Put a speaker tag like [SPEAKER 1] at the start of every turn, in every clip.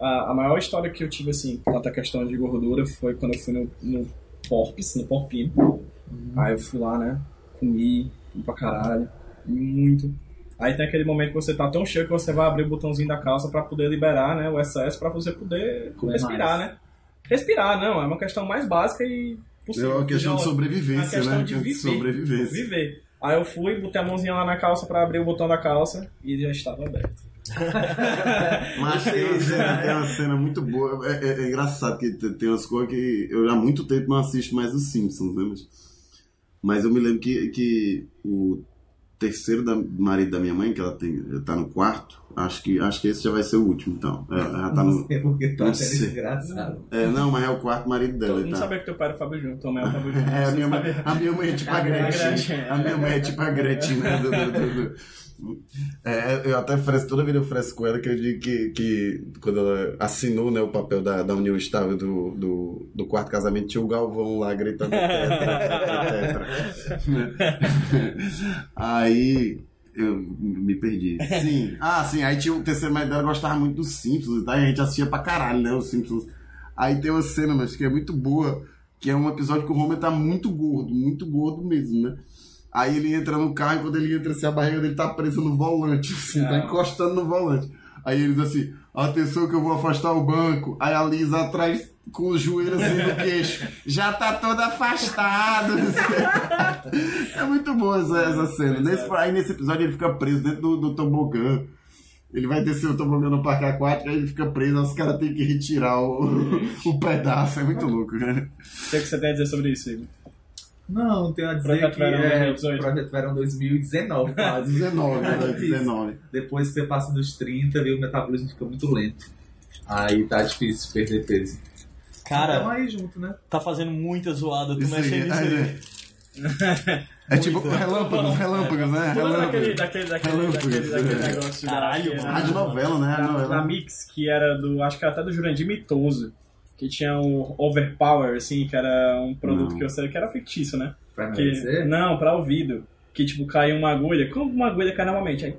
[SPEAKER 1] A, a maior história que eu tive, assim, quanto à questão de gordura foi quando eu fui no, no Porpis, no Porpino.
[SPEAKER 2] Uhum.
[SPEAKER 1] Aí eu fui lá, né? Comi, comi pra caralho. Muito. Aí tem aquele momento que você tá tão cheio que você vai abrir o botãozinho da calça pra poder liberar, né? O excesso pra você poder
[SPEAKER 3] Comer
[SPEAKER 1] respirar,
[SPEAKER 3] mais.
[SPEAKER 1] né? Respirar, não. É uma questão mais básica e
[SPEAKER 2] É uma questão
[SPEAKER 1] Não,
[SPEAKER 2] de sobrevivência,
[SPEAKER 1] a questão
[SPEAKER 2] né?
[SPEAKER 1] de viver.
[SPEAKER 2] sobrevivência.
[SPEAKER 1] viver. Aí eu fui, botei a mãozinha lá na calça pra abrir o botão da calça e já estava aberto.
[SPEAKER 2] Mas tem uma, cena, tem uma cena muito boa. É, é- é engraçado que te- tem umas coisas que eu há muito tempo não assisto mais os Simpsons, né? Mas, mas eu me lembro que, que o terceiro da, marido da minha mãe, que ela tem, já tá no quarto, acho que, acho que esse já vai ser o último, então. Ela, ela tá
[SPEAKER 3] Não
[SPEAKER 2] no,
[SPEAKER 3] sei porque tá
[SPEAKER 2] Não
[SPEAKER 3] achando
[SPEAKER 2] sei.
[SPEAKER 3] desgraçado.
[SPEAKER 2] é, não, mas é o quarto marido
[SPEAKER 1] Todo
[SPEAKER 2] dela.
[SPEAKER 1] mundo
[SPEAKER 2] tá.
[SPEAKER 1] sabia que teu pai era o Fábio Júnior, tua mãe era o Fábio Júnior.
[SPEAKER 2] É, a minha, mãe,
[SPEAKER 1] Você
[SPEAKER 2] a minha mãe é tipo a
[SPEAKER 3] A minha
[SPEAKER 2] Gretchen.
[SPEAKER 1] Gretchen.
[SPEAKER 2] A minha mãe é tipo a Gretchen, né? Do- do- do- do- É, eu até fresco, toda vida eu fresco com ela que eu digo que, que quando ela assinou né, o papel da, da União Estável do, do, do quarto casamento, tinha o Galvão lá gritando tetra, tetra, tetra. Aí eu me perdi. Sim. Ah, sim. Aí tinha o terceiro marido dela gostava muito dos Simpsons e tal. E a gente assistia pra caralho, né? Os Simpsons. Aí tem uma cena, mas que é muito boa, que é um episódio que o Homer tá muito gordo, muito gordo mesmo, né? Aí ele entra no carro e quando ele entra, assim, a barriga dele tá presa no volante, assim, tá
[SPEAKER 1] Ah.
[SPEAKER 2] encostando no volante. Aí ele diz assim, atenção que eu vou afastar o banco. Aí a Lisa atrás com o joelho assim no queixo. Já tá todo afastado. é muito boa essa, essa cena.
[SPEAKER 1] Pois é.
[SPEAKER 2] Nesse- aí nesse episódio ele fica preso dentro do, do tobogã. Ele vai descer o tobogã no parque aquático, aí ele fica preso, aí os caras têm que retirar o, o pedaço. É muito louco, cara.
[SPEAKER 1] O que você tem a dizer sobre isso, Igor?
[SPEAKER 3] Não, tenho a dizer
[SPEAKER 1] Projeto
[SPEAKER 3] que
[SPEAKER 1] Verão
[SPEAKER 3] é
[SPEAKER 1] 2018.
[SPEAKER 3] Projeto Verão 2019, quase.
[SPEAKER 2] 19, né?
[SPEAKER 3] Isso.
[SPEAKER 2] 19.
[SPEAKER 3] Depois que você passa dos 30, viu, o metabolismo fica muito lento. Aí tá difícil perder peso. então
[SPEAKER 4] Cara,
[SPEAKER 3] aí junto, né?
[SPEAKER 4] tá fazendo muita zoada. Tu
[SPEAKER 2] Isso aí, né?
[SPEAKER 4] mexe nisso aí.
[SPEAKER 2] aí. É, tipo relâmpagos, relâmpagos, né?
[SPEAKER 1] Tu lembra daquele,
[SPEAKER 2] Relâmpagos.
[SPEAKER 1] daquele, daquele,
[SPEAKER 2] Relâmpagos,
[SPEAKER 1] daquele, daquele
[SPEAKER 2] é.
[SPEAKER 1] negócio da-
[SPEAKER 4] Caralho,
[SPEAKER 1] que era-
[SPEAKER 4] mano.
[SPEAKER 2] Ah, de novela, né?
[SPEAKER 1] na,
[SPEAKER 2] novela.
[SPEAKER 1] na Mix, que era do. Acho que era até do Jurandir Mitoso. Que tinha o Overpower, assim, que era um produto
[SPEAKER 2] Não.
[SPEAKER 1] que eu sei que era fictício, né?
[SPEAKER 3] Pra
[SPEAKER 1] Que-
[SPEAKER 3] emagrecer.
[SPEAKER 1] não, pra ouvido. Que tipo, caiu uma agulha. Como uma agulha cai novamente? Aí,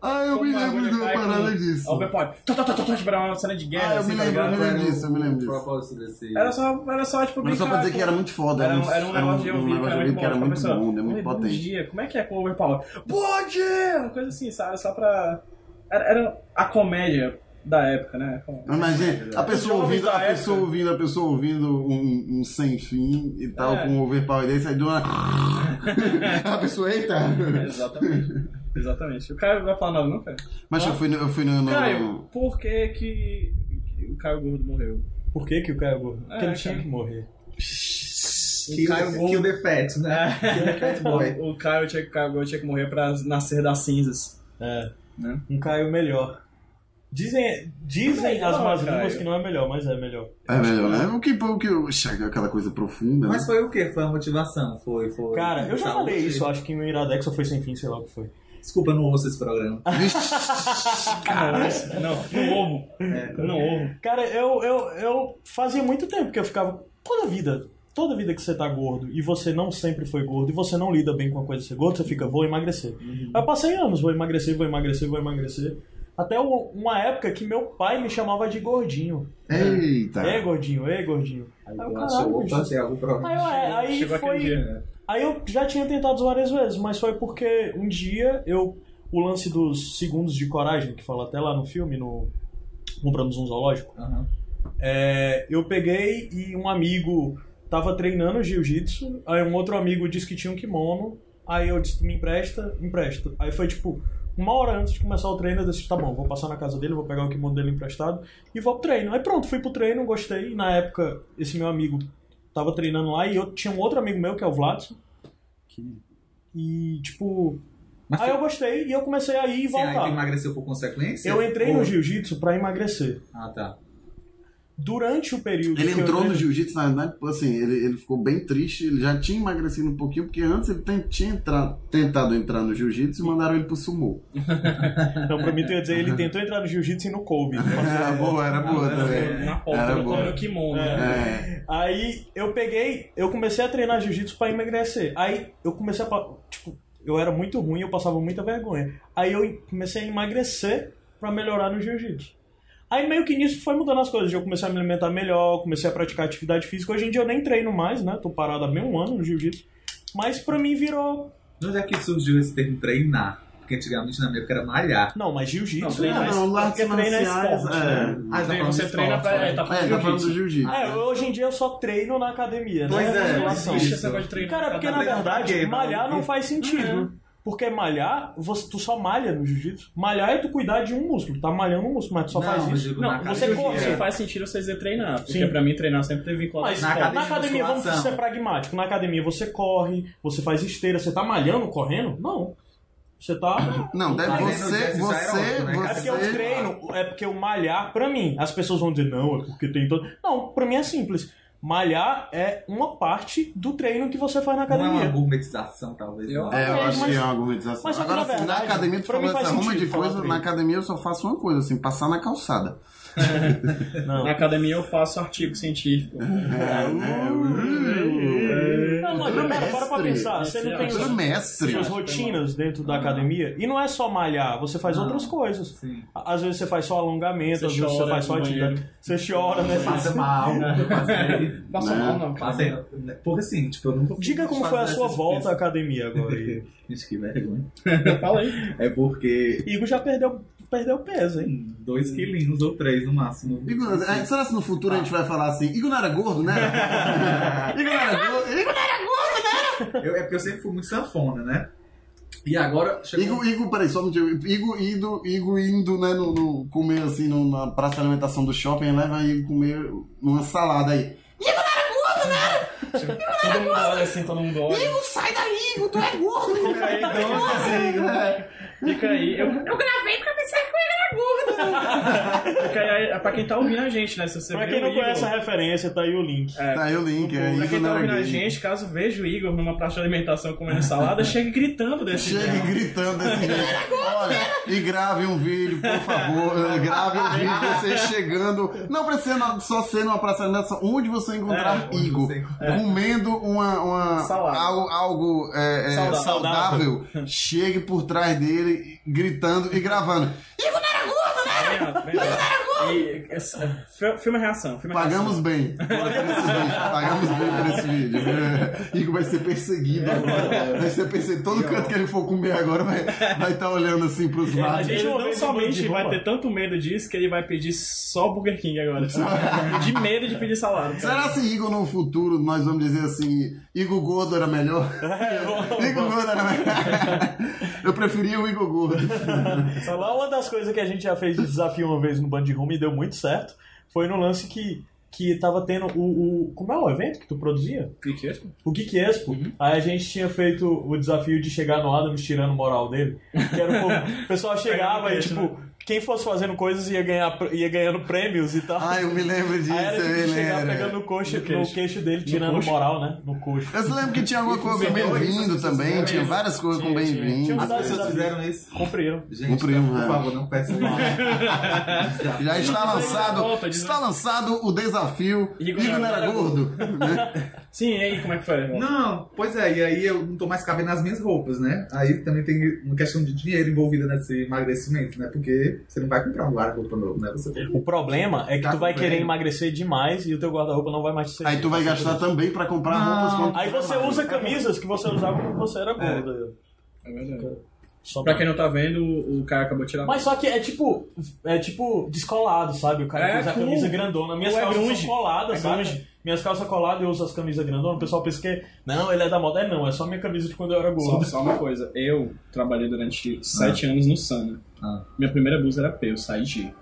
[SPEAKER 2] Ah, eu me
[SPEAKER 1] Como a
[SPEAKER 2] lembro de uma
[SPEAKER 1] agulha cai
[SPEAKER 2] parada
[SPEAKER 1] com-
[SPEAKER 2] disso.
[SPEAKER 1] Overpower. Tó, tó, tó, tó, tó, tipo, Era uma cena de guerra,
[SPEAKER 2] Ah, eu
[SPEAKER 1] assim,
[SPEAKER 2] me
[SPEAKER 1] tá
[SPEAKER 2] lembro,
[SPEAKER 1] ligado?
[SPEAKER 2] eu me lembro disso, eu me lembro
[SPEAKER 3] O
[SPEAKER 2] disso.
[SPEAKER 3] propósito desse...
[SPEAKER 1] Era só, era só tipo,
[SPEAKER 2] Mas só pra
[SPEAKER 1] brincar
[SPEAKER 2] dizer que
[SPEAKER 1] com-
[SPEAKER 2] era muito foda.
[SPEAKER 1] Era um,
[SPEAKER 2] muito-
[SPEAKER 1] era um negócio de
[SPEAKER 2] um
[SPEAKER 1] ouvir,
[SPEAKER 2] negócio de ouvir que era muito
[SPEAKER 1] pessoa,
[SPEAKER 2] bom, né?
[SPEAKER 1] "Oi,
[SPEAKER 2] Muito
[SPEAKER 1] Bom
[SPEAKER 2] potente.
[SPEAKER 1] dia, como é que é com o Overpower? Bom dia! Uma coisa assim, sabe? Só pra. Era, era a comédia da época, né? Com-
[SPEAKER 2] Mas Imagina, a pessoa
[SPEAKER 1] Jovens
[SPEAKER 2] ouvindo, a
[SPEAKER 1] da
[SPEAKER 2] pessoa
[SPEAKER 1] época.
[SPEAKER 2] ouvindo, a pessoa ouvindo um, um sem fim e tal,
[SPEAKER 1] É.
[SPEAKER 2] com um overpower desse, aí deu uma. a pessoa, eita!
[SPEAKER 1] Exatamente. Exatamente. O Caio vai falar nada, não, Caio?
[SPEAKER 2] Mas eu fui no. Eu fui no, no-
[SPEAKER 1] Caio, por que que que o Caio Gordo morreu?
[SPEAKER 4] Por que que o Caio morreu? Porque
[SPEAKER 1] É,
[SPEAKER 4] ele tinha
[SPEAKER 1] cara.
[SPEAKER 4] que morrer.
[SPEAKER 3] Que
[SPEAKER 1] Caio
[SPEAKER 3] o Kill the Fat, né?
[SPEAKER 1] É. o, o Caio tinha, que- o Caio Gordo tinha que morrer pra nascer das cinzas.
[SPEAKER 4] É.
[SPEAKER 1] Né?
[SPEAKER 4] Um Caio melhor. Dizem,
[SPEAKER 1] Não é
[SPEAKER 4] dizem
[SPEAKER 1] melhor,
[SPEAKER 4] as más
[SPEAKER 1] Caio.
[SPEAKER 4] línguas que não é melhor, mas é melhor.
[SPEAKER 2] É melhor, né? O que, o que eu. Chega aquela coisa profunda, né?
[SPEAKER 3] Mas foi o quê? Foi a motivação? Foi, foi...
[SPEAKER 4] Cara, eu já
[SPEAKER 3] saúde?
[SPEAKER 4] falei isso, acho que em Iradex ou foi sem fim, sei lá o que foi.
[SPEAKER 3] Desculpa, eu não ouço esse programa.
[SPEAKER 1] Não, não, não é ovo.
[SPEAKER 3] É,
[SPEAKER 1] Não ovo.
[SPEAKER 4] Cara, eu, eu, eu fazia muito tempo que eu ficava. Toda vida, toda vida que você tá gordo e você não sempre foi gordo e você não lida bem com a coisa de ser gordo, você fica, vou emagrecer. Eu passei anos, vou emagrecer, vou emagrecer, vou emagrecer. Até o- uma época que meu pai me chamava de gordinho.
[SPEAKER 2] Eita!
[SPEAKER 1] Tá.
[SPEAKER 4] É gordinho, é gordinho.
[SPEAKER 3] Aí
[SPEAKER 4] Ah,
[SPEAKER 3] eu
[SPEAKER 4] caralho,
[SPEAKER 3] acho
[SPEAKER 4] bicho.
[SPEAKER 3] que algum problema.
[SPEAKER 4] Aí, eu- "É, aí
[SPEAKER 1] Chegou aquele
[SPEAKER 4] foi,
[SPEAKER 1] dia.
[SPEAKER 4] Aí eu já tinha tentado várias vezes, mas foi porque um dia eu. O lance dos segundos de coragem, que fala até lá no filme, no Compramos um Zoológico,
[SPEAKER 3] Aham.
[SPEAKER 4] é, eu peguei e um amigo tava treinando jiu-jitsu, aí um outro amigo disse que tinha um kimono, aí eu disse, me empresta, empresta. Aí foi tipo, uma hora antes de começar o treino, eu disse, tá bom, vou passar na casa dele, vou pegar o kimono dele emprestado e vou pro treino. Aí pronto, fui pro treino, gostei, e na época esse meu amigo tava treinando lá e eu tinha um outro amigo meu, que é o Vladson, e tipo...
[SPEAKER 3] Mas
[SPEAKER 4] aí eu gostei e eu comecei a ir e
[SPEAKER 3] Sim, aí tu
[SPEAKER 4] voltar.
[SPEAKER 3] emagreceu por consequência?
[SPEAKER 4] Eu entrei
[SPEAKER 3] Ou-
[SPEAKER 4] no jiu-jitsu pra emagrecer.
[SPEAKER 3] Ah, tá.
[SPEAKER 4] Durante o período
[SPEAKER 2] Ele
[SPEAKER 4] que eu
[SPEAKER 2] entrou
[SPEAKER 4] entrei-
[SPEAKER 2] no jiu-jitsu, na verdade, assim, ele, ele ficou bem triste, ele já tinha emagrecido um pouquinho, porque antes ele tem- tinha entrado, tentado entrar no jiu-jitsu e mandaram ele pro sumô.
[SPEAKER 4] Não, pra mim tu ia dizer, ele tentou entrar no jiu-jitsu e no Kobe. né?
[SPEAKER 2] Era boa, era boa também.
[SPEAKER 1] Na porta,
[SPEAKER 2] Era
[SPEAKER 1] eu
[SPEAKER 2] boa.
[SPEAKER 1] tô no kimono.
[SPEAKER 4] É.
[SPEAKER 2] É,
[SPEAKER 4] Aí eu peguei, eu comecei a treinar jiu-jitsu pra emagrecer. Aí eu comecei a. pa- Tipo, eu era muito ruim, eu passava muita vergonha. Aí eu comecei a emagrecer pra melhorar no jiu-jitsu. Aí meio que nisso foi mudando as coisas. Eu comecei a me alimentar melhor, comecei a praticar atividade física. Hoje em dia eu nem treino mais, né? Tô parado há meio ano no jiu-jitsu. Mas pra mim virou.
[SPEAKER 3] De onde é que surgiu esse termo treinar? Porque antigamente na minha época era malhar.
[SPEAKER 4] Não, mas jiu-jitsu.
[SPEAKER 1] Não,
[SPEAKER 4] né?
[SPEAKER 1] treinar
[SPEAKER 2] Ah,
[SPEAKER 1] mas
[SPEAKER 2] não,
[SPEAKER 1] porque
[SPEAKER 2] artes
[SPEAKER 1] treino é
[SPEAKER 2] marciais,
[SPEAKER 1] esporte,
[SPEAKER 2] é.
[SPEAKER 1] né?
[SPEAKER 3] Ah, já
[SPEAKER 1] Você,
[SPEAKER 3] falando
[SPEAKER 1] você
[SPEAKER 3] de
[SPEAKER 1] treina
[SPEAKER 3] esporte,
[SPEAKER 1] pra.
[SPEAKER 3] né?
[SPEAKER 1] É, tá
[SPEAKER 2] É, tá falando do jiu-jitsu.
[SPEAKER 4] É, hoje em dia eu só treino na academia,
[SPEAKER 2] Pois
[SPEAKER 4] né?
[SPEAKER 2] é,
[SPEAKER 4] Na musculação.
[SPEAKER 1] Existe essa coisa de treinar.
[SPEAKER 4] Cara, porque na
[SPEAKER 3] Mas pra
[SPEAKER 4] verdade,
[SPEAKER 3] quê? Pra
[SPEAKER 4] malhar não
[SPEAKER 3] quê?
[SPEAKER 4] faz sentido. Porque malhar, você, tu só malha no jiu-jitsu. Malhar é tu cuidar de um músculo, tá malhando um músculo, mas tu só
[SPEAKER 3] Não,
[SPEAKER 4] faz
[SPEAKER 3] eu
[SPEAKER 4] isso.
[SPEAKER 3] digo
[SPEAKER 1] Não,
[SPEAKER 3] na
[SPEAKER 1] você
[SPEAKER 3] academia.
[SPEAKER 1] corre, só faz sentido você dizer treinar. Porque
[SPEAKER 4] é. Sim.
[SPEAKER 1] pra mim treinar sempre teve vinculado.
[SPEAKER 4] Mas é,
[SPEAKER 1] ao
[SPEAKER 4] na
[SPEAKER 1] esporte.
[SPEAKER 4] academia,
[SPEAKER 3] academia de
[SPEAKER 4] vamos
[SPEAKER 3] musculação.
[SPEAKER 4] ser é pragmático. Na academia você corre, você faz esteira, você tá malhando, correndo? Não. Você tá.
[SPEAKER 2] Não, deve
[SPEAKER 3] Fazendo
[SPEAKER 2] você,
[SPEAKER 3] exercício
[SPEAKER 2] você,
[SPEAKER 3] aeróbico, né,
[SPEAKER 4] É
[SPEAKER 3] cara?
[SPEAKER 4] porque eu
[SPEAKER 2] você.
[SPEAKER 4] treino, é porque eu malhar, pra mim, as pessoas vão dizer, não, é porque tem todo. Não, pra mim é simples. Malhar é uma parte do treino que você faz na
[SPEAKER 3] Não é uma
[SPEAKER 4] academia.
[SPEAKER 3] gourmetização, talvez.
[SPEAKER 1] Eu-
[SPEAKER 3] não.
[SPEAKER 2] É, eu
[SPEAKER 4] Mas-
[SPEAKER 2] acho que é uma argumentação.
[SPEAKER 4] mas só que
[SPEAKER 2] Agora,
[SPEAKER 4] na
[SPEAKER 2] assim, na
[SPEAKER 4] verdade,
[SPEAKER 2] academia, tu
[SPEAKER 4] pra mim
[SPEAKER 2] falou
[SPEAKER 4] faz
[SPEAKER 2] essa ruma de
[SPEAKER 4] sentido falar
[SPEAKER 2] coisa,
[SPEAKER 4] pra
[SPEAKER 2] na
[SPEAKER 4] ele.
[SPEAKER 2] academia eu só faço uma coisa, assim, passar na calçada.
[SPEAKER 4] Não.
[SPEAKER 1] Na academia eu faço artigo científico.
[SPEAKER 2] É, né?
[SPEAKER 4] Não, mas
[SPEAKER 2] Futuro
[SPEAKER 4] cara, para
[SPEAKER 2] mestre.
[SPEAKER 4] pra
[SPEAKER 2] é
[SPEAKER 4] pensar. Você não tem
[SPEAKER 1] Futuro
[SPEAKER 2] Tudo
[SPEAKER 4] os-
[SPEAKER 2] Uh, mestre.
[SPEAKER 4] suas rotinas dentro
[SPEAKER 1] Ah.
[SPEAKER 4] da academia. E não é só malhar, você faz
[SPEAKER 3] Não.
[SPEAKER 4] outras coisas.
[SPEAKER 3] Sim.
[SPEAKER 4] Às vezes você faz só alongamento,
[SPEAKER 1] Você
[SPEAKER 4] às vezes você
[SPEAKER 1] chora
[SPEAKER 4] faz só
[SPEAKER 1] no
[SPEAKER 4] atividade.
[SPEAKER 1] banheiro.
[SPEAKER 4] Você chora, né?
[SPEAKER 2] é
[SPEAKER 3] Passa mal, passei.
[SPEAKER 1] Passa
[SPEAKER 2] Né?
[SPEAKER 1] mal, não. cara.
[SPEAKER 3] Passei. Porque assim, tipo, eu nunca fui
[SPEAKER 4] Diga como
[SPEAKER 3] fazer
[SPEAKER 4] foi a sua
[SPEAKER 3] exercício
[SPEAKER 4] volta à
[SPEAKER 3] físico.
[SPEAKER 4] academia agora. aí.
[SPEAKER 3] Gente, que vergonha.
[SPEAKER 1] Fala aí.
[SPEAKER 3] É porque
[SPEAKER 4] Igor já perdeu, perdeu peso, hein?
[SPEAKER 3] dois quilinhos ou três no máximo.
[SPEAKER 2] Igor, é, será que no futuro a gente
[SPEAKER 1] Tá.
[SPEAKER 2] vai falar assim, Igor não era gordo, né? Igor não era gordo. Igor,
[SPEAKER 3] Eu- é porque eu sempre fui muito sanfona, né? E agora chegou
[SPEAKER 2] Igor, Igor, peraí, só um minutinho. Igor, indo, Igor indo, né, no, no- comer assim no- na praça de alimentação do shopping, leva Igor comer uma salada aí.
[SPEAKER 1] Todo mundo olha assim, todo mundo olha.
[SPEAKER 2] Igor, sai daí, Igor, tu é gordo. Igor.
[SPEAKER 1] Fica aí,
[SPEAKER 4] então,
[SPEAKER 2] É.
[SPEAKER 1] Fica aí. Eu, eu gravei pra pensar que eu era gordo. Fica aí, pra quem tá ouvindo a gente, né? Se você
[SPEAKER 4] Pra
[SPEAKER 1] vê
[SPEAKER 4] quem
[SPEAKER 1] o
[SPEAKER 4] não
[SPEAKER 1] Igor-
[SPEAKER 4] conhece a referência, tá aí o link.
[SPEAKER 2] Tá aí o link, é
[SPEAKER 1] Pra
[SPEAKER 2] Igor
[SPEAKER 1] quem tá
[SPEAKER 2] não era
[SPEAKER 1] ouvindo a
[SPEAKER 2] gordo.
[SPEAKER 1] gente, caso veja o Igor numa praça de alimentação comendo salada, chegue gritando desse
[SPEAKER 2] Chegue
[SPEAKER 1] jeito.
[SPEAKER 2] gritando desse jeito. Olha, e grave um vídeo, por favor. Eh, Grave um vídeo de você chegando. Não precisa na- só ser numa praça de alimentação, onde você encontrar
[SPEAKER 3] onde
[SPEAKER 2] Igor
[SPEAKER 3] você
[SPEAKER 2] comendo uma, uma-
[SPEAKER 1] Salada.
[SPEAKER 2] algo, algo, eh, eh,
[SPEAKER 1] Saudável.
[SPEAKER 2] saudável. Chegue por trás dele, gritando e gravando.
[SPEAKER 1] Vem, ó, vem, ó. E, é, essa- fi- Filma a é reação. Filma a reação.
[SPEAKER 2] Pagamos bem por esse vídeo. Pagamos bem por esse vídeo. É. Igor vai ser perseguido agora. Vai ser perseguido. Todo canto que ele for comer agora vai estar olhando assim pros
[SPEAKER 1] A
[SPEAKER 2] lados.
[SPEAKER 1] gente
[SPEAKER 4] Ele não
[SPEAKER 1] não somente
[SPEAKER 4] de
[SPEAKER 1] vai
[SPEAKER 4] roupa.
[SPEAKER 1] ter tanto medo disso que ele vai pedir só Burger King agora. de medo de pedir salada. cara.
[SPEAKER 2] Será se Igor no futuro nós vamos dizer assim, Igor Gordo era melhor?
[SPEAKER 1] É,
[SPEAKER 2] Igor Gordo era melhor. Eu preferia o Igor Gordo.
[SPEAKER 4] Sei lá, é uma das coisas que a gente já fez de desafio uma vez no Band Room e deu muito certo foi no lance que, que tava tendo o, o- Como é o evento que tu produzia? O Geek Expo. Uhum. Aí a gente tinha feito o desafio de chegar no Adams tirando o moral dele. Que era o, povo- o pessoal chegava e, tipo, quem fosse fazendo coisas ia, ganhar, pr- ia ganhando prêmios e tal.
[SPEAKER 2] Ah, eu me lembro disso,
[SPEAKER 4] Aí era
[SPEAKER 2] eu me
[SPEAKER 4] tipo, chegar pegando
[SPEAKER 2] lembro.
[SPEAKER 4] no, coxa,
[SPEAKER 1] No queixo.
[SPEAKER 4] no queixo dele, tirando o
[SPEAKER 1] coxo?
[SPEAKER 4] moral, né? No coxo.
[SPEAKER 2] Eu se lembro que tinha alguma coisa com bem-vindo também, tinha várias coisas com
[SPEAKER 1] Tinha, tinha.
[SPEAKER 2] bem-vindo.
[SPEAKER 3] As pessoas fizeram isso.
[SPEAKER 4] Cumpriram.
[SPEAKER 3] Gente,
[SPEAKER 2] Cumpriu,
[SPEAKER 3] por
[SPEAKER 2] é.
[SPEAKER 3] favor, não peçam mal.
[SPEAKER 2] Já está lançado,
[SPEAKER 1] Volta, diz-
[SPEAKER 2] está lançado o desafio
[SPEAKER 1] Igor
[SPEAKER 2] Igor não era
[SPEAKER 1] era
[SPEAKER 2] gordo. né?
[SPEAKER 1] Sim, e aí, como é que foi? irmão?
[SPEAKER 3] Não, pois é, e aí eu não tô mais cabendo nas minhas roupas, né? Aí também tem uma questão de dinheiro envolvida nesse emagrecimento, né? Porque você não vai comprar um guarda-roupa novo, né? Você tem
[SPEAKER 4] O problema é que
[SPEAKER 3] Tá
[SPEAKER 4] tu vai
[SPEAKER 3] cumprindo.
[SPEAKER 4] querer emagrecer demais e o teu guarda-roupa não vai mais te servir.
[SPEAKER 2] Aí tu vai gastar também pra comprar
[SPEAKER 3] Não.
[SPEAKER 2] roupas com...
[SPEAKER 4] Aí você usa camisas que você usava quando você era gordo.
[SPEAKER 1] É verdade.
[SPEAKER 4] Só
[SPEAKER 1] Pra
[SPEAKER 4] pra-
[SPEAKER 1] quem não tá vendo, o cara acabou de tirar.
[SPEAKER 4] Mas só que é tipo. É tipo descolado, sabe? O cara
[SPEAKER 1] É,
[SPEAKER 4] que usa a
[SPEAKER 1] cool.
[SPEAKER 4] camisa grandona. Minhas
[SPEAKER 1] Cool, é
[SPEAKER 4] calças
[SPEAKER 1] grunge.
[SPEAKER 4] são coladas,
[SPEAKER 1] É
[SPEAKER 4] sabe?
[SPEAKER 1] grunge.
[SPEAKER 4] Minhas calças coladas eu uso as camisas grandonas. O pessoal pensa que. Não, ele é da moda. É não, é só minha camisa de quando eu era
[SPEAKER 1] Só,
[SPEAKER 4] gordo.
[SPEAKER 1] só uma coisa, eu trabalhei durante sete anos no Sana.
[SPEAKER 3] Ah.
[SPEAKER 1] Minha primeira blusa era P, eu saí de.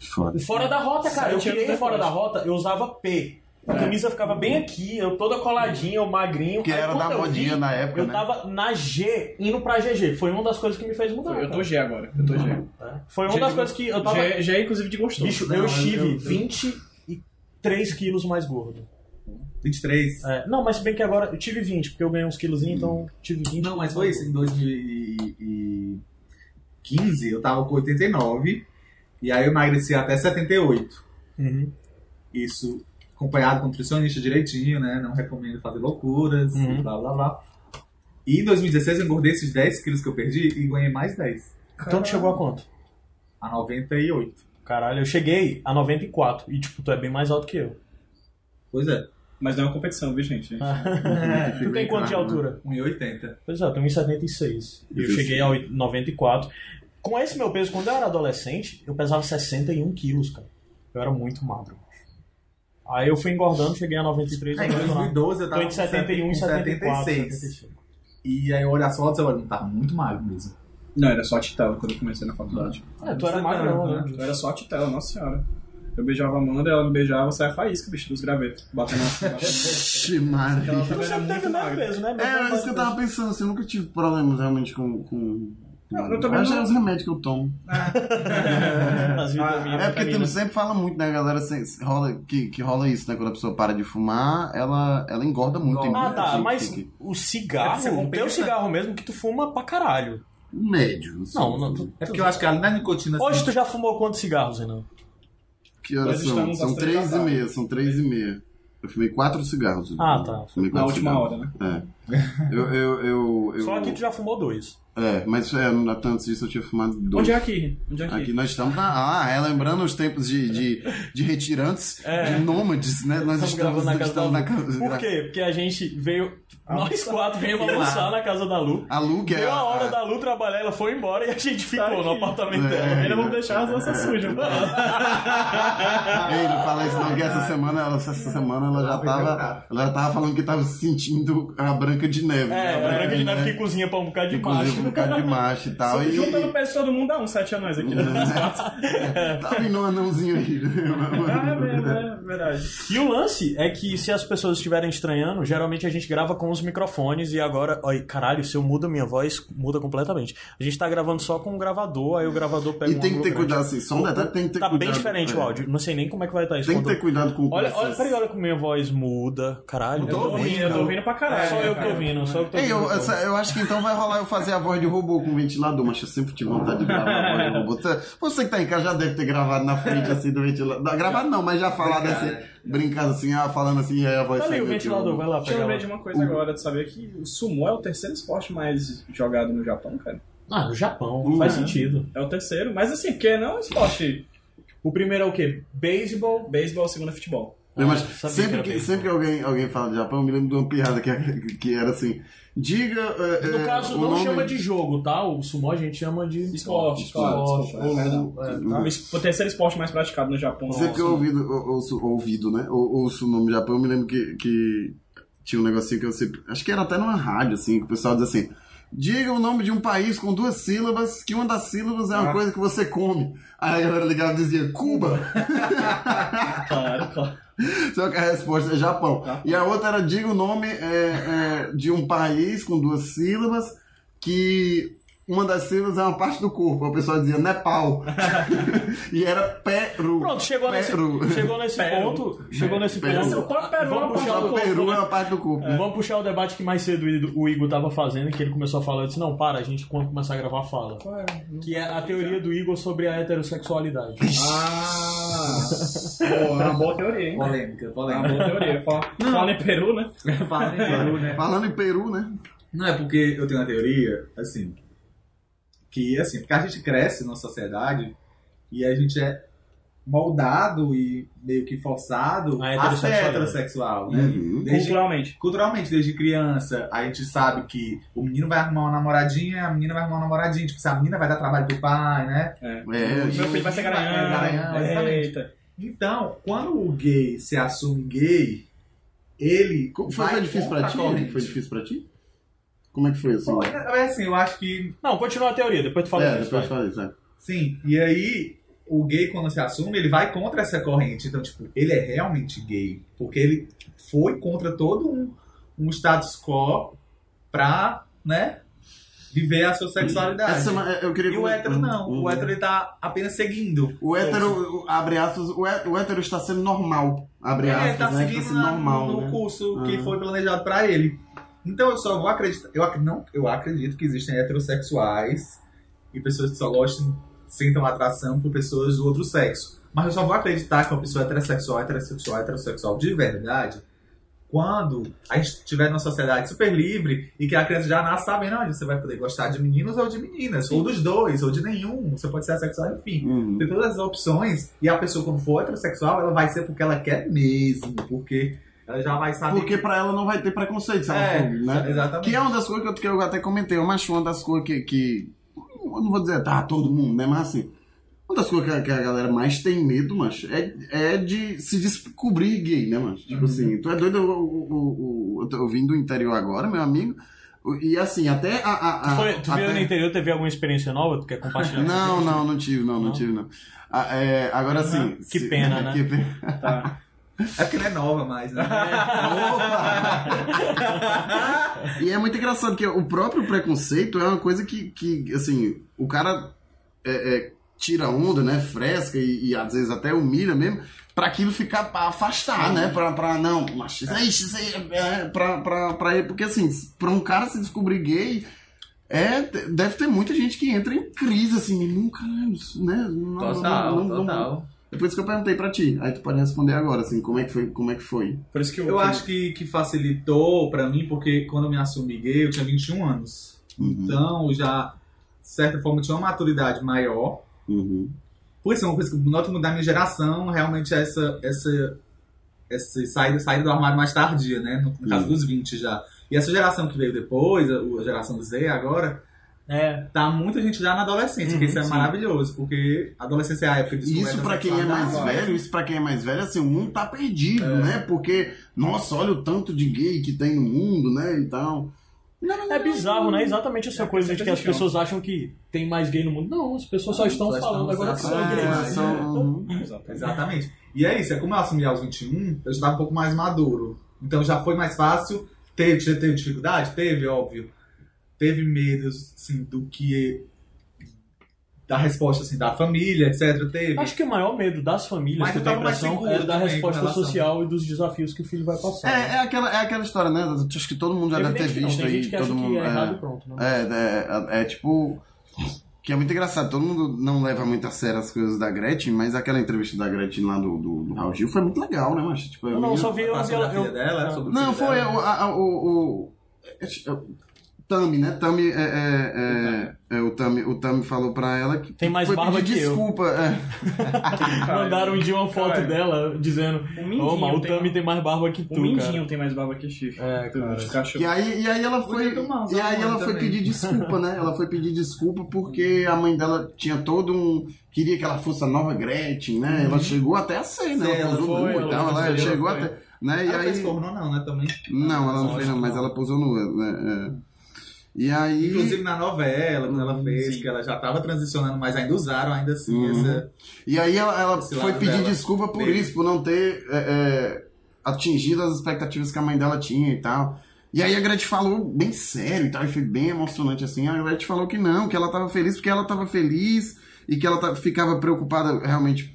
[SPEAKER 2] Foda.
[SPEAKER 4] Fora da rota, cara. Eu
[SPEAKER 1] Sete
[SPEAKER 4] criei
[SPEAKER 1] anos
[SPEAKER 4] fora da
[SPEAKER 1] depois.
[SPEAKER 4] rota, eu usava P. A
[SPEAKER 1] É.
[SPEAKER 4] camisa ficava bem aqui, eu toda coladinha, eu magrinho.
[SPEAKER 2] Que
[SPEAKER 4] Aí,
[SPEAKER 2] era
[SPEAKER 4] quando
[SPEAKER 2] da
[SPEAKER 4] eu
[SPEAKER 2] modinha
[SPEAKER 4] vi,
[SPEAKER 2] na época,
[SPEAKER 4] Eu
[SPEAKER 2] né?
[SPEAKER 4] tava na G, indo pra GG. Foi uma das coisas que me fez mudar.
[SPEAKER 1] Eu tô
[SPEAKER 4] cara.
[SPEAKER 1] G agora, eu tô G.
[SPEAKER 4] Tá? Foi uma das
[SPEAKER 1] G-
[SPEAKER 4] coisas que eu tava.
[SPEAKER 1] G, G, inclusive, de gostoso.
[SPEAKER 4] Bicho,
[SPEAKER 3] Não,
[SPEAKER 4] eu
[SPEAKER 3] eu-
[SPEAKER 4] estive
[SPEAKER 3] eu- eu-
[SPEAKER 4] 23 quilos mais gordo.
[SPEAKER 3] 23.
[SPEAKER 4] É, não, mas se bem que agora eu tive 20, porque eu ganhei uns quilos, então tive 20.
[SPEAKER 3] Não, mas foi isso, em 2015 eu tava com 89 e aí eu emagreci até 78.
[SPEAKER 4] Uhum.
[SPEAKER 3] Isso acompanhado com nutricionista direitinho, né? Não recomendo fazer loucuras,
[SPEAKER 4] Uhum.
[SPEAKER 3] blá blá blá. E em 2016 eu engordei esses 10 quilos que eu perdi e ganhei mais 10.
[SPEAKER 4] Então tu chegou a quanto?
[SPEAKER 3] A 98.
[SPEAKER 4] Caralho, eu cheguei a 94 e, tipo, tu é bem mais alto que eu.
[SPEAKER 1] Pois é. Mas não é uma competição, viu, gente?
[SPEAKER 4] É, tu tem quanto de
[SPEAKER 3] né?
[SPEAKER 4] altura?
[SPEAKER 3] 1,80.
[SPEAKER 4] Pois é, eu tenho 1,76. E eu cheguei a 94. Com esse meu peso, quando eu era adolescente, eu pesava 61 quilos, cara. Eu era muito magro. Aí eu fui engordando, cheguei a 93
[SPEAKER 3] Aí, em
[SPEAKER 4] agora eu tô na-
[SPEAKER 3] 2012 eu
[SPEAKER 4] É, Tô
[SPEAKER 3] tava
[SPEAKER 4] em
[SPEAKER 3] com
[SPEAKER 4] 71 e 74.
[SPEAKER 3] 76.
[SPEAKER 4] 75.
[SPEAKER 3] E aí eu olhar as fotos e eu olho, não, tava muito magro mesmo.
[SPEAKER 1] Não, era só a titela quando eu comecei na faculdade.
[SPEAKER 4] É, tu era magrão, né?
[SPEAKER 1] Eu era só a titela, nossa senhora. Eu beijava a Amanda, ela me beijava, saia a faísca, bicho, dos gravetos. Batendo na
[SPEAKER 2] Vixe, Maria.
[SPEAKER 1] Ela também
[SPEAKER 4] Você
[SPEAKER 1] era
[SPEAKER 4] não teve
[SPEAKER 1] muito
[SPEAKER 4] nada
[SPEAKER 1] magra.
[SPEAKER 4] peso, né?
[SPEAKER 2] É, era isso que eu tava pensando, assim, eu nunca tive problemas realmente com. com...
[SPEAKER 1] Não, eu também
[SPEAKER 2] acho que
[SPEAKER 1] não-
[SPEAKER 2] é os remédios que eu tomo.
[SPEAKER 4] As
[SPEAKER 2] É porque
[SPEAKER 4] vitaminas,
[SPEAKER 2] tipo,
[SPEAKER 4] vitaminas.
[SPEAKER 2] sempre fala muito, né, galera? se- se rola, que, que rola isso, né? Quando a pessoa para de fumar, ela, ela engorda muito. tem É
[SPEAKER 4] Ah,
[SPEAKER 2] muita
[SPEAKER 4] tá,
[SPEAKER 2] gente
[SPEAKER 4] mas
[SPEAKER 2] que-
[SPEAKER 4] o
[SPEAKER 3] Deve ser
[SPEAKER 4] cigarro, o
[SPEAKER 3] competição.
[SPEAKER 4] teu cigarro mesmo, que tu fuma pra caralho.
[SPEAKER 2] Médio. assim.
[SPEAKER 4] Não, não, tu, é
[SPEAKER 3] É porque eu acho que ali na nicotina.
[SPEAKER 4] Hoje
[SPEAKER 3] assim,
[SPEAKER 4] tu já fumou quantos cigarros, Renan?
[SPEAKER 2] Que horas
[SPEAKER 1] Nós
[SPEAKER 2] são?
[SPEAKER 1] estamos
[SPEAKER 2] São
[SPEAKER 1] às
[SPEAKER 2] três
[SPEAKER 1] três
[SPEAKER 2] e
[SPEAKER 1] da
[SPEAKER 2] meia, são três e meia. Eu fumei quatro cigarros.
[SPEAKER 4] Ah, tá.
[SPEAKER 2] Fumei
[SPEAKER 1] Na
[SPEAKER 2] quatro
[SPEAKER 1] última
[SPEAKER 2] cigarros.
[SPEAKER 1] hora, né?
[SPEAKER 2] É. Eu, eu, eu, eu-
[SPEAKER 4] Só aqui tu já fumou dois.
[SPEAKER 2] É, mas é, não- antes disso eu tinha fumado dois.
[SPEAKER 1] Onde é aqui? Onde é aqui?
[SPEAKER 2] um Aqui nós estamos na. Ah, é lembrando os tempos de, de, de retirantes,
[SPEAKER 4] É.
[SPEAKER 2] de nômades, né? Nós
[SPEAKER 4] Estamos
[SPEAKER 2] estamos,
[SPEAKER 4] gravando na
[SPEAKER 2] nós
[SPEAKER 4] casa
[SPEAKER 2] estamos
[SPEAKER 4] da
[SPEAKER 2] na casa.
[SPEAKER 4] Por quê? Porque a gente veio.
[SPEAKER 1] Ah.
[SPEAKER 4] Nós quatro viemos
[SPEAKER 3] Sei lá.
[SPEAKER 4] almoçar na casa da Lu.
[SPEAKER 2] A Lu, que é.
[SPEAKER 4] Deu a hora
[SPEAKER 2] a-
[SPEAKER 4] da Lu trabalhar, ela foi embora e a gente ficou
[SPEAKER 1] Tá aqui.
[SPEAKER 4] no apartamento dela.
[SPEAKER 2] É.
[SPEAKER 1] Ainda vamos deixar as nossas sujas.
[SPEAKER 2] Ei, não fala isso não, que
[SPEAKER 4] Ah,
[SPEAKER 2] essa semana, ela, essa semana ela já tava. Ela já tava falando que tava se sentindo a Branca de Neve.
[SPEAKER 4] É,
[SPEAKER 2] né?
[SPEAKER 4] a Branca de Neve que
[SPEAKER 2] né?
[SPEAKER 4] cozinha pra um bocado de
[SPEAKER 2] Inclusive, um
[SPEAKER 4] macho.
[SPEAKER 2] bocado de macho e tal. e-
[SPEAKER 1] Juntando o peso de todo mundo, dá um sete a nós
[SPEAKER 2] É.
[SPEAKER 1] aqui. Né?
[SPEAKER 2] Tá vindo um anãozinho aí.
[SPEAKER 1] Ah, é mesmo, é verdade.
[SPEAKER 4] E o lance é que se as pessoas estiverem estranhando, geralmente a gente grava com os microfones e agora. Ai, caralho, se eu mudo a minha voz, muda completamente. A gente tá gravando só com o gravador, aí o gravador pega
[SPEAKER 2] E
[SPEAKER 4] um
[SPEAKER 2] tem que
[SPEAKER 4] ângulo
[SPEAKER 2] ter
[SPEAKER 4] grande.
[SPEAKER 2] cuidado, assim, só um detalhe, tem que ter
[SPEAKER 4] Tá
[SPEAKER 2] cuidado.
[SPEAKER 4] bem diferente
[SPEAKER 2] é.
[SPEAKER 4] o áudio. Não sei nem como é que vai estar isso.
[SPEAKER 2] Tem que
[SPEAKER 4] quando-
[SPEAKER 2] ter cuidado com o
[SPEAKER 4] Olha, olha,
[SPEAKER 2] processo.
[SPEAKER 4] peraí, olha como minha voz muda. Caralho.
[SPEAKER 1] Eu tô ouvindo, eu tô ouvindo pra caralho. né,
[SPEAKER 4] Só eu que
[SPEAKER 1] cara.
[SPEAKER 4] tô ouvindo, só eu que tô
[SPEAKER 2] Ei,
[SPEAKER 4] ouvindo.
[SPEAKER 2] eu, essa- eu acho que então vai rolar eu fazer a voz de robô com ventilador, mas eu sempre tive vontade de gravar a voz de robô. Você- Você que tá em casa já deve ter gravado na frente assim do ventilador. Não, Gravado não, mas já falado
[SPEAKER 3] Brincar,
[SPEAKER 2] assim, brincando assim, ah, falando assim, e aí a voz né,
[SPEAKER 4] Tá ali
[SPEAKER 2] saiu
[SPEAKER 4] o
[SPEAKER 2] aqui,
[SPEAKER 4] ventilador,
[SPEAKER 2] robô.
[SPEAKER 4] vai lá
[SPEAKER 1] Eu
[SPEAKER 4] pegar.
[SPEAKER 1] lembrei
[SPEAKER 4] lá.
[SPEAKER 1] de uma coisa agora de saber que o sumo é o terceiro esporte mais jogado no Japão, cara.
[SPEAKER 4] Ah, no Japão,
[SPEAKER 2] Uhum.
[SPEAKER 4] faz sentido.
[SPEAKER 1] É o terceiro, mas assim, porque não é um esporte.
[SPEAKER 4] O primeiro é o quê? Beisebol.
[SPEAKER 1] Beisebol, segundo é futebol.
[SPEAKER 2] Eu imagino-
[SPEAKER 4] Ah, sabia que
[SPEAKER 2] sempre
[SPEAKER 4] era
[SPEAKER 2] que,
[SPEAKER 4] bem.
[SPEAKER 2] sempre que alguém, alguém fala de Japão, eu me lembro de uma piada que, que era assim: diga. eh,
[SPEAKER 4] No
[SPEAKER 2] eh,
[SPEAKER 4] caso,
[SPEAKER 2] o
[SPEAKER 4] não
[SPEAKER 2] nome-
[SPEAKER 4] chama de jogo, tá? O sumô a gente chama de
[SPEAKER 1] Esporte, claro,
[SPEAKER 4] esporte.
[SPEAKER 1] desculpa,
[SPEAKER 4] ou-
[SPEAKER 1] é verdade.
[SPEAKER 4] é,
[SPEAKER 2] Uhum.
[SPEAKER 4] tá?
[SPEAKER 1] O terceiro esporte mais praticado no Japão.
[SPEAKER 2] Sempre que eu ouvido, ou- ouço, ouvido, né? Ou, ouço o nome do Japão, eu me lembro que, que tinha um negocinho que eu sempre. Acho que era até numa rádio, assim, que o pessoal diz assim. Diga o nome de um país com duas sílabas, que uma das sílabas é uma
[SPEAKER 1] Ah.
[SPEAKER 2] coisa que você come. Aí a galera ligava e dizia Cuba,
[SPEAKER 1] Claro, claro.
[SPEAKER 2] só que a resposta é Japão.
[SPEAKER 1] Ah.
[SPEAKER 2] E a outra era diga o nome é, é, de um país com duas sílabas, que uma das sílabas é uma parte do corpo. O pessoal dizia Nepal. e era Peru.
[SPEAKER 4] Pronto, chegou nesse,
[SPEAKER 2] Peru.
[SPEAKER 4] chegou nesse
[SPEAKER 1] Peru.
[SPEAKER 4] ponto. Chegou nesse
[SPEAKER 2] Peru.
[SPEAKER 1] O
[SPEAKER 4] ponto.
[SPEAKER 1] próprio Peru é uma
[SPEAKER 4] Vamos puxar
[SPEAKER 1] parte
[SPEAKER 4] o
[SPEAKER 1] do-
[SPEAKER 4] né?
[SPEAKER 2] Peru é uma parte do corpo.
[SPEAKER 4] Vamos puxar o debate que mais cedo o Ido- o Igor tava fazendo, que ele começou a falar. Eu disse: não, para, a gente quando começar a gravar fala. Que é a teoria do Igor sobre a heterossexualidade.
[SPEAKER 1] Ah! Pô, é uma boa teoria, hein?
[SPEAKER 3] Polêmica,
[SPEAKER 1] É uma
[SPEAKER 3] polêmica.
[SPEAKER 1] boa teoria. Fala, fala em Peru, né?
[SPEAKER 3] Fala em Peru, né?
[SPEAKER 2] Falando em Peru, né?
[SPEAKER 3] Não é porque eu tenho uma teoria, assim, que assim, porque a gente cresce na sociedade e a gente é moldado e meio que forçado
[SPEAKER 4] A
[SPEAKER 3] a ser
[SPEAKER 4] heterossexualidade.
[SPEAKER 3] heterossexual, né?
[SPEAKER 2] Uhum.
[SPEAKER 3] Desde-
[SPEAKER 1] Culturalmente.
[SPEAKER 3] culturalmente, desde criança, a gente sabe que o menino vai arrumar uma namoradinha, a menina vai arrumar um namoradinho, tipo, se a menina vai dar trabalho pro pai, né?
[SPEAKER 2] É,
[SPEAKER 1] Meu filho vai ser garanhão.
[SPEAKER 3] É, garanhão, exatamente.
[SPEAKER 1] Eita.
[SPEAKER 3] Então, quando o gay se assume gay, ele
[SPEAKER 2] Co- foi, foi
[SPEAKER 3] vai
[SPEAKER 2] difícil pra
[SPEAKER 3] contra
[SPEAKER 2] ti?
[SPEAKER 3] a corrente.
[SPEAKER 2] Foi difícil pra ti? Como é que foi assim?
[SPEAKER 3] Pô, é- é assim, eu acho que
[SPEAKER 4] Não, continua a teoria, depois tu fala
[SPEAKER 2] é,
[SPEAKER 4] disso,
[SPEAKER 2] depois
[SPEAKER 4] vai.
[SPEAKER 2] fala isso. É.
[SPEAKER 3] Sim, e aí o gay quando se assume, ele vai contra essa corrente. Então, tipo, ele é realmente gay. Porque ele foi contra todo um, um status quo pra, né, viver a sua sexualidade.
[SPEAKER 2] Essa é semana, eu queria
[SPEAKER 3] E o hétero não.
[SPEAKER 2] Uhum.
[SPEAKER 3] O hétero ele tá apenas seguindo.
[SPEAKER 2] O hétero, o- abre aspas, o hé- o hétero está sendo normal. Abre
[SPEAKER 3] Ele
[SPEAKER 2] aspas,
[SPEAKER 3] tá
[SPEAKER 2] né? Está
[SPEAKER 3] seguindo
[SPEAKER 2] sendo
[SPEAKER 3] na-
[SPEAKER 2] normal.
[SPEAKER 3] no
[SPEAKER 2] né?
[SPEAKER 3] curso que
[SPEAKER 2] Uhum.
[SPEAKER 3] foi planejado pra ele. Então eu só vou acreditar. Eu, ac- não, eu acredito que existem heterossexuais e pessoas que só gostam, sentam atração por pessoas do outro sexo. Mas eu só vou acreditar que uma pessoa heterossexual, heterossexual, heterossexual de verdade quando a gente tiver numa sociedade super livre e que a criança já nasce sabendo, olha, você vai poder gostar de meninos ou de meninas, ou dos dois, ou de nenhum, você pode ser assexual, enfim.
[SPEAKER 2] Uhum.
[SPEAKER 3] Tem todas as opções e a pessoa, quando for heterossexual, ela vai ser porque ela quer mesmo, porque ela já vai saber.
[SPEAKER 2] Porque pra ela não vai ter preconceito, sabe?
[SPEAKER 3] Uhum. É,
[SPEAKER 2] né?
[SPEAKER 3] exatamente.
[SPEAKER 2] Que é uma das coisas que eu, que eu até comentei. Eu acho uma das coisas que, que. Eu não vou dizer, tá, todo mundo, né? Mas assim. Uma das coisas que a, que a galera mais tem medo, macho, é, é de se descobrir gay, né, macho? Tipo
[SPEAKER 3] Uhum.
[SPEAKER 2] assim, tu é doido, eu, eu, eu- eu tô- eu vim do interior agora, meu amigo. E assim, até a. a- a-
[SPEAKER 4] Tu, foi, tu
[SPEAKER 2] Ah, até-
[SPEAKER 4] veio no interior, né? teve alguma experiência nova? Tu quer compartilhar? com a
[SPEAKER 2] Não,
[SPEAKER 4] gente?
[SPEAKER 2] não, não tive, não, não,
[SPEAKER 4] Não?
[SPEAKER 2] tive, não. Ah, é, agora
[SPEAKER 3] Uhum.
[SPEAKER 2] assim.
[SPEAKER 4] Que pena, né?
[SPEAKER 2] Que pena.
[SPEAKER 1] Tá.
[SPEAKER 3] É porque ela é nova mais, né?
[SPEAKER 2] E é muito engraçado que o próprio preconceito é uma coisa que, que assim, o cara é, é, tira onda, né? Fresca e, e às vezes até humilha mesmo, pra aquilo ficar pra afastar, né? Pra, pra não, machista, é isso aí, é, é, pra, pra, pra ele. Porque assim, pra um cara se descobrir gay. É, te- deve ter muita gente que entra em crise, assim, não, caralho, isso, né? Não, não-
[SPEAKER 3] Total,
[SPEAKER 2] não- não-
[SPEAKER 3] total.
[SPEAKER 2] É por isso que eu perguntei pra ti. Aí tu pode responder agora, assim, como é que foi? Como é que foi?
[SPEAKER 1] Por isso que eu.
[SPEAKER 3] Eu acho que, que facilitou pra mim, porque quando eu me assumi gay, eu tinha 21 anos.
[SPEAKER 2] Uhum.
[SPEAKER 3] Então, eu já, de certa forma, tinha uma maturidade maior.
[SPEAKER 2] Uhum.
[SPEAKER 3] Por isso, é uma coisa que eu noto muito da minha geração, realmente é essa, essa, essa saída, saída do armário mais tardia, né? No, no caso
[SPEAKER 2] Uhum.
[SPEAKER 3] dos 20 já. E essa geração que veio depois, a, a geração do Z agora,
[SPEAKER 4] É,
[SPEAKER 3] tá muita gente já na adolescência,
[SPEAKER 4] Uhum,
[SPEAKER 3] porque isso é
[SPEAKER 4] sim.
[SPEAKER 3] maravilhoso, porque a adolescência é a época de
[SPEAKER 2] E Isso
[SPEAKER 3] descoberta
[SPEAKER 2] pra quem é
[SPEAKER 3] sexual da
[SPEAKER 2] mais
[SPEAKER 3] moda.
[SPEAKER 2] velho, isso pra quem é mais velho, assim, o mundo tá perdido,
[SPEAKER 4] É.
[SPEAKER 2] né? Porque, nossa, olha o tanto de gay que tem no mundo, né? E tal.
[SPEAKER 4] é bizarro, né? Exatamente essa
[SPEAKER 1] É,
[SPEAKER 4] coisa de
[SPEAKER 1] sempre
[SPEAKER 4] que as
[SPEAKER 1] tem, ó.
[SPEAKER 4] pessoas acham que tem mais gay no mundo. Não, as pessoas só
[SPEAKER 3] Não,
[SPEAKER 4] estão
[SPEAKER 3] só
[SPEAKER 4] falando
[SPEAKER 3] estamos
[SPEAKER 4] agora que são
[SPEAKER 3] achando.
[SPEAKER 2] Ah,
[SPEAKER 4] gays.
[SPEAKER 2] são- uhum.
[SPEAKER 1] Exatamente.
[SPEAKER 3] Exatamente. E é isso, é como eu assumi aos 21, eu já estava um pouco mais maduro. Então já foi mais fácil. Teve, já teve dificuldade? Teve, óbvio. Teve medos, assim, do que. da resposta, assim, da família, etc. Teve.
[SPEAKER 4] Acho que o maior medo das famílias
[SPEAKER 3] Mas
[SPEAKER 4] que
[SPEAKER 3] eu
[SPEAKER 4] eu tenho a
[SPEAKER 3] tava mais
[SPEAKER 4] impressão
[SPEAKER 3] seguro
[SPEAKER 4] é da
[SPEAKER 3] também com
[SPEAKER 4] resposta
[SPEAKER 3] relação.
[SPEAKER 4] social e dos desafios que o filho vai
[SPEAKER 2] É,
[SPEAKER 4] passar.
[SPEAKER 2] é, aquela, é aquela história, né? Acho que todo mundo já deve ter
[SPEAKER 4] Evidente que não,
[SPEAKER 2] visto
[SPEAKER 4] tem
[SPEAKER 2] aí.
[SPEAKER 4] gente que
[SPEAKER 2] todo
[SPEAKER 4] acha
[SPEAKER 2] mundo,
[SPEAKER 4] que é,
[SPEAKER 2] é.
[SPEAKER 4] errado e pronto. Né?
[SPEAKER 2] É, é, é, é tipo. Que é muito engraçado, todo mundo não leva muito a sério as coisas da Gretchen, mas aquela entrevista da Gretchen lá do, do, do Raul Gil foi muito legal, né, macho? Tipo, a
[SPEAKER 4] Não, não,
[SPEAKER 2] menina-
[SPEAKER 4] eu só vi eu,
[SPEAKER 3] Ah,
[SPEAKER 4] vi
[SPEAKER 3] sobre a
[SPEAKER 4] ela-
[SPEAKER 3] filha
[SPEAKER 4] eu-
[SPEAKER 3] dela, sobre o
[SPEAKER 2] Não,
[SPEAKER 3] filho
[SPEAKER 2] foi um-
[SPEAKER 3] dela.
[SPEAKER 2] o, a- a- o, o- é, é, o Tami, né? Tami, é, é, é, é, o Tami, o Tami falou pra ela que
[SPEAKER 4] Tem mais
[SPEAKER 2] foi
[SPEAKER 4] barba
[SPEAKER 2] pedir
[SPEAKER 4] que eu.
[SPEAKER 2] desculpa. é.
[SPEAKER 4] Mandaram um dia uma foto
[SPEAKER 1] Caralho.
[SPEAKER 4] dela dizendo:
[SPEAKER 1] O
[SPEAKER 4] Ô,
[SPEAKER 1] um Mindinho.
[SPEAKER 4] mas o
[SPEAKER 1] tem-
[SPEAKER 4] Tami tem mais barba que
[SPEAKER 1] o
[SPEAKER 4] tu.
[SPEAKER 1] Mindinho tem mais barba que chifre.
[SPEAKER 4] Cara. É, cara.
[SPEAKER 2] E
[SPEAKER 1] Cachorro.
[SPEAKER 2] aí, e aí ela foi,
[SPEAKER 3] Bonito, mas
[SPEAKER 2] e aí
[SPEAKER 3] amor
[SPEAKER 2] ela foi
[SPEAKER 3] também.
[SPEAKER 2] pedir desculpa, né? Ela foi pedir desculpa porque a mãe dela tinha todo um queria que ela fosse a nova Gretchen, né? Ela chegou até a ser, né?
[SPEAKER 3] Sim, ela
[SPEAKER 2] posou
[SPEAKER 4] foi,
[SPEAKER 2] nu e
[SPEAKER 4] ela
[SPEAKER 2] tal, ela
[SPEAKER 4] foi,
[SPEAKER 2] chegou
[SPEAKER 1] ela foi.
[SPEAKER 2] até, né? E
[SPEAKER 3] Ela
[SPEAKER 2] aí
[SPEAKER 3] fez pornô, não, né? Também.
[SPEAKER 2] não, ela não
[SPEAKER 4] Acho
[SPEAKER 2] fez, não,
[SPEAKER 4] que
[SPEAKER 2] mas
[SPEAKER 4] não.
[SPEAKER 2] ela posou nu, né? é. E Uhum, aí
[SPEAKER 3] Inclusive na novela, quando ela fez,
[SPEAKER 1] Sim.
[SPEAKER 3] que ela já tava transicionando, mas ainda usaram ainda assim
[SPEAKER 2] Uhum.
[SPEAKER 3] essa.
[SPEAKER 2] E aí ela, ela
[SPEAKER 3] Esse
[SPEAKER 2] foi
[SPEAKER 3] lado
[SPEAKER 2] pedir
[SPEAKER 3] dela.
[SPEAKER 2] desculpa por
[SPEAKER 3] Teve.
[SPEAKER 2] isso, por não ter é, é, atingido as expectativas que a mãe dela tinha e tal. E aí a Gretchen falou bem sério e tal, e foi bem emocionante assim. A Gretchen falou que não, que ela tava feliz porque ela tava feliz e que ela ta- ficava preocupada realmente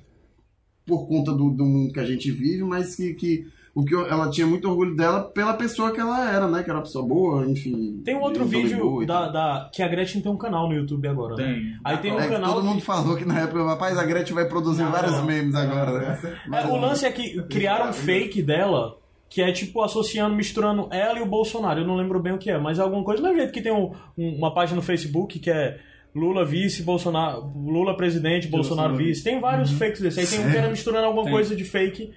[SPEAKER 2] por conta do, do mundo que a gente vive, mas que, que o que eu- ela tinha muito orgulho dela pela pessoa que ela era, né? Que era uma pessoa boa, enfim.
[SPEAKER 4] Tem um outro
[SPEAKER 2] gente boa
[SPEAKER 4] vídeo
[SPEAKER 2] e
[SPEAKER 4] da,
[SPEAKER 2] tal.
[SPEAKER 4] da- que a Gretchen tem um canal no YouTube agora. né?
[SPEAKER 1] Tem.
[SPEAKER 4] Aí tem um
[SPEAKER 2] É que
[SPEAKER 4] canal.
[SPEAKER 2] todo mundo falou que na época, rapaz, a Gretchen vai produzir
[SPEAKER 4] Não,
[SPEAKER 2] vários
[SPEAKER 4] não.
[SPEAKER 2] memes agora, né?
[SPEAKER 4] É, o lance é que criaram um fake dela que é tipo associando, misturando ela e o Bolsonaro. Eu não lembro bem o que é, mas é alguma coisa. Do mesmo jeito que tem um- um- uma página no Facebook que é Lula vice, Bolsonaro. Lula presidente, Bolsonaro,
[SPEAKER 1] Bolsonaro.
[SPEAKER 4] vice. Tem vários fakes desse. Aí tem um que era misturando alguma
[SPEAKER 1] Tem.
[SPEAKER 4] coisa de fake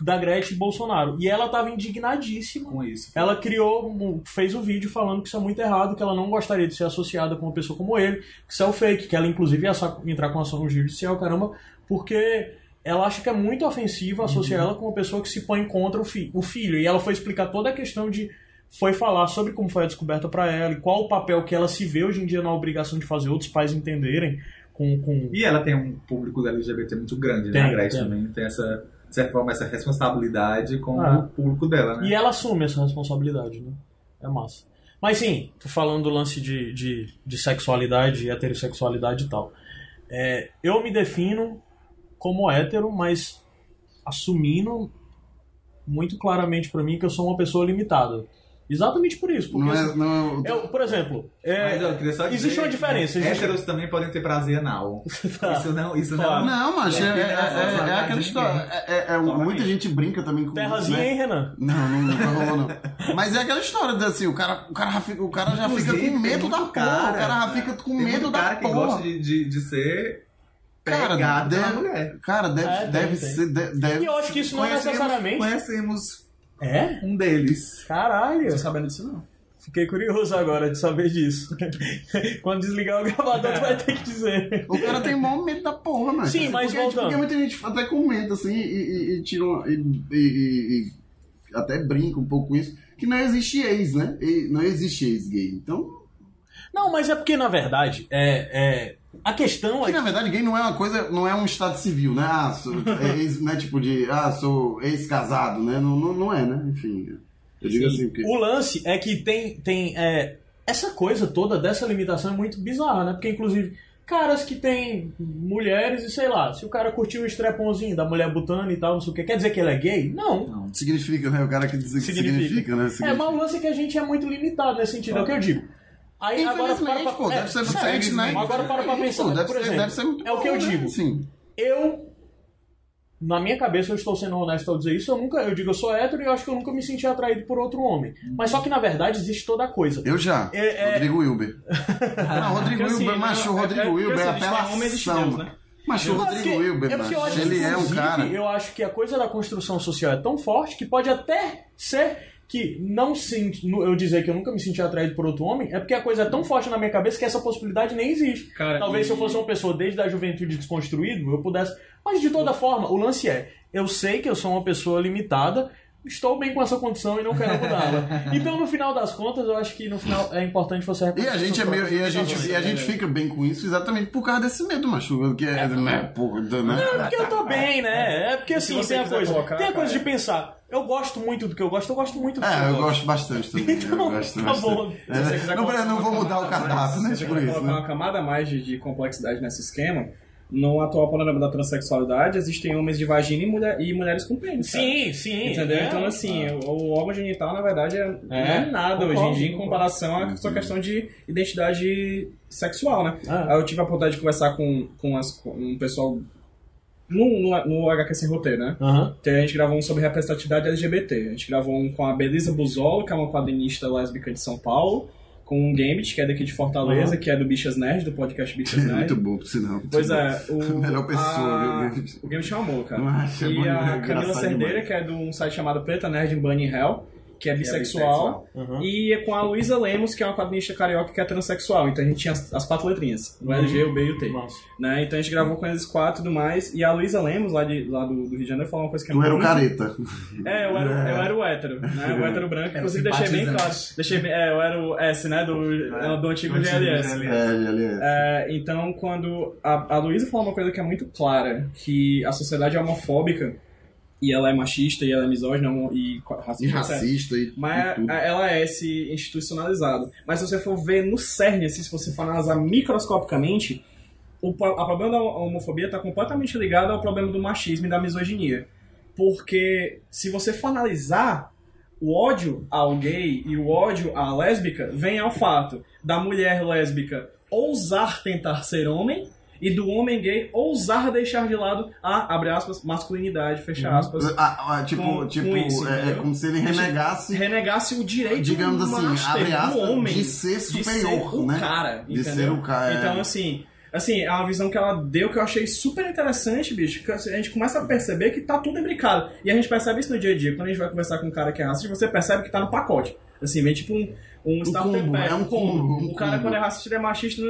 [SPEAKER 4] da Gretchen e Bolsonaro. E ela tava indignadíssima.
[SPEAKER 3] com isso.
[SPEAKER 4] Ela criou, um- fez um vídeo falando que isso é muito errado, que ela não gostaria de ser associada com uma pessoa como ele, que isso é o fake, que ela inclusive ia sa- entrar com ação judicial, caramba, porque ela acha que é muito ofensivo associar ela com uma pessoa que se põe contra o, fi- o filho. E ela foi explicar toda a questão de. Foi falar sobre como foi a descoberta pra ela e qual o papel que ela se vê hoje em dia na obrigação de fazer outros pais entenderem com. com...
[SPEAKER 3] E ela tem um público LGBT muito grande,
[SPEAKER 4] Tem,
[SPEAKER 3] né? A Gretchen
[SPEAKER 4] tem.
[SPEAKER 3] também tem essa, de certa forma, essa responsabilidade com
[SPEAKER 4] Ah.
[SPEAKER 3] o público dela, né?
[SPEAKER 4] E ela assume essa responsabilidade, né? É massa. Mas sim, tô falando do lance de, de, de sexualidade, heterossexualidade e tal. É, eu me defino como hétero, mas assumindo muito claramente pra mim que eu sou uma pessoa limitada. Exatamente por isso. Porque,
[SPEAKER 2] Não
[SPEAKER 4] assim,
[SPEAKER 2] é, não é,
[SPEAKER 4] eu, por exemplo, é,
[SPEAKER 3] Mas, ó, eu queria só dizer
[SPEAKER 4] existe uma
[SPEAKER 3] que
[SPEAKER 4] diferença. Existe...
[SPEAKER 3] Héteros também podem ter prazer anal.
[SPEAKER 4] Tá.
[SPEAKER 3] Isso não, isso
[SPEAKER 4] Claro.
[SPEAKER 3] não.
[SPEAKER 2] Não, mas é, é, é- é aquela história. É, é- é- muita gente brinca também com isso.
[SPEAKER 4] Terrazinha,
[SPEAKER 2] né?
[SPEAKER 4] hein, Renan?
[SPEAKER 2] Não, não, não vai rolar, não. Mas é aquela história de assim, o cara, o cara já fica, o cara já fica
[SPEAKER 3] Inclusive,
[SPEAKER 2] com medo
[SPEAKER 3] tem
[SPEAKER 2] da
[SPEAKER 3] muito
[SPEAKER 2] porra. o cara já
[SPEAKER 3] cara,
[SPEAKER 2] fica com
[SPEAKER 3] Tem muito
[SPEAKER 2] medo
[SPEAKER 3] cara
[SPEAKER 2] da
[SPEAKER 3] que
[SPEAKER 2] porra.
[SPEAKER 3] gosta de, de, de ser
[SPEAKER 2] Cara,
[SPEAKER 3] pregado pela
[SPEAKER 2] deve-
[SPEAKER 3] mulher.
[SPEAKER 2] Cara, deve,
[SPEAKER 4] É, tem,
[SPEAKER 2] deve
[SPEAKER 4] tem.
[SPEAKER 2] ser. de- Deve...
[SPEAKER 4] E eu acho que isso não é
[SPEAKER 3] Conhecemos-
[SPEAKER 4] necessariamente.
[SPEAKER 3] Conhecemos
[SPEAKER 4] É?
[SPEAKER 3] um deles.
[SPEAKER 4] Caralho!
[SPEAKER 1] Não tô sabendo disso, não.
[SPEAKER 4] Fiquei curioso agora de saber disso. Quando desligar o gravador, tu vai ter que dizer.
[SPEAKER 2] O cara tem maior medo da porra, mano.
[SPEAKER 4] Sim, mas
[SPEAKER 2] porque, tipo,
[SPEAKER 4] voltando.
[SPEAKER 2] porque muita gente até comenta assim e, e- e tira uma- e, e- e- e até brinca um pouco com isso. Que não existe ex, né? E não existe ex gay. Então.
[SPEAKER 4] Não, mas é porque, na verdade, é. é... A questão
[SPEAKER 2] Que
[SPEAKER 4] é.
[SPEAKER 2] na verdade gay não é uma coisa, não é um estado civil, né? Ah, sou ex, né? Tipo de. Ah, sou ex-casado, né? Não, não, não é, né? Enfim. Eu digo
[SPEAKER 1] Sim.
[SPEAKER 2] assim, porque.
[SPEAKER 4] O lance é que tem. tem é, essa coisa toda dessa limitação é muito bizarra, né? Porque, inclusive, caras que têm mulheres e sei lá, se o cara curtiu o streponzinho da mulher butana e tal, não sei o que, quer dizer que ele é gay? Não.
[SPEAKER 2] Significa, né? O cara que diz que significa,
[SPEAKER 4] Significa.
[SPEAKER 2] né?
[SPEAKER 4] É,
[SPEAKER 2] Significa.
[SPEAKER 4] mas o lance é que a gente é muito limitado nesse sentido, é o que eu digo. Aí agora para pra,
[SPEAKER 2] Infelizmente, pô,
[SPEAKER 4] é,
[SPEAKER 2] deve ser muito
[SPEAKER 4] é,
[SPEAKER 2] sexy, né?
[SPEAKER 4] Agora para pra
[SPEAKER 2] Pô,
[SPEAKER 4] pensar,
[SPEAKER 2] deve
[SPEAKER 4] por
[SPEAKER 2] ser-
[SPEAKER 4] exemplo,
[SPEAKER 2] deve ser muito
[SPEAKER 4] é o que eu
[SPEAKER 2] bom, né?
[SPEAKER 4] digo.
[SPEAKER 2] Sim.
[SPEAKER 4] eu na minha cabeça eu estou sendo honesto ao dizer isso, eu nunca, eu digo eu sou hétero e eu acho que eu nunca me senti atraído por outro homem. Mas só que na verdade existe toda a coisa.
[SPEAKER 2] Eu já.
[SPEAKER 4] É, é-
[SPEAKER 2] Rodrigo Wilber. Não, Rodrigo
[SPEAKER 1] Porque, assim,
[SPEAKER 2] Wilber,
[SPEAKER 1] né,
[SPEAKER 2] macho,
[SPEAKER 1] é- é-
[SPEAKER 2] Rodrigo
[SPEAKER 1] porque,
[SPEAKER 2] Wilber é
[SPEAKER 1] assim, existe homem, existe
[SPEAKER 2] apelação.
[SPEAKER 1] Deus,
[SPEAKER 2] mano.
[SPEAKER 1] né?
[SPEAKER 2] Macho,
[SPEAKER 4] É
[SPEAKER 2] Rodrigo
[SPEAKER 4] porque-
[SPEAKER 2] Wilber,
[SPEAKER 4] é porque eu
[SPEAKER 2] macho.
[SPEAKER 4] acho
[SPEAKER 2] Ele
[SPEAKER 4] que,
[SPEAKER 2] é um
[SPEAKER 4] inclusive,
[SPEAKER 2] cara.
[SPEAKER 4] Eu acho que a coisa da construção social é tão forte que pode até ser que não sinto, no- eu dizer que eu nunca me senti atraído por outro homem, é porque a coisa é tão forte na minha cabeça que essa possibilidade nem existe.
[SPEAKER 1] Cara,
[SPEAKER 4] Talvez
[SPEAKER 1] e-
[SPEAKER 4] se eu fosse uma pessoa desde a juventude desconstruído, eu pudesse. Mas de toda forma, o lance é, eu sei que eu sou uma pessoa limitada. Estou bem com essa condição e não quero mudá-la. Então, no final das contas, eu acho que no final é importante você
[SPEAKER 2] E a
[SPEAKER 4] reconhecer
[SPEAKER 2] gente é
[SPEAKER 4] suas
[SPEAKER 2] meio,
[SPEAKER 4] próprias
[SPEAKER 2] e a gente,
[SPEAKER 4] limitações.
[SPEAKER 2] e a
[SPEAKER 1] é.
[SPEAKER 2] gente fica bem com isso exatamente por causa desse medo, macho. Que é, né, porra,
[SPEAKER 4] É
[SPEAKER 2] né?
[SPEAKER 4] porque eu tô bem, né? É porque assim,
[SPEAKER 1] você
[SPEAKER 4] tem a
[SPEAKER 1] quiser
[SPEAKER 4] coisa.
[SPEAKER 1] colocar,
[SPEAKER 4] tem a coisa
[SPEAKER 1] cara.
[SPEAKER 4] de pensar. Eu gosto muito do que eu gosto, eu gosto muito do que
[SPEAKER 2] É, eu
[SPEAKER 4] gosto.
[SPEAKER 2] gosto bastante também. eu
[SPEAKER 4] Então,
[SPEAKER 2] gosto
[SPEAKER 4] tá
[SPEAKER 2] bastante.
[SPEAKER 4] bom. Se
[SPEAKER 2] É,
[SPEAKER 1] você quiser
[SPEAKER 2] não,
[SPEAKER 1] colocar
[SPEAKER 2] não vou
[SPEAKER 1] uma
[SPEAKER 2] mudar o
[SPEAKER 1] camada
[SPEAKER 2] cardápio, né?
[SPEAKER 1] Se você
[SPEAKER 2] Por
[SPEAKER 1] quiser
[SPEAKER 2] isso,
[SPEAKER 1] colocar
[SPEAKER 2] né?
[SPEAKER 1] uma camada a mais de, de complexidade nesse esquema, no atual panorama da transexualidade, existem homens de vagina e, mulher- e mulheres com pênis. cara.
[SPEAKER 4] Sim, sim.
[SPEAKER 1] Entendeu?
[SPEAKER 4] é.
[SPEAKER 1] Então, assim, o- o órgão genital, na verdade, é, não é nada
[SPEAKER 4] concordo,
[SPEAKER 1] hoje em dia em
[SPEAKER 4] concordo.
[SPEAKER 1] comparação à sua questão de identidade sexual, né?
[SPEAKER 4] Ah.
[SPEAKER 1] Aí eu tive a oportunidade de conversar com, com, as- com um pessoal no, no, no HQ Sem Roteiro, né?
[SPEAKER 4] Aham.
[SPEAKER 1] Então, a gente gravou um sobre representatividade LGBT. A gente gravou um com a Belisa Buzolo, que é uma quadrinista lésbica de São Paulo, com o Gambit, que é daqui de Fortaleza, que é do Bichas Nerd, do podcast Bichas Nerd.
[SPEAKER 2] Uhum. É Muito bom, por sinal.
[SPEAKER 1] né? Pois é, o.
[SPEAKER 2] Melhor pessoa,
[SPEAKER 1] a-
[SPEAKER 2] viu, Gambit?
[SPEAKER 1] O Gambit é um amor, cara.
[SPEAKER 2] Nossa, é
[SPEAKER 1] e
[SPEAKER 2] bonito, é
[SPEAKER 1] a Camila
[SPEAKER 2] engraçado
[SPEAKER 1] Cerdeira,
[SPEAKER 2] demais.
[SPEAKER 1] que é de um site chamado Preta Nerd in Bunny Hell, que é
[SPEAKER 3] bissexual.
[SPEAKER 1] bissexual.
[SPEAKER 4] Aham.
[SPEAKER 1] E é com a Luísa Lemos, que é uma quadrinista carioca que é transexual. Então a gente tinha as, as quatro letrinhas: o L, G, o B e o T.
[SPEAKER 4] Massa.
[SPEAKER 1] Né? Então a gente gravou com eles quatro e tudo mais. E a Luísa Lemos, lá, de, lá do, do Rio de Janeiro, falou uma coisa que é
[SPEAKER 2] Tu era o
[SPEAKER 1] muito-
[SPEAKER 2] careta.
[SPEAKER 1] é, eu era, eu era o hétero, né? O hétero branco.
[SPEAKER 3] Era
[SPEAKER 1] Inclusive, deixei bem claro.
[SPEAKER 3] simpatizante.
[SPEAKER 1] Deixei bem, é, eu era o S, né? Do,
[SPEAKER 3] É,
[SPEAKER 1] do antigo
[SPEAKER 4] Tipo
[SPEAKER 3] do antigo
[SPEAKER 1] GLS.
[SPEAKER 3] GLS.
[SPEAKER 2] É, ele é.
[SPEAKER 1] É, então, quando a, a Luísa falou uma coisa que é muito clara, que a sociedade é homofóbica, e ela é machista, e ela é misógina, homo- e co-
[SPEAKER 2] E
[SPEAKER 1] racista, etc.
[SPEAKER 2] racista e, e
[SPEAKER 1] é. Mas
[SPEAKER 2] tudo.
[SPEAKER 1] a- ela é esse institucionalizado. Mas se você for ver no cerne, assim, se você for analisar microscopicamente, o pro- a problema da homofobia está completamente ligado ao problema do machismo e da misoginia. Porque se você for analisar, o ódio ao gay e o ódio à lésbica vem ao fato da mulher lésbica ousar tentar ser homem e do homem gay ousar deixar de lado a, abre aspas, masculinidade, fecha aspas,
[SPEAKER 2] Ah, ah, tipo,
[SPEAKER 1] com-
[SPEAKER 2] tipo
[SPEAKER 1] com isso,
[SPEAKER 2] é, é
[SPEAKER 1] entendeu?
[SPEAKER 2] como se ele renegasse
[SPEAKER 1] renegasse o direito
[SPEAKER 2] digamos assim,
[SPEAKER 1] um master
[SPEAKER 2] abre
[SPEAKER 1] do
[SPEAKER 2] aspas,
[SPEAKER 1] homem
[SPEAKER 2] de ser superior,
[SPEAKER 1] ser o
[SPEAKER 2] né?
[SPEAKER 1] cara,
[SPEAKER 2] De
[SPEAKER 1] entendeu?
[SPEAKER 2] ser o cara, é.
[SPEAKER 1] Então, assim, assim, é uma visão que ela deu que eu achei super interessante, bicho, que a gente começa a perceber que tá tudo imbricado. E a gente percebe isso no dia a dia. Quando a gente vai conversar com um cara que é racista, você percebe que tá no pacote. Assim, vem tipo um, um, starter
[SPEAKER 2] combo,
[SPEAKER 1] pack,
[SPEAKER 2] é um combo, um
[SPEAKER 1] O cara,
[SPEAKER 2] combo.
[SPEAKER 1] quando é racista, ele é machista.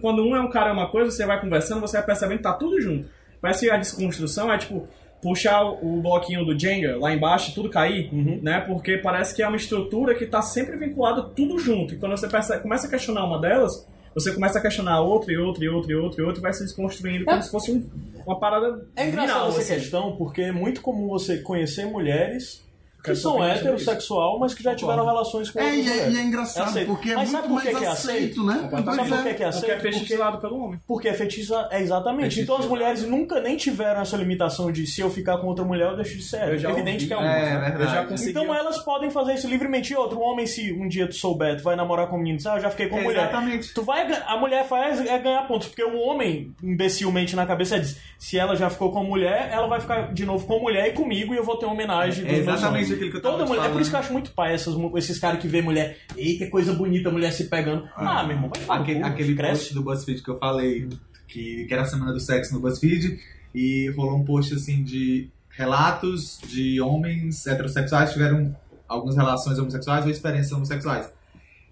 [SPEAKER 1] Quando um é um cara é uma coisa, você vai conversando, você vai percebendo que tá tudo junto. Parece que a desconstrução é tipo puxar o bloquinho do Jenga lá embaixo e tudo cair,
[SPEAKER 4] Uhum.
[SPEAKER 1] né? Porque parece que é uma estrutura que tá sempre vinculada tudo junto. E quando você perce- começa a questionar uma delas, você começa a questionar outra e outra e outra e outra e outra e vai se desconstruindo como se fosse um- uma parada
[SPEAKER 4] É engraçado
[SPEAKER 1] viral,
[SPEAKER 4] essa
[SPEAKER 1] assim.
[SPEAKER 4] questão, porque é muito comum você conhecer mulheres que são heterossexual, mas que já tiveram
[SPEAKER 1] Concordo.
[SPEAKER 4] relações com
[SPEAKER 2] É,
[SPEAKER 4] outras
[SPEAKER 2] e é, e
[SPEAKER 4] mulheres.
[SPEAKER 2] é
[SPEAKER 4] É
[SPEAKER 2] engraçado,
[SPEAKER 4] aceito.
[SPEAKER 2] porque é
[SPEAKER 4] Mas
[SPEAKER 2] muito
[SPEAKER 4] sabe por que
[SPEAKER 2] mais
[SPEAKER 4] que é
[SPEAKER 2] aceito, né?
[SPEAKER 1] Rapaz,
[SPEAKER 2] Pois
[SPEAKER 4] Sabe por que que é
[SPEAKER 1] Porque é
[SPEAKER 4] aceito? Porque-
[SPEAKER 1] fetichizado pelo homem.
[SPEAKER 4] Porque é fetiza... É exatamente. Então as mulheres nunca nem tiveram essa limitação de se eu ficar com outra mulher, eu deixo de ser.
[SPEAKER 1] Eu
[SPEAKER 4] hétero.
[SPEAKER 1] já
[SPEAKER 4] É evidente
[SPEAKER 1] ouvi.
[SPEAKER 4] que é um.
[SPEAKER 3] É, verdade.
[SPEAKER 1] Eu já consegui. um-
[SPEAKER 4] Então elas podem fazer isso livremente. E outro, um homem, se um dia tu souber, tu vai namorar com um menino, diz, ah, eu já fiquei com
[SPEAKER 1] é.
[SPEAKER 4] mulher.
[SPEAKER 3] Exatamente.
[SPEAKER 4] Tu vai, gan- a mulher faz é ganhar pontos, porque o homem, imbecilmente na cabeça, diz: se ela já ficou com mulher, ela vai ficar de novo com mulher e comigo e eu vou ter uma homenagem.
[SPEAKER 3] É
[SPEAKER 4] dos meus
[SPEAKER 3] exatamente
[SPEAKER 4] homens.
[SPEAKER 3] aquilo que eu tava
[SPEAKER 4] Toda
[SPEAKER 3] te
[SPEAKER 4] mulher, É por
[SPEAKER 3] falando.
[SPEAKER 4] isso que eu acho muito pai essas, mu- esses caras que vê mulher, eita, coisa bonita, mulher se pegando. Ah, meu irmão, vai tomar no
[SPEAKER 3] Aquele,
[SPEAKER 4] cu,
[SPEAKER 3] aquele
[SPEAKER 4] cresce.
[SPEAKER 3] post do BuzzFeed que eu falei, que, que era a semana do sexo no BuzzFeed, e rolou um post assim de relatos de homens heterossexuais que tiveram algumas relações homossexuais ou experiências homossexuais.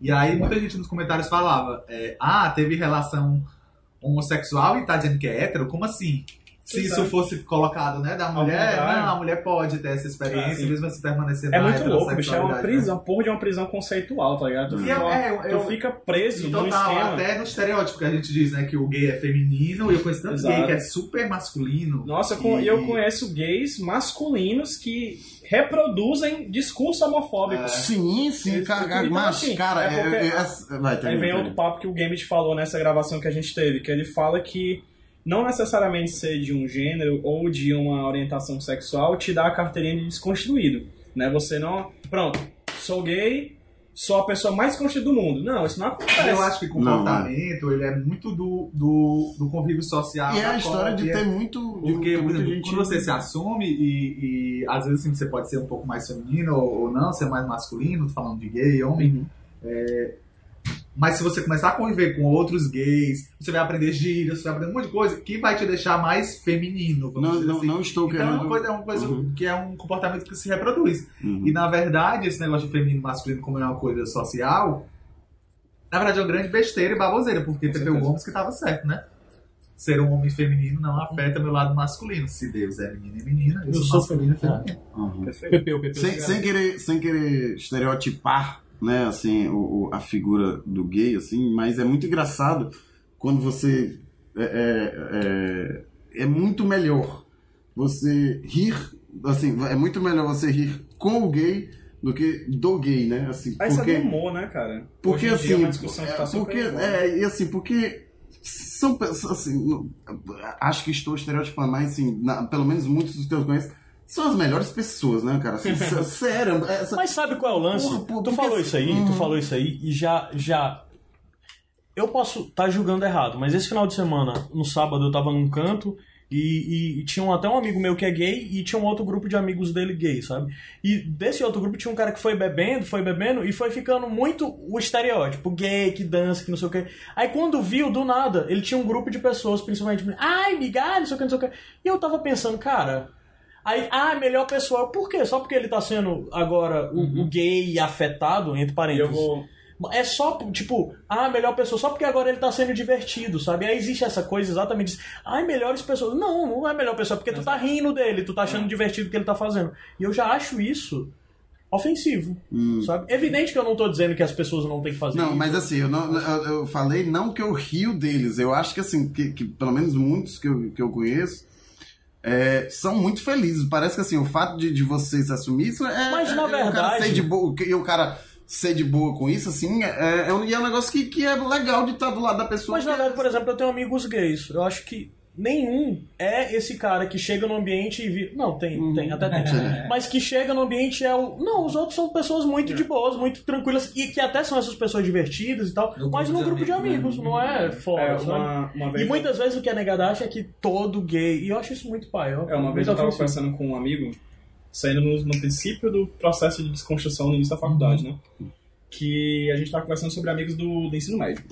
[SPEAKER 3] E aí muita gente nos comentários falava, é, ah, teve relação homossexual e tá dizendo que é hétero? Como assim? Se
[SPEAKER 1] Exato.
[SPEAKER 3] isso fosse colocado, né, da mulher,
[SPEAKER 1] contrário.
[SPEAKER 3] não, a mulher pode ter essa
[SPEAKER 1] Ah,
[SPEAKER 3] experiência,
[SPEAKER 1] sim.
[SPEAKER 3] mesmo assim permanecer
[SPEAKER 1] É
[SPEAKER 3] na
[SPEAKER 1] muito louco, bicho. É uma
[SPEAKER 3] heterossexualidade, né?
[SPEAKER 1] prisão, porra de uma prisão conceitual, tá ligado? Tu,
[SPEAKER 3] E
[SPEAKER 1] fica,
[SPEAKER 3] eu- é, eu-
[SPEAKER 1] tu
[SPEAKER 3] eu-
[SPEAKER 1] fica preso
[SPEAKER 3] Total,
[SPEAKER 1] num esquema.
[SPEAKER 3] até no um estereótipo que a gente diz, né? Que o gay é feminino e eu conheço tanto
[SPEAKER 1] Exato.
[SPEAKER 3] gay que é super masculino.
[SPEAKER 1] Nossa, eu con-
[SPEAKER 3] E-
[SPEAKER 1] eu conheço gays masculinos que reproduzem discurso homofóbico.
[SPEAKER 2] Sim, sim,
[SPEAKER 1] Então,
[SPEAKER 2] cara, cara,
[SPEAKER 1] assim,
[SPEAKER 2] mas, cara,
[SPEAKER 1] é porque-
[SPEAKER 2] é, é, é- vai,
[SPEAKER 1] Aí
[SPEAKER 2] termina,
[SPEAKER 1] vem outro
[SPEAKER 2] termina.
[SPEAKER 1] papo que o Gambit falou nessa gravação que a gente teve, que ele fala que não necessariamente ser de um gênero ou de uma orientação sexual te dá a carteirinha de desconstruído, né? Você não... Pronto, sou gay, sou a pessoa mais construída do mundo. Não, isso não acontece.
[SPEAKER 3] Eu acho que comportamento, ele é muito do, do, do convívio social.
[SPEAKER 2] E é
[SPEAKER 3] da
[SPEAKER 2] a história de
[SPEAKER 3] cola,
[SPEAKER 2] ter muito. de
[SPEAKER 3] Porque,
[SPEAKER 2] ter
[SPEAKER 3] por
[SPEAKER 2] muita
[SPEAKER 3] exemplo,
[SPEAKER 2] gente-
[SPEAKER 3] quando você se assume e, e às vezes assim, você pode ser um pouco mais feminino ou, ou não, ser mais masculino, falando de gay, homem.
[SPEAKER 1] Uhum.
[SPEAKER 3] é, mas se você começar a conviver com outros gays, você vai aprender gírias, você vai aprender um monte de coisa que vai te deixar mais feminino. Vamos
[SPEAKER 2] Não,
[SPEAKER 3] dizer
[SPEAKER 2] não,
[SPEAKER 3] assim.
[SPEAKER 2] não estou
[SPEAKER 3] Então é
[SPEAKER 2] querendo.
[SPEAKER 3] uma coisa, é uma coisa
[SPEAKER 2] Uhum.
[SPEAKER 3] que é um comportamento que se reproduz.
[SPEAKER 2] Uhum.
[SPEAKER 3] E na verdade, esse negócio de feminino e masculino como é uma coisa social, na verdade é uma grande besteira e baboseira, porque
[SPEAKER 1] Com
[SPEAKER 3] Pepeu
[SPEAKER 1] certeza.
[SPEAKER 3] Gomes que tava certo, né? Ser um homem feminino não afeta meu lado masculino. Se Deus é menino e menina, eu,
[SPEAKER 4] Eu
[SPEAKER 3] sou
[SPEAKER 4] sou
[SPEAKER 3] masculino e
[SPEAKER 4] feminino.
[SPEAKER 3] é feminino.
[SPEAKER 2] Uhum.
[SPEAKER 1] Perfeito.
[SPEAKER 4] Pepeu, Pepeu.
[SPEAKER 2] Sem,
[SPEAKER 4] obrigado.
[SPEAKER 2] sem querer, sem querer estereotipar, né, assim, o, o- a figura do gay, assim, mas é muito engraçado quando você é, é, é, é muito melhor você rir, assim, é muito melhor você rir com o gay do que do gay, né, assim,
[SPEAKER 1] Aí isso
[SPEAKER 2] porque
[SPEAKER 1] é do humor, né, cara? Hoje
[SPEAKER 2] porque
[SPEAKER 1] em
[SPEAKER 2] assim,
[SPEAKER 1] dia é uma discussão que tá
[SPEAKER 2] é,
[SPEAKER 1] super
[SPEAKER 2] porque
[SPEAKER 1] em voga.
[SPEAKER 2] é e assim, porque são pessoas assim, não- acho que estou estereotipando, mas assim, na- pelo menos muitos dos teus conhecem são as melhores pessoas, né, cara? Assim, sé- sério, é,
[SPEAKER 4] Mas sabe qual é o lance?
[SPEAKER 2] Porra, por-
[SPEAKER 4] tu
[SPEAKER 2] porque
[SPEAKER 4] falou
[SPEAKER 2] assim-
[SPEAKER 4] isso aí, tu
[SPEAKER 2] Uhum.
[SPEAKER 4] falou isso aí e já. já... Eu posso estar julgando errado, mas esse final de semana, no sábado, eu tava num canto e, e- e tinha um- até um amigo meu que é gay e tinha um outro grupo de amigos dele gay, sabe? E desse outro grupo tinha um cara que foi bebendo, foi bebendo e foi ficando muito o estereótipo, gay, que dança, que não sei o quê. Aí quando viu, do nada, ele tinha um grupo de pessoas, principalmente, tipo, ai, migalha, não sei o que, não sei o que. E eu tava pensando, cara, Aí, ah, melhor pessoal. Por quê? Só porque ele tá sendo agora o, o gay afetado, entre
[SPEAKER 1] Uhum. E
[SPEAKER 4] parênteses.
[SPEAKER 1] eu vou...
[SPEAKER 4] É só, tipo, ah, melhor pessoa, só porque agora ele tá sendo divertido, sabe? Aí existe essa coisa exatamente disso. Ai, melhores pessoas. Não, não é melhor pessoa, porque tu tá rindo dele, tu tá
[SPEAKER 2] É.
[SPEAKER 4] achando divertido o que ele tá fazendo. E eu já acho isso ofensivo, sabe? Evidente que eu não tô dizendo que as pessoas não têm que fazer
[SPEAKER 2] Hum. Não,
[SPEAKER 4] isso.
[SPEAKER 2] mas assim, eu, não, eu, eu falei não que eu rio deles. Eu acho que assim, que, que pelo menos muitos que eu, que eu conheço é, são muito felizes. Parece que assim, o fato de, de vocês assumir isso é.
[SPEAKER 4] Mas, na
[SPEAKER 2] é- o cara
[SPEAKER 4] verdade-
[SPEAKER 2] ser de boa, e o cara ser de boa com isso, assim, é, é um, e é um negócio que, que é legal de estar do lado da pessoa.
[SPEAKER 4] Mas na verdade,
[SPEAKER 1] assim.
[SPEAKER 4] por exemplo, eu tenho amigos gays. Eu acho que nenhum é esse cara que chega no ambiente e vira. Não, tem,
[SPEAKER 1] Uhum.
[SPEAKER 4] tem, até tem. Mas que chega no ambiente é o. Não, os outros são pessoas muito de boas, muito tranquilas, e que até são essas pessoas divertidas e tal,
[SPEAKER 3] No
[SPEAKER 4] mas
[SPEAKER 3] grupo
[SPEAKER 4] num
[SPEAKER 3] de
[SPEAKER 4] grupo de amigos, não é fora,
[SPEAKER 1] né? É,
[SPEAKER 4] sabe?
[SPEAKER 1] uma, uma vez
[SPEAKER 4] E
[SPEAKER 1] eu-
[SPEAKER 4] muitas vezes o que a negada acha é que todo gay. E eu acho isso muito pai.
[SPEAKER 1] É, uma vez eu tava conversando com um amigo, saindo no, no princípio do processo de desconstrução no início da faculdade, né? Que a gente tava conversando sobre amigos do, do ensino médio.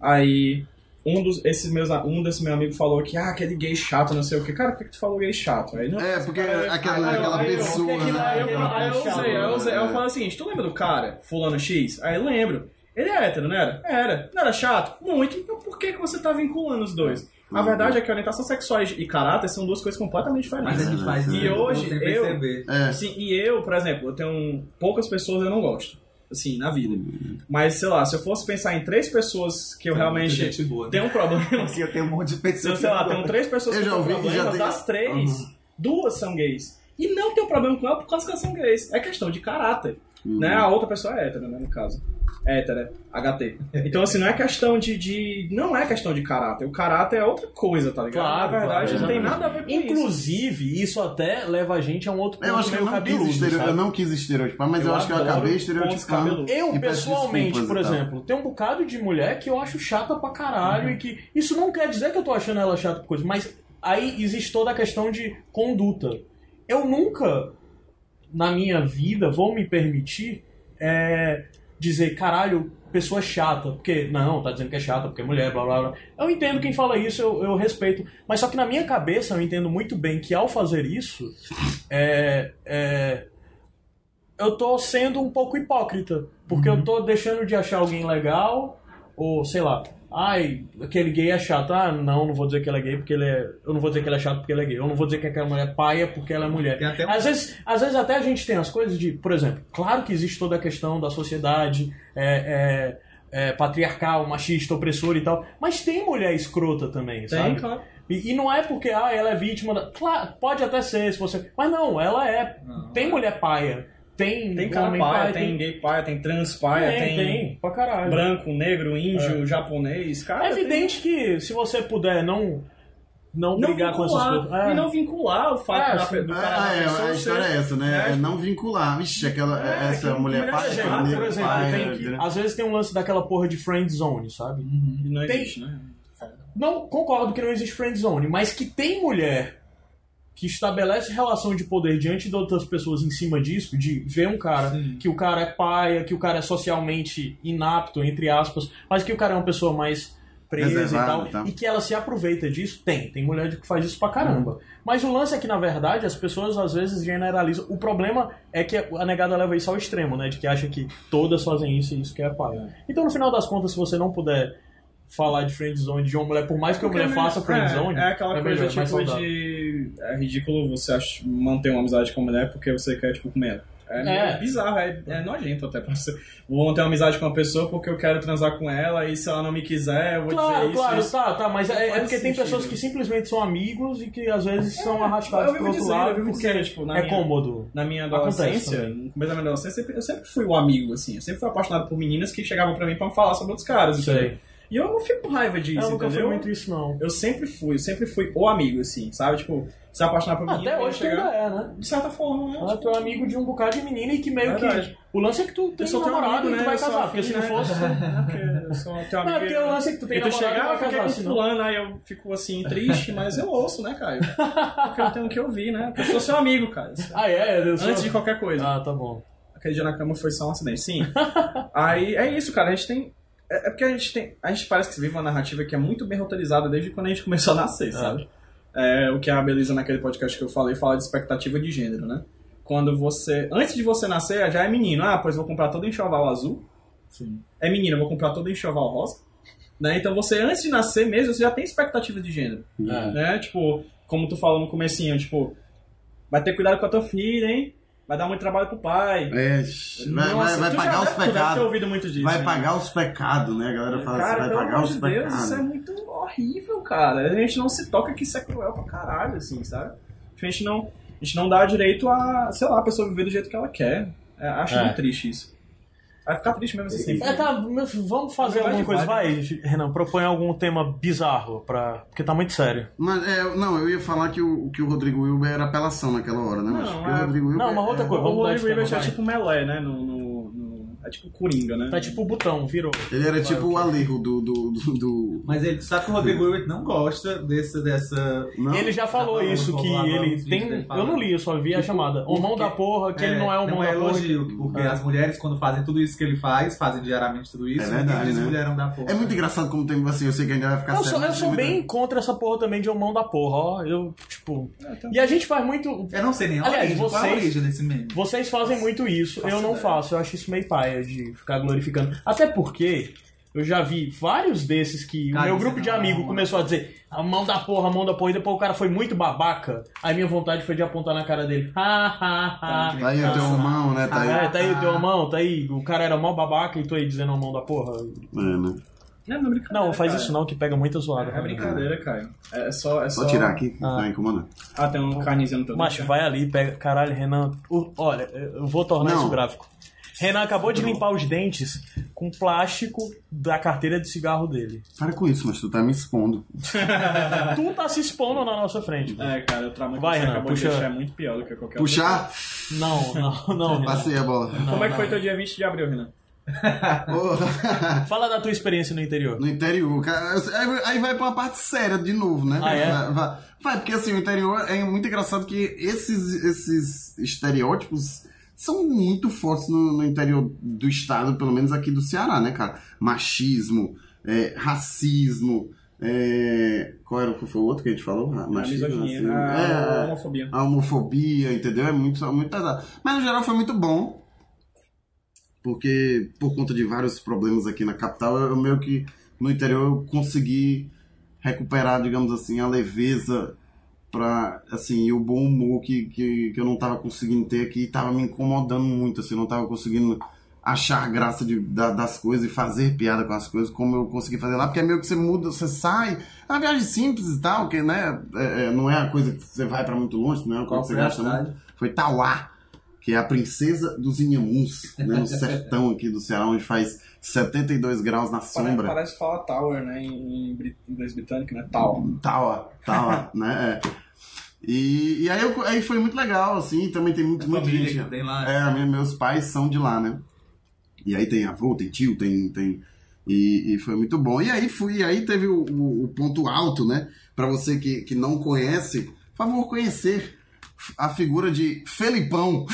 [SPEAKER 1] Aí, um, dos, esses meus, a- um desse meu amigo falou que, ah, aquele gay chato, não sei o quê. Cara, por que, que tu falou gay chato? Aí, não,
[SPEAKER 2] É, porque
[SPEAKER 1] Aí-
[SPEAKER 2] aquela,
[SPEAKER 1] aí-
[SPEAKER 2] aquela
[SPEAKER 1] aí-
[SPEAKER 2] pessoa.
[SPEAKER 4] aí-
[SPEAKER 2] né?
[SPEAKER 1] Aí eu,
[SPEAKER 2] Aquela
[SPEAKER 1] aí eu
[SPEAKER 2] pessoa,
[SPEAKER 1] usei, aí eu usei. Aí eu
[SPEAKER 2] né?
[SPEAKER 1] falo assim, tu lembra do cara, fulano X? Aí eu lembro. Ele é hétero, não era? Era. Não era chato? Muito. Então por que, que você tá vinculando os dois? A verdade é que orientação sexual e caráter são duas coisas completamente diferentes.
[SPEAKER 3] Mas a gente faz
[SPEAKER 2] E
[SPEAKER 3] isso
[SPEAKER 1] é, hoje,
[SPEAKER 3] sem
[SPEAKER 1] eu-
[SPEAKER 3] perceber.
[SPEAKER 2] É.
[SPEAKER 1] Sim, Assim, e eu, por exemplo, eu tenho um, poucas pessoas eu não gosto, assim, na vida. Mas, sei lá, se eu fosse pensar em três pessoas que eu
[SPEAKER 3] Tem
[SPEAKER 1] realmente
[SPEAKER 3] gente boa, né?
[SPEAKER 1] tenho um problema,
[SPEAKER 3] Assim, eu tenho um monte de
[SPEAKER 1] se eu,
[SPEAKER 3] pessoas.
[SPEAKER 1] sei lá, tenho três pessoas
[SPEAKER 2] Eu
[SPEAKER 1] que eu
[SPEAKER 2] já
[SPEAKER 1] tenho
[SPEAKER 2] ouvi- já
[SPEAKER 1] problemas,
[SPEAKER 2] tem-
[SPEAKER 1] das três,
[SPEAKER 2] Uhum.
[SPEAKER 1] duas são gays. E não tem um problema com ela por causa que elas são gays. É questão de caráter.
[SPEAKER 2] Uhum.
[SPEAKER 1] Né? A outra pessoa é hétera, né? No caso. Hétera, HT. Então, assim, não é questão de, de- Não é questão de caráter. O caráter é outra coisa, tá ligado?
[SPEAKER 4] Claro,
[SPEAKER 1] Na verdade,
[SPEAKER 4] claro,
[SPEAKER 1] não tem
[SPEAKER 4] exatamente.
[SPEAKER 1] nada a ver com isso.
[SPEAKER 4] Inclusive, isso até leva a gente a um outro ponto
[SPEAKER 2] Eu acho que eu
[SPEAKER 4] meio
[SPEAKER 2] não, é quis
[SPEAKER 4] cabeludo,
[SPEAKER 2] estere-
[SPEAKER 4] sabe?
[SPEAKER 2] eu não quis estereotipar, mas eu,
[SPEAKER 1] Eu
[SPEAKER 2] acho que eu
[SPEAKER 1] adoro
[SPEAKER 2] acabei
[SPEAKER 1] pontos
[SPEAKER 2] estereotipando.
[SPEAKER 1] cabeludos.
[SPEAKER 4] Eu,
[SPEAKER 2] E peço
[SPEAKER 4] pessoalmente,
[SPEAKER 2] desculpas
[SPEAKER 4] por
[SPEAKER 2] e tal.
[SPEAKER 4] exemplo, tem um bocado de mulher que eu acho chata pra caralho e que. Isso não quer dizer que eu tô achando ela chata por coisa, mas aí existe toda a questão de conduta. Eu nunca, na minha vida, vou me permitir é, dizer, caralho, pessoa chata, porque não, tá dizendo que é chata, porque é mulher, blá blá blá. Eu entendo quem fala isso, eu, eu respeito. Mas só que na minha cabeça eu entendo muito bem que ao fazer isso, é, é, eu tô sendo um pouco hipócrita. Porque
[SPEAKER 3] Uhum.
[SPEAKER 4] eu tô deixando de achar alguém legal, ou sei lá, ai, aquele gay é chato. Ah, não, não vou dizer que ele é gay porque ele é. Eu não vou dizer que ele é chato porque ele é gay. Eu não vou dizer que aquela mulher é paia porque ela é mulher.
[SPEAKER 3] Tem até um-
[SPEAKER 4] Às vezes, às vezes até a gente tem as coisas de, por exemplo, claro que existe toda a questão da sociedade é, é, é, patriarcal, machista, opressora e tal, mas tem mulher escrota também,
[SPEAKER 1] Tem,
[SPEAKER 4] sabe?
[SPEAKER 1] claro.
[SPEAKER 4] E, e não é porque ah, ela é vítima da. Claro, pode até ser, se você. Mas não, ela é. tem mulher paia. Tem,
[SPEAKER 1] Tem cara
[SPEAKER 4] homem
[SPEAKER 1] paia, tem gay paia, tem trans paia,
[SPEAKER 4] tem,
[SPEAKER 1] tem, É.
[SPEAKER 4] tem, pra caralho.
[SPEAKER 1] branco, negro, índio, japonês. Cara,
[SPEAKER 4] É evidente que se você puder não, não,
[SPEAKER 1] tem- Não
[SPEAKER 4] brigar com essas
[SPEAKER 1] vincular,
[SPEAKER 4] coisas. É.
[SPEAKER 1] E não vincular o fato
[SPEAKER 4] É,
[SPEAKER 1] da-
[SPEAKER 4] sim.
[SPEAKER 1] do cara
[SPEAKER 2] Ah,
[SPEAKER 1] da
[SPEAKER 2] é,
[SPEAKER 1] pessoa
[SPEAKER 2] a história
[SPEAKER 1] ser-
[SPEAKER 2] é essa, né?
[SPEAKER 1] É.
[SPEAKER 2] É não vincular. Vixe, aquela,
[SPEAKER 4] É,
[SPEAKER 2] essa mulher
[SPEAKER 4] Por
[SPEAKER 2] pai,
[SPEAKER 4] exemplo,
[SPEAKER 2] negro,
[SPEAKER 4] por exemplo,
[SPEAKER 2] pai,
[SPEAKER 4] tem-
[SPEAKER 2] né?
[SPEAKER 4] às vezes tem um lance daquela porra de friend zone, sabe?
[SPEAKER 2] é
[SPEAKER 1] Não
[SPEAKER 4] Tem-
[SPEAKER 1] existe, né?
[SPEAKER 4] Não concordo que não existe friend zone, mas que tem mulher que estabelece relação de poder diante de outras pessoas em cima disso, de ver um cara que o cara é paia, que o cara é socialmente inapto, entre aspas, mas que o cara é uma pessoa mais presa e
[SPEAKER 2] Reservado
[SPEAKER 4] tal,
[SPEAKER 2] e tal.
[SPEAKER 4] e que ela se aproveita disso, tem. Tem mulher que faz isso pra caramba. Mas o lance é que, na verdade, as pessoas às vezes generalizam. O problema é que a negada leva isso ao extremo, né? De que acha que todas fazem isso e isso que é paia. Então, no final das contas, se você não puder falar de friendzone de uma mulher, por mais que a
[SPEAKER 1] Porque
[SPEAKER 4] mulher
[SPEAKER 1] é-
[SPEAKER 4] faça friendzone,
[SPEAKER 1] É, é aquela coisa
[SPEAKER 4] melhor, mais
[SPEAKER 1] tipo
[SPEAKER 4] saudável.
[SPEAKER 1] de. É ridículo você ach- manter uma amizade com uma mulher porque você quer, tipo, comer ela. É, meio
[SPEAKER 4] É.
[SPEAKER 1] bizarro, é, é nojento até pra você. Vou manter uma amizade com uma pessoa porque eu quero transar com ela e se ela não me quiser, eu vou dizer
[SPEAKER 4] Claro,
[SPEAKER 1] isso.
[SPEAKER 4] claro,
[SPEAKER 1] isso.
[SPEAKER 4] tá, tá, mas é, é
[SPEAKER 1] Faz
[SPEAKER 4] porque tem
[SPEAKER 1] sentido.
[SPEAKER 4] pessoas que simplesmente são amigos e que às vezes são arrastadas
[SPEAKER 1] É, Eu
[SPEAKER 4] pro
[SPEAKER 1] vivo
[SPEAKER 4] outro
[SPEAKER 1] dizendo, eu
[SPEAKER 4] lado
[SPEAKER 1] vivo
[SPEAKER 4] porque
[SPEAKER 1] dizendo, tipo, na
[SPEAKER 4] é
[SPEAKER 1] minha-
[SPEAKER 4] cômodo.
[SPEAKER 1] Na minha
[SPEAKER 4] Acontece
[SPEAKER 1] adolescência,
[SPEAKER 4] também.
[SPEAKER 1] no começo da minha adolescência, eu sempre, eu sempre fui o amigo, assim. Eu sempre fui apaixonado por meninas que chegavam pra mim pra falar sobre outros caras. entendeu? E eu não fico com raiva disso,
[SPEAKER 4] Eu nunca fui
[SPEAKER 1] entendeu?
[SPEAKER 4] muito isso, não.
[SPEAKER 1] Eu sempre fui, eu sempre fui o amigo, assim, sabe? Tipo, se apaixonar por menina.
[SPEAKER 4] Ah, Até
[SPEAKER 1] quando
[SPEAKER 4] hoje tu
[SPEAKER 1] chegar-
[SPEAKER 4] ainda é, né?
[SPEAKER 1] De certa forma, né?
[SPEAKER 4] Ah, tu é amigo de um bocado de menina e que meio
[SPEAKER 1] Verdade.
[SPEAKER 4] que. O lance é que tu tem
[SPEAKER 1] Eu sou teu
[SPEAKER 4] namorado
[SPEAKER 1] amigo,
[SPEAKER 4] e tu
[SPEAKER 1] né?
[SPEAKER 4] vai
[SPEAKER 1] Eu sou
[SPEAKER 4] casar, porque
[SPEAKER 1] afim,
[SPEAKER 4] se não
[SPEAKER 1] né?
[SPEAKER 4] fosse.
[SPEAKER 1] Porque eu sou teu
[SPEAKER 4] Não, é
[SPEAKER 1] amigo. né?
[SPEAKER 4] porque o lance é que tu tem
[SPEAKER 1] E tu "Ah,
[SPEAKER 4] namorado e
[SPEAKER 1] chegar,
[SPEAKER 4] vai
[SPEAKER 1] eu fiquei
[SPEAKER 4] casar,
[SPEAKER 1] com
[SPEAKER 4] senão-
[SPEAKER 1] fulano, aí eu fico assim, triste, mas eu ouço, né, Caio? Porque eu tenho que ouvir, né? Porque eu sou seu amigo, cara.
[SPEAKER 4] Ah, é? Eu sou-
[SPEAKER 1] Antes de qualquer coisa.
[SPEAKER 4] Ah, tá bom.
[SPEAKER 1] Aquele dia na cama foi só um acidente, sim. Aí é isso, cara. A gente tem. É é porque a gente tem. A gente parece que vive uma narrativa que é muito bem roteirizada desde quando a gente começou a nascer, sabe? É, o que a beleza naquele podcast que eu falei fala de expectativa de gênero, né? Quando você. Antes de você nascer, já é menino. Ah, pois vou comprar todo enxoval azul.
[SPEAKER 3] Sim.
[SPEAKER 1] É menino, vou comprar todo enxoval rosa. Né? Então você, antes de nascer mesmo, você já tem expectativa de gênero
[SPEAKER 4] É.
[SPEAKER 1] né? Tipo, como tu falou no comecinho, tipo, vai ter cuidado com a tua filha, hein? Vai dar muito trabalho pro pai.
[SPEAKER 2] É, shh, vai,
[SPEAKER 1] Nossa,
[SPEAKER 2] vai, vai
[SPEAKER 1] tu já
[SPEAKER 2] pagar
[SPEAKER 1] deve-
[SPEAKER 2] os
[SPEAKER 1] Tu deve ter
[SPEAKER 2] pecados.
[SPEAKER 1] ouvido muito disso.
[SPEAKER 2] Vai
[SPEAKER 1] né? É,
[SPEAKER 2] pagar os pecados, né? A galera fala assim,
[SPEAKER 1] Cara,
[SPEAKER 2] vai
[SPEAKER 1] pelo
[SPEAKER 2] pagar
[SPEAKER 1] amor
[SPEAKER 2] os
[SPEAKER 1] de Deus,
[SPEAKER 2] pecados.
[SPEAKER 1] isso é muito horrível, cara. A gente não se toca que isso é cruel pra caralho, assim, sabe? A gente não, a gente não dá direito a, sei lá, a pessoa viver do jeito que ela quer. É, acho
[SPEAKER 4] É.
[SPEAKER 1] muito triste isso. Vai ficar triste mesmo assim.
[SPEAKER 4] É, tá, mas vamos fazer
[SPEAKER 1] Na verdade,
[SPEAKER 4] alguma coisa. Vai, Renan, propõe algum tema bizarro, pra... porque tá muito sério.
[SPEAKER 2] Mas, é, não, eu ia falar que o, que o Rodrigo Wilber era apelação naquela hora, né? Mas
[SPEAKER 1] Não,
[SPEAKER 2] porque
[SPEAKER 1] é-
[SPEAKER 2] o Rodrigo Wilber
[SPEAKER 4] Não, mas outra
[SPEAKER 1] O
[SPEAKER 4] coisa, vamos dar esse
[SPEAKER 1] Rodrigo
[SPEAKER 4] tema,
[SPEAKER 1] Ibert é
[SPEAKER 4] vai.
[SPEAKER 1] tipo Melé, né? No, no- no- é tipo Coringa, né?
[SPEAKER 4] Tá tipo o botão, virou.
[SPEAKER 2] Ele era tipo o Alejo do. do, do, do-
[SPEAKER 3] Mas ele sabe que o Rodrigo Wilbert não gosta desse, dessa.
[SPEAKER 2] Não?
[SPEAKER 4] Ele já falou
[SPEAKER 3] Tá falando,
[SPEAKER 4] isso, que
[SPEAKER 3] falou lá,
[SPEAKER 4] ele
[SPEAKER 3] vamos,
[SPEAKER 4] tem.
[SPEAKER 3] ele fala.
[SPEAKER 4] Eu não li, eu só vi a chamada. O mão da porra, que ele não é o mão
[SPEAKER 3] é
[SPEAKER 4] da porra.
[SPEAKER 3] elogio, porque
[SPEAKER 4] Ah.
[SPEAKER 3] as mulheres, quando fazem tudo isso que ele faz, fazem diariamente tudo isso,
[SPEAKER 2] É
[SPEAKER 3] ninguém
[SPEAKER 2] verdade,
[SPEAKER 3] diz
[SPEAKER 2] né?
[SPEAKER 3] mulherão da porra.
[SPEAKER 2] É muito engraçado como tem assim, eu sei que ainda vai ficar
[SPEAKER 4] Eu
[SPEAKER 2] sério, né?
[SPEAKER 4] sou, eu
[SPEAKER 2] mas
[SPEAKER 4] sou
[SPEAKER 2] tem muita-
[SPEAKER 4] bem contra essa porra também de o mão da porra, ó. Eu, tipo.
[SPEAKER 1] É, tá-
[SPEAKER 4] E a gente faz muito.
[SPEAKER 3] Eu não sei nem a
[SPEAKER 4] Aliás,
[SPEAKER 3] origem, qual é a
[SPEAKER 4] vocês-
[SPEAKER 3] origem desse meme.
[SPEAKER 4] Vocês fazem muito isso, eu não faço. Eu acho isso meio paia de ficar glorificando. Até porque eu já vi vários desses que
[SPEAKER 3] Cara,
[SPEAKER 4] o meu
[SPEAKER 3] isso
[SPEAKER 4] grupo de
[SPEAKER 3] não,
[SPEAKER 4] amigo
[SPEAKER 1] Ah.
[SPEAKER 3] mano.
[SPEAKER 4] começou a dizer a mão da porra, a mão da porra, e depois o cara foi muito babaca. Aí minha vontade foi de apontar na cara dele. Ha, ha, ha.
[SPEAKER 2] Tá aí o teu mão, né? Tá aí.
[SPEAKER 1] Ah.
[SPEAKER 4] Ah, é, tá aí o teu mão, tá aí. O cara era mó babaca e tô aí dizendo a mão da porra.
[SPEAKER 2] É, né?
[SPEAKER 1] É, não é brincadeira.
[SPEAKER 4] Não, faz
[SPEAKER 1] cara.
[SPEAKER 4] isso não, que pega muita zoada.
[SPEAKER 1] É, é brincadeira, Caio. É, é só. É só...
[SPEAKER 2] Só tirar aqui, tá
[SPEAKER 4] Ah.
[SPEAKER 2] não incomoda.
[SPEAKER 1] Ah, tem um carnezinho no teu
[SPEAKER 4] Macho, vai ali, pega. Caralho, Renan. o- olha, eu vou tornar
[SPEAKER 2] Não.
[SPEAKER 4] isso gráfico. Renan acabou de limpar os dentes com plástico da carteira de cigarro dele.
[SPEAKER 2] Para com isso, mas tu tá me expondo.
[SPEAKER 4] Tu tá se expondo na nossa frente. velho.
[SPEAKER 1] É, cara, o trauma que
[SPEAKER 4] Vai,
[SPEAKER 1] você
[SPEAKER 4] Renan,
[SPEAKER 1] acabou
[SPEAKER 4] puxa.
[SPEAKER 1] de deixar é muito pior do que qualquer
[SPEAKER 2] Puxar?
[SPEAKER 4] Não, não, não, Renan.
[SPEAKER 2] Passei a bola.
[SPEAKER 1] outro. Como é que foi
[SPEAKER 4] não.
[SPEAKER 1] teu dia 20 de abril, Renan?
[SPEAKER 2] Ô,
[SPEAKER 4] Fala da tua experiência no interior.
[SPEAKER 2] no interior, cara. aí- Aí vai pra uma parte séria de novo, né?
[SPEAKER 4] Ah, é?
[SPEAKER 2] Vai- vai, vai, porque assim, o interior é muito engraçado que esses, esses estereótipos são muito fortes no, no interior do estado, pelo menos aqui do Ceará, né, cara? Machismo, é, racismo. é, Qual era o que foi o outro que a gente falou? Ra-
[SPEAKER 1] É A misoginia, Ah,
[SPEAKER 2] racismo.
[SPEAKER 1] a
[SPEAKER 2] É,
[SPEAKER 1] homofobia.
[SPEAKER 2] a homofobia, entendeu? É muito, é muito pesado. Mas no geral foi muito bom. Porque por conta de vários problemas aqui na capital, eu meio que no interior eu consegui recuperar, digamos assim, a leveza para assim, e o bom humor que, que, que eu não tava conseguindo ter aqui e tava me incomodando muito, assim, eu não tava conseguindo achar graça de, da- das coisas e fazer piada com as coisas como eu consegui fazer lá, porque é meio que você muda, você sai, é uma viagem simples e tal, que né, é- é, não é a coisa que você vai pra muito longe, não é uma coisa que você gasta muito foi Tauá, que é a princesa dos Inhamuns, né, no sertão aqui do Ceará, onde faz 72 graus na
[SPEAKER 1] Parece,
[SPEAKER 2] sombra.
[SPEAKER 1] parece falar Tower, né? Em, em bri- inglês britânico, né? Tower.
[SPEAKER 2] Tauá, Tauá, né? É. E, e aí, eu- aí foi muito legal, assim, também tem
[SPEAKER 4] É
[SPEAKER 2] muito, muita
[SPEAKER 3] família
[SPEAKER 2] gente.
[SPEAKER 3] que tem lá.
[SPEAKER 2] É, me- meus pais são de lá, né? E aí tem avô, tem tio, tem. tem e, e foi muito bom. E aí fui, e aí teve o, o- o ponto alto, né? Pra você que, que não conhece, por favor, conhecer a figura de Felipão.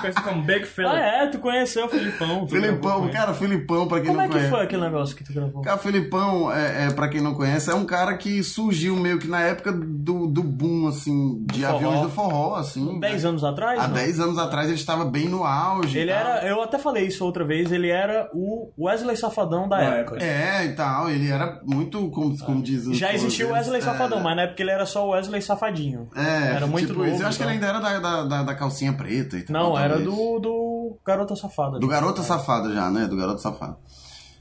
[SPEAKER 1] Coisa como Big Philip.
[SPEAKER 4] Ah, é, tu conheceu o Filipão. tu gravou com
[SPEAKER 2] Felipão,
[SPEAKER 4] ele.
[SPEAKER 2] cara, Felipão, pra quem
[SPEAKER 4] Como
[SPEAKER 2] não
[SPEAKER 4] é que
[SPEAKER 2] conhece.
[SPEAKER 4] foi aquele negócio que tu gravou?
[SPEAKER 2] Cara, Felipão, é, é, pra quem não conhece, é um cara que surgiu meio que na época do, do boom, assim, de
[SPEAKER 4] forró.
[SPEAKER 2] aviões do forró, assim.
[SPEAKER 4] 10 anos atrás?
[SPEAKER 2] Há
[SPEAKER 4] não?
[SPEAKER 2] 10 anos atrás ele estava bem no auge. e
[SPEAKER 4] Ele
[SPEAKER 2] tal.
[SPEAKER 4] era, eu até falei isso outra vez, ele era o Wesley Safadão da
[SPEAKER 1] Da
[SPEAKER 4] época.
[SPEAKER 2] É, e tal, ele era muito, como, como diz o-
[SPEAKER 4] Já existiu o Wesley
[SPEAKER 2] é,
[SPEAKER 4] Safadão, mas na época ele era só o Wesley Safadinho.
[SPEAKER 2] É,
[SPEAKER 4] Era muito
[SPEAKER 2] tipo
[SPEAKER 4] novo,
[SPEAKER 2] isso. Eu acho que
[SPEAKER 4] então.
[SPEAKER 2] ele ainda era da, da, da, da calcinha preta e tal.
[SPEAKER 4] Não, era
[SPEAKER 2] talvez.
[SPEAKER 4] do, do Garota Safada. né? É.
[SPEAKER 2] Do Garota Safada já, né? Do Garoto Safado.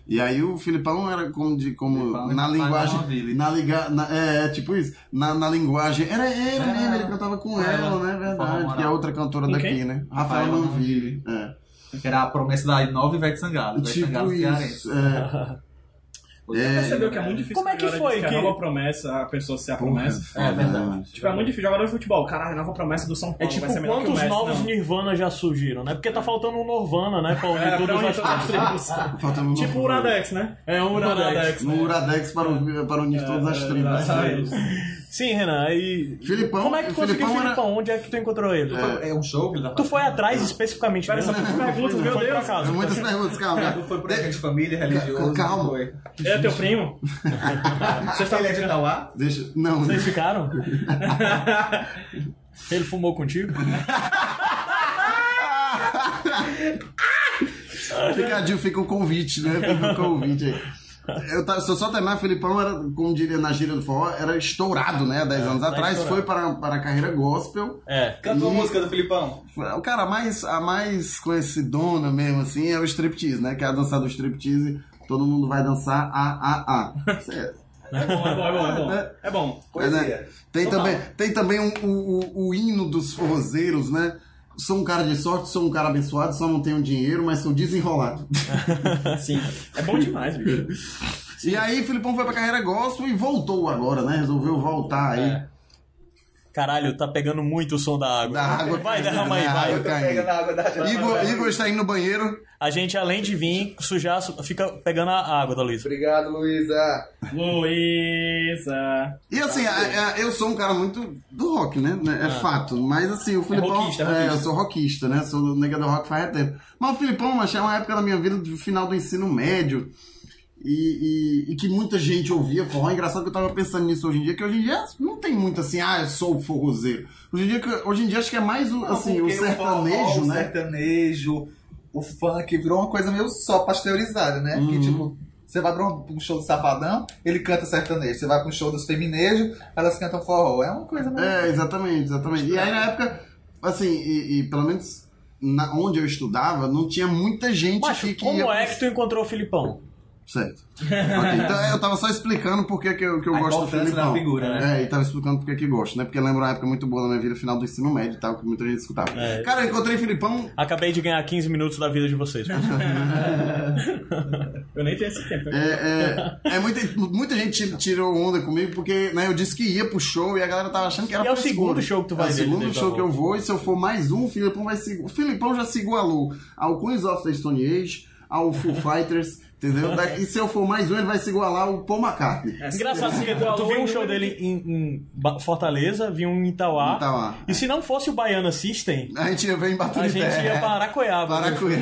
[SPEAKER 2] E aí o Filipão era como de como
[SPEAKER 3] Filipão
[SPEAKER 2] na
[SPEAKER 3] era
[SPEAKER 2] linguagem
[SPEAKER 3] Papai Noel, ele-
[SPEAKER 2] na, liga, na é, é, tipo isso, na, na linguagem era ele
[SPEAKER 3] Era
[SPEAKER 2] mesmo, ele cantava com
[SPEAKER 3] ela,
[SPEAKER 2] ela, né?
[SPEAKER 3] Rafael
[SPEAKER 2] Verdade,
[SPEAKER 3] Moral.
[SPEAKER 2] que é outra cantora
[SPEAKER 4] Com
[SPEAKER 2] daqui,
[SPEAKER 4] quem?
[SPEAKER 2] né?
[SPEAKER 3] Rafael
[SPEAKER 2] Rafael Manville.
[SPEAKER 3] Manville.
[SPEAKER 2] É.
[SPEAKER 3] Que era a promessa da nova Ivete Sangalo. Ivete
[SPEAKER 2] Tipo
[SPEAKER 3] Sangalo cearense.
[SPEAKER 2] isso. É.
[SPEAKER 1] Você
[SPEAKER 2] É.
[SPEAKER 1] percebeu que é muito difícil
[SPEAKER 4] Como é que
[SPEAKER 1] agora
[SPEAKER 4] foi
[SPEAKER 1] dizer
[SPEAKER 4] que-
[SPEAKER 1] a nova promessa, a pessoa ser a
[SPEAKER 2] Porra,
[SPEAKER 1] promessa?
[SPEAKER 2] foda,
[SPEAKER 3] É verdade.
[SPEAKER 2] né?
[SPEAKER 1] Tipo, é muito difícil. Jogador de futebol, caralho, a nova promessa do São Paulo.
[SPEAKER 4] É tipo
[SPEAKER 1] vai ser melhor que o
[SPEAKER 4] quantos
[SPEAKER 1] Messi,
[SPEAKER 4] novos
[SPEAKER 1] não.
[SPEAKER 4] Nirvana já surgiram, né? Porque tá faltando um Nirvana, né? Pra unir
[SPEAKER 1] É, pra
[SPEAKER 4] todas
[SPEAKER 1] onde
[SPEAKER 4] as
[SPEAKER 1] todas as
[SPEAKER 4] tribos.
[SPEAKER 1] tribos.
[SPEAKER 2] Faltando um
[SPEAKER 1] Tipo o
[SPEAKER 2] novo-
[SPEAKER 1] Uradex, né?
[SPEAKER 4] É um
[SPEAKER 1] O
[SPEAKER 4] Uradex. né?
[SPEAKER 1] né?
[SPEAKER 2] No Uradex para, o, para unir todas as tribos.
[SPEAKER 1] exatamente.
[SPEAKER 4] Sim, Renan, aí.
[SPEAKER 2] Filipão-
[SPEAKER 4] Como é que tu conseguiu o
[SPEAKER 2] Filipão
[SPEAKER 4] Filipão?
[SPEAKER 2] era-
[SPEAKER 4] Onde é que tu encontrou ele?
[SPEAKER 3] É. um show que ele tá
[SPEAKER 4] Tu foi atrás especificamente.
[SPEAKER 1] Pera,
[SPEAKER 4] né?
[SPEAKER 1] são muitas perguntas, meu
[SPEAKER 4] Foi pra
[SPEAKER 1] Deus.
[SPEAKER 4] casa.
[SPEAKER 2] Muitas perguntas, calma.
[SPEAKER 3] Foi por exemplo, de família, religiosa.
[SPEAKER 2] Calma.
[SPEAKER 3] Foi.
[SPEAKER 1] É teu primo? Você está
[SPEAKER 3] Ele é de Itauá?
[SPEAKER 2] Deixa. Não,
[SPEAKER 4] Vocês ficaram? Ele fumou contigo?
[SPEAKER 2] Ficadinho, fica o convite, né? Fica o convite aí. Eu tava, se eu só terminar, Felipão era, como diria na gíria do forró, era estourado, né? Há 10 anos
[SPEAKER 4] tá
[SPEAKER 2] atrás,
[SPEAKER 4] estourado.
[SPEAKER 2] foi para, para a carreira gospel.
[SPEAKER 4] É.
[SPEAKER 3] Cantou a música do Filipão.
[SPEAKER 2] Foi- O cara, a mais, a mais conhecidona mesmo, assim, é o striptease, né? Que é a dança do striptease, todo mundo vai dançar a, a, a. Isso é-
[SPEAKER 1] É bom, é bom, é bom,
[SPEAKER 2] Né?
[SPEAKER 1] é bom. É bom.
[SPEAKER 3] Poesia.
[SPEAKER 2] Tem
[SPEAKER 1] Total.
[SPEAKER 2] também, tem também um- o, o- o hino dos forrozeiros, né? Sou um cara de sorte, sou um cara abençoado, só não tenho dinheiro, mas sou desenrolado.
[SPEAKER 1] Sim. É bom demais, bicho.
[SPEAKER 2] E aí, o Filipão foi pra carreira gospel e voltou agora, né? Resolveu voltar aí.
[SPEAKER 3] É.
[SPEAKER 4] Caralho, tá pegando muito o som da água.
[SPEAKER 2] Da água
[SPEAKER 4] vai,
[SPEAKER 2] caindo,
[SPEAKER 4] derrama aí,
[SPEAKER 2] da
[SPEAKER 4] vai.
[SPEAKER 2] água.
[SPEAKER 3] Eu tô pegando a água da
[SPEAKER 2] Igor, Igor está indo no banheiro.
[SPEAKER 4] A gente, além de vir, sujar, su- fica pegando a água da Luísa.
[SPEAKER 3] Obrigado, Luísa.
[SPEAKER 1] Luísa.
[SPEAKER 2] E assim, a- a- eu sou um cara muito do rock, né? É fato. Mas assim, o Filipão.
[SPEAKER 1] rockista, é rockista.
[SPEAKER 2] eu sou rockista, né? Sou do nega do rock faz tempo. Mas o Filipão, mas é uma época da minha vida do final do ensino médio. E, e- e que muita gente ouvia forró. É Engraçado que eu tava pensando nisso hoje em dia, que hoje em dia não tem muito assim, ah, eu sou forrozeiro. Hoje em dia, que- hoje em dia acho que é mais o, assim, o
[SPEAKER 3] Porque forró,
[SPEAKER 2] sertanejo,
[SPEAKER 3] O
[SPEAKER 2] né?
[SPEAKER 3] sertanejo, o funk, virou uma coisa meio só pasteurizada, né? Que tipo, você vai pra um, pra um show do Safadão, ele canta sertanejo. Você vai pra um show dos feminejos, elas cantam forró. É uma coisa meio...
[SPEAKER 2] É, exatamente, exatamente. E aí na época, assim, e, e pelo menos na- onde eu estudava, não tinha muita gente
[SPEAKER 4] Macho,
[SPEAKER 2] que, que
[SPEAKER 4] como
[SPEAKER 2] ia-
[SPEAKER 4] é que tu encontrou o Filipão?
[SPEAKER 2] Certo. Ok, Então, é, eu tava só explicando por que, que eu, que eu
[SPEAKER 3] A
[SPEAKER 2] gosto do
[SPEAKER 3] importância
[SPEAKER 2] Filipão.
[SPEAKER 3] da figura, né?
[SPEAKER 2] É, e tava explicando por que que eu gosto, né? Porque lembra uma época muito boa da minha vida, final do ensino médio e tal, que muita gente escutava.
[SPEAKER 4] É.
[SPEAKER 2] Cara, eu encontrei Filipão.
[SPEAKER 4] Acabei de ganhar 15 minutos da vida de vocês. É
[SPEAKER 1] Eu nem tenho esse tempo.
[SPEAKER 2] É, é, é muita, muita gente tirou onda comigo porque né, eu disse que ia pro show e a galera tava achando que era
[SPEAKER 4] E é o
[SPEAKER 2] pro
[SPEAKER 4] segundo show que tu vai
[SPEAKER 2] É o
[SPEAKER 4] dele
[SPEAKER 2] segundo
[SPEAKER 4] desde a
[SPEAKER 2] show que eu
[SPEAKER 4] volta.
[SPEAKER 2] vou, e se eu for mais um, o Filipão vai se. O Filipão já se igualou ao Queens of the Stone Age, ao Foo Fighters, entendeu? Da- E se eu for mais um, ele vai se igualar ao Paul McCartney.
[SPEAKER 4] Engraçado, porque tu, tu viu um show dele em, em Ba- Fortaleza, viu um em Itauá.
[SPEAKER 2] Então, ó,
[SPEAKER 4] E se não fosse o Baiana System,
[SPEAKER 2] a gente ia ver em
[SPEAKER 4] a
[SPEAKER 2] Baturité.
[SPEAKER 4] gente ia para Aracoiaba. né?
[SPEAKER 2] Baracuia.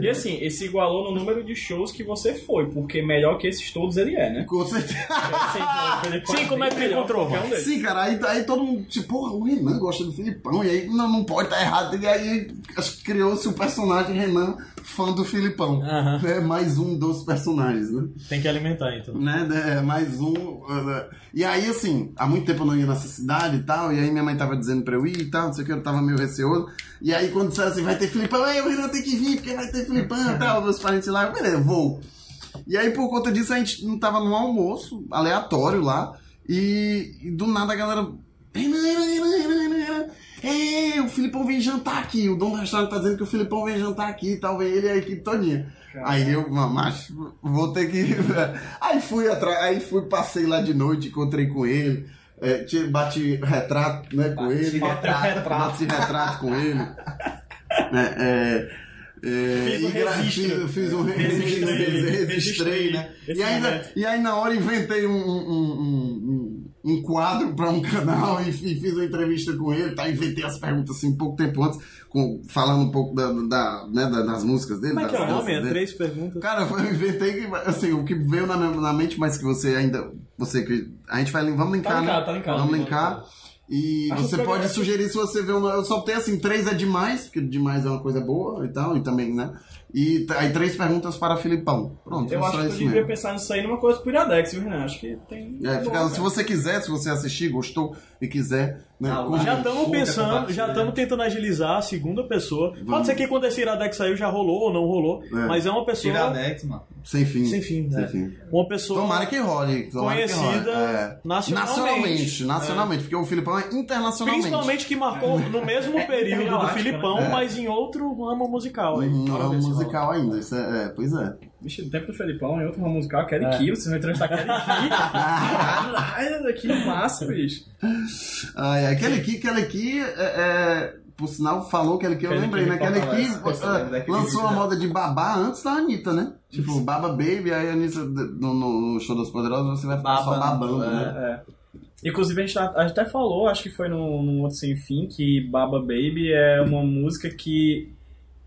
[SPEAKER 1] E assim, esse igualou no número de shows que você foi, porque melhor que esses todos ele é, né? um
[SPEAKER 2] Com certeza.
[SPEAKER 1] Ah,
[SPEAKER 4] Sim, como é que tu encontrou, mano?
[SPEAKER 2] Sim, cara, aí, aí todo mundo, tipo, porra, o Renan gosta do Filipão, e aí não, não pode estar errado. E aí acho que criou-se o personagem Renan, fã do Filipão.
[SPEAKER 4] Aham.
[SPEAKER 2] É mais um dos personagens, né?
[SPEAKER 4] Tem que alimentar, então.
[SPEAKER 2] né? né, é, Mais um. uh, E aí, assim, há muito tempo eu não ia nessa cidade e tal, e aí minha mãe tava dizendo pra eu ir e tal, não sei o que, eu tava meio receoso. E aí, quando disseram assim, vai ter Filipão, aí o Renan tem que vir, porque vai ter Filipão e tal, meus parentes lá, eu, beleza, eu vou. E aí, por conta disso, a gente não tava num almoço aleatório lá, e, e do nada a galera. Renan, Renan, Renan, Renan, Renan, Renan. Ei, o Filipão vem jantar aqui. O dono do restaurante tá dizendo que o Filipão vem jantar aqui, talvez ele e a equipe todinha. Aí eu, "Ma- macho, vou ter que. Aí fui atrás, aí fui, passei lá de noite, encontrei com ele, é, ti- bati retrato né, com ele.
[SPEAKER 3] retrato.
[SPEAKER 2] Bati retrato com ele. É, é, é,
[SPEAKER 4] Fiz um
[SPEAKER 2] e gra-
[SPEAKER 4] registro.
[SPEAKER 2] fiz- fiz um registro,
[SPEAKER 4] Registrei,
[SPEAKER 2] registrei, né?
[SPEAKER 4] esse
[SPEAKER 2] E ainda,
[SPEAKER 4] momento.
[SPEAKER 2] e aí na hora inventei um, um, um, um- um quadro para um canal e fi- fiz uma entrevista com ele, tá? Inventei as perguntas assim pouco tempo antes, com, falando um pouco da, da- né, da- das músicas dele.
[SPEAKER 4] Como é que é
[SPEAKER 2] das
[SPEAKER 4] o nome?
[SPEAKER 2] danças
[SPEAKER 4] É
[SPEAKER 2] dele.
[SPEAKER 4] três perguntas.
[SPEAKER 2] Cara, eu inventei que, assim, o que veio na, minha- na mente, mas que você ainda. Você que. A gente vai. lin- Vamos linkar,
[SPEAKER 1] Tá linkado,
[SPEAKER 2] né?
[SPEAKER 1] tá linkado.
[SPEAKER 2] Vamos linkar. E
[SPEAKER 1] Acho
[SPEAKER 2] você
[SPEAKER 1] que-
[SPEAKER 2] pode sugerir se você vê uma. Eu só tenho assim, três é demais, porque demais é uma coisa boa e tal, e também, né? E t- aí três perguntas para Filipão. Pronto,
[SPEAKER 1] Eu
[SPEAKER 2] é
[SPEAKER 1] acho
[SPEAKER 2] só
[SPEAKER 1] que tu
[SPEAKER 2] isso
[SPEAKER 1] devia
[SPEAKER 2] mesmo.
[SPEAKER 1] pensar nisso aí numa coisa pro Iradex, viu, Renan? Acho que tem.
[SPEAKER 2] É,
[SPEAKER 1] tá
[SPEAKER 2] fica-
[SPEAKER 1] bom, cara.
[SPEAKER 2] se você quiser, se você assistir, gostou e quiser, né?
[SPEAKER 3] Ah,
[SPEAKER 2] com-
[SPEAKER 3] lá.
[SPEAKER 4] Já estamos
[SPEAKER 3] Puta,
[SPEAKER 4] pensando,
[SPEAKER 3] compartilha.
[SPEAKER 4] já estamos tentando agilizar a segunda pessoa. Pode ser que quando esse Iradex saiu já rolou ou não rolou, mas é uma pessoa
[SPEAKER 3] Tiradex, mano.
[SPEAKER 2] Sem fim.
[SPEAKER 4] Sem fim, né?
[SPEAKER 2] fim.
[SPEAKER 4] uma pessoa
[SPEAKER 2] Tomara que role. Tomara que
[SPEAKER 4] Conhecida
[SPEAKER 2] role. É.
[SPEAKER 4] nacionalmente. né?
[SPEAKER 2] Nacionalmente, nacionalmente, porque o Filipão é internacionalmente.
[SPEAKER 4] Principalmente que marcou no mesmo período do
[SPEAKER 1] intergaláctica,
[SPEAKER 4] Filipão,
[SPEAKER 2] né?
[SPEAKER 4] mas em outro É. ramo musical. aí.
[SPEAKER 2] Não é
[SPEAKER 4] Bora
[SPEAKER 2] um
[SPEAKER 4] ver se rola.
[SPEAKER 2] musical ainda, isso é, é, pois é.
[SPEAKER 1] Vixe, no tempo do Felipão, em outro ramo musical, Kelly é. Key, você vai entrevistar Kelly Key. Caralho, que massa, bicho.
[SPEAKER 2] Ah, é. Kelly Key, Kelly Key, é, é, por sinal, falou Kelly Key, eu
[SPEAKER 1] Kelly
[SPEAKER 2] lembrei,
[SPEAKER 1] Key
[SPEAKER 2] né?
[SPEAKER 1] me
[SPEAKER 2] Kelly
[SPEAKER 1] falta
[SPEAKER 2] Key
[SPEAKER 3] mais, eu só lembro
[SPEAKER 2] é,
[SPEAKER 3] daquele
[SPEAKER 2] lançou a
[SPEAKER 3] vídeo.
[SPEAKER 2] moda de babá antes da Anitta, né? Tipo, Baba Baby, aí a Anitta, no, no Show das Poderosas, você vai ficar só babando, né?
[SPEAKER 1] É, é. Inclusive, a gente, tá- a gente até falou, acho que foi num num outro sem fim, que Baba Baby é uma música que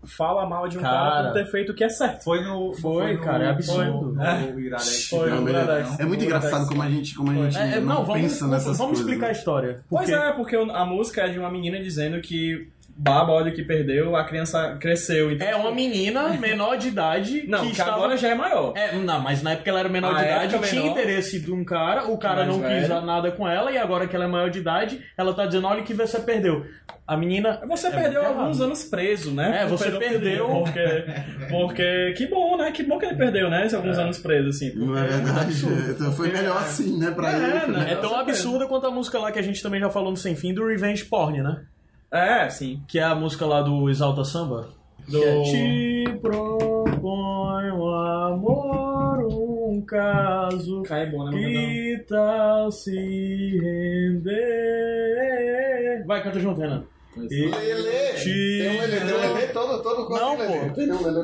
[SPEAKER 1] fala mal de um cara,
[SPEAKER 4] Cara.
[SPEAKER 1] por ter feito o que é certo.
[SPEAKER 3] Foi no.
[SPEAKER 4] Foi,
[SPEAKER 3] no-
[SPEAKER 4] cara, é absurdo.
[SPEAKER 3] no- no Iradex.
[SPEAKER 1] Foi, no
[SPEAKER 2] Não, mas-
[SPEAKER 1] Iradex.
[SPEAKER 2] É muito
[SPEAKER 1] No
[SPEAKER 2] engraçado
[SPEAKER 1] Iradex.
[SPEAKER 2] como a gente, como a gente
[SPEAKER 4] É, é,
[SPEAKER 2] não,
[SPEAKER 4] não, vamos,
[SPEAKER 2] pensa nessas
[SPEAKER 4] vamos
[SPEAKER 2] coisas.
[SPEAKER 4] explicar a história.
[SPEAKER 1] Pois
[SPEAKER 4] porque-
[SPEAKER 1] é, porque a música é de uma menina dizendo que Baba, olha o que perdeu, a criança cresceu. Então,
[SPEAKER 4] É uma menina menor de idade
[SPEAKER 1] Não,
[SPEAKER 4] que
[SPEAKER 1] que
[SPEAKER 4] estava...
[SPEAKER 1] agora já é maior.
[SPEAKER 4] É, não, mas na época ela era menor
[SPEAKER 1] Na
[SPEAKER 4] de idade,
[SPEAKER 1] época
[SPEAKER 4] tinha
[SPEAKER 1] menor.
[SPEAKER 4] interesse de um cara, o cara
[SPEAKER 1] Mais
[SPEAKER 4] não quis
[SPEAKER 1] velho.
[SPEAKER 4] nada com ela, e agora que ela é maior de idade, ela tá dizendo, olha o que você perdeu. A menina...
[SPEAKER 1] Você
[SPEAKER 4] É
[SPEAKER 1] perdeu
[SPEAKER 4] muito
[SPEAKER 1] alguns
[SPEAKER 4] errado.
[SPEAKER 1] anos preso, né?
[SPEAKER 4] É, você perdeu.
[SPEAKER 1] Porque, porque. Que bom, né? Que bom que ele perdeu, né? Esses alguns anos preso, assim. porque-
[SPEAKER 2] Não é verdade? Então foi melhor assim, né? Pra
[SPEAKER 1] É,
[SPEAKER 2] ele. foi
[SPEAKER 1] né?
[SPEAKER 2] melhor.
[SPEAKER 4] É tão
[SPEAKER 1] Com certeza.
[SPEAKER 4] absurda quanto a música lá que a gente também já falou no Sem Fim, do Revenge Porn, né?
[SPEAKER 1] É, sim.
[SPEAKER 4] Que é a música lá do Exalta Samba. Do...
[SPEAKER 1] Que
[SPEAKER 4] Te proponho, amor, um caso
[SPEAKER 1] Cai bom, né? Mas
[SPEAKER 4] que tal se render? Vai, canta junto, Renan.
[SPEAKER 1] Pois
[SPEAKER 4] E- Te-
[SPEAKER 2] um todo, todo
[SPEAKER 4] Não, pô.
[SPEAKER 2] um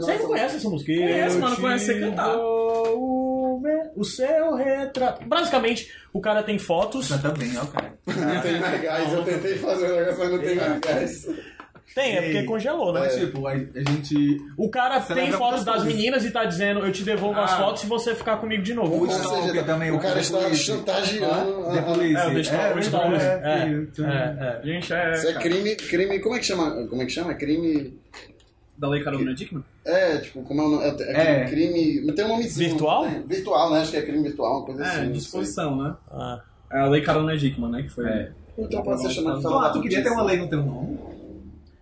[SPEAKER 4] Você não conhece essa música?
[SPEAKER 1] Conheço,
[SPEAKER 4] Eu
[SPEAKER 1] mas não
[SPEAKER 4] te
[SPEAKER 1] conheço você cantar.
[SPEAKER 4] dou O me- o seu retrato. Basicamente, o cara tem fotos.
[SPEAKER 3] Mas é também, ó, cara.
[SPEAKER 2] Não
[SPEAKER 4] Ah,
[SPEAKER 2] tem mais gás, eu tentei fazer o negócio, mas não tem
[SPEAKER 4] É.
[SPEAKER 2] mais gás.
[SPEAKER 4] Tem, é porque
[SPEAKER 3] Ei.
[SPEAKER 4] congelou, né?
[SPEAKER 3] Mas, tipo, a, a gente.
[SPEAKER 4] O cara
[SPEAKER 3] Você
[SPEAKER 4] tem
[SPEAKER 3] lembra
[SPEAKER 4] fotos
[SPEAKER 3] muitas
[SPEAKER 4] das
[SPEAKER 3] coisas.
[SPEAKER 4] meninas e tá dizendo: Eu te devolvo as
[SPEAKER 1] Ah.
[SPEAKER 4] fotos se você ficar comigo de novo.
[SPEAKER 2] Ou seja,
[SPEAKER 3] Stalker também,
[SPEAKER 2] o cara
[SPEAKER 3] The
[SPEAKER 2] está
[SPEAKER 3] Police.
[SPEAKER 2] chantageando
[SPEAKER 3] Ah,
[SPEAKER 2] a-
[SPEAKER 3] The
[SPEAKER 2] a-
[SPEAKER 3] Police.
[SPEAKER 1] É, o The Stalker, o
[SPEAKER 4] Stalker.
[SPEAKER 3] né? é,
[SPEAKER 4] É, é.
[SPEAKER 1] não- Gente, é.
[SPEAKER 2] Isso é
[SPEAKER 1] cara,
[SPEAKER 2] crime, crime. Como é que chama? Como é que chama? É crime.
[SPEAKER 1] Da Lei Carolina Dickman?
[SPEAKER 2] É, tipo, como é o nome? É, é,
[SPEAKER 3] É.
[SPEAKER 2] crime. Mas tem um nomezinho.
[SPEAKER 4] Virtual?
[SPEAKER 2] né? Virtual, né? Acho que é crime virtual, uma coisa assim.
[SPEAKER 1] É,
[SPEAKER 2] não sei.
[SPEAKER 1] disposição, né?
[SPEAKER 4] Ah.
[SPEAKER 1] É a Lei Carolina Dickman, né? Que foi.
[SPEAKER 3] É.
[SPEAKER 2] Então pode ser chamado de
[SPEAKER 3] Tu, ah, tu queria ter uma lei no teu nome?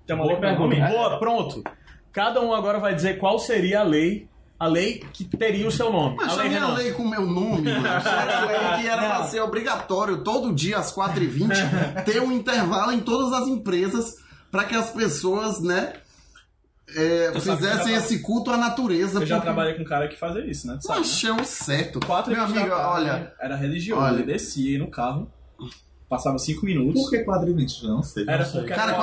[SPEAKER 1] Tem uma
[SPEAKER 4] Boa
[SPEAKER 1] lei com nome?
[SPEAKER 4] pergunta. Boa, pronto. Cada um agora vai dizer qual seria a lei a lei que teria o seu nome.
[SPEAKER 2] Mas
[SPEAKER 4] a lei
[SPEAKER 2] chamei a
[SPEAKER 4] Renan.
[SPEAKER 2] lei com o meu nome, mano. Só que lei que era pra
[SPEAKER 4] Não.
[SPEAKER 2] ser obrigatório todo dia às 4h20 ter um intervalo em todas as empresas pra que as pessoas, né, é,
[SPEAKER 1] Tu sabe que
[SPEAKER 2] fizessem
[SPEAKER 1] já-
[SPEAKER 2] esse culto à natureza.
[SPEAKER 1] Eu já
[SPEAKER 2] porque-
[SPEAKER 1] trabalhei com um cara que fazia isso, né? Tu sabe, né?
[SPEAKER 2] Poxa, é o certo.
[SPEAKER 1] Quatro
[SPEAKER 2] Meu
[SPEAKER 1] e vinte tá, né?
[SPEAKER 2] amigo,
[SPEAKER 1] da tarde,
[SPEAKER 2] olha.
[SPEAKER 1] Era religioso.
[SPEAKER 2] olha.
[SPEAKER 1] Ele descia aí no carro, passava cinco minutos.
[SPEAKER 3] Por que 4 e 20? Não sei.
[SPEAKER 1] Era
[SPEAKER 3] não sei.
[SPEAKER 1] porque-
[SPEAKER 2] Cara,
[SPEAKER 1] era o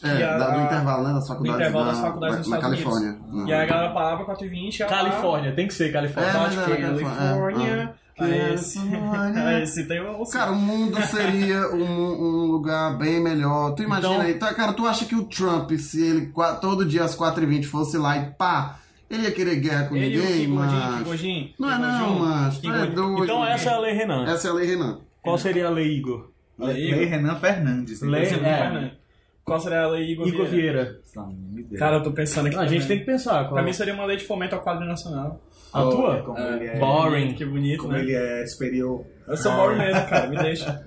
[SPEAKER 1] horário que
[SPEAKER 2] é,
[SPEAKER 1] a-
[SPEAKER 2] da- do intervalo, né? Das faculdades.
[SPEAKER 1] intervalo
[SPEAKER 2] da-
[SPEAKER 1] das faculdades
[SPEAKER 2] da-
[SPEAKER 1] nos
[SPEAKER 2] na
[SPEAKER 1] Estados
[SPEAKER 2] Califórnia. Não.
[SPEAKER 1] E aí a galera parava 4 e 20
[SPEAKER 4] Califórnia, tem que é,
[SPEAKER 2] É,
[SPEAKER 4] ser Califórnia.
[SPEAKER 2] mas era Califórnia,
[SPEAKER 1] Califórnia.
[SPEAKER 2] é, é.
[SPEAKER 1] Aí esse-
[SPEAKER 2] Califórnia.
[SPEAKER 1] aí esse tem uma opção.
[SPEAKER 2] Cara, o mundo seria um, um lugar bem melhor. Tu imagina
[SPEAKER 4] Então-
[SPEAKER 2] aí, tá, cara, tu acha que o Trump, se ele qua- todo dia às 4h20 fosse lá e pá, ele ia querer guerra com
[SPEAKER 1] Ele, o
[SPEAKER 2] ninguém,
[SPEAKER 1] Kim Gordinho, Kim
[SPEAKER 2] mas.
[SPEAKER 1] Gordinho.
[SPEAKER 2] Não é
[SPEAKER 1] Kim
[SPEAKER 2] não,
[SPEAKER 1] Gordinho,
[SPEAKER 2] mas tu
[SPEAKER 1] Kim
[SPEAKER 2] é
[SPEAKER 1] Gordinho.
[SPEAKER 2] doido.
[SPEAKER 4] Então essa é a lei Renan.
[SPEAKER 2] Essa é a lei, Renan.
[SPEAKER 4] Qual seria a lei Igor?
[SPEAKER 1] Lei-
[SPEAKER 3] Lei Renan Fernandes.
[SPEAKER 4] Lei-
[SPEAKER 1] Você não
[SPEAKER 4] é.
[SPEAKER 1] vai, né? Qual seria a lei Igor
[SPEAKER 4] Igor
[SPEAKER 1] Vieira? É.
[SPEAKER 4] Vieira.
[SPEAKER 1] Cara, eu tô pensando aqui.
[SPEAKER 4] A gente tem
[SPEAKER 1] também.
[SPEAKER 4] que pensar. Qual...
[SPEAKER 1] Pra mim seria uma lei de fomento ao quadro nacional.
[SPEAKER 4] A tua?
[SPEAKER 3] Como
[SPEAKER 1] É.
[SPEAKER 3] ele é,
[SPEAKER 4] Boring.
[SPEAKER 1] Que bonito,
[SPEAKER 3] como
[SPEAKER 1] né?
[SPEAKER 3] ele é superior.
[SPEAKER 1] Eu sou Mauro mesmo, cara, me deixa.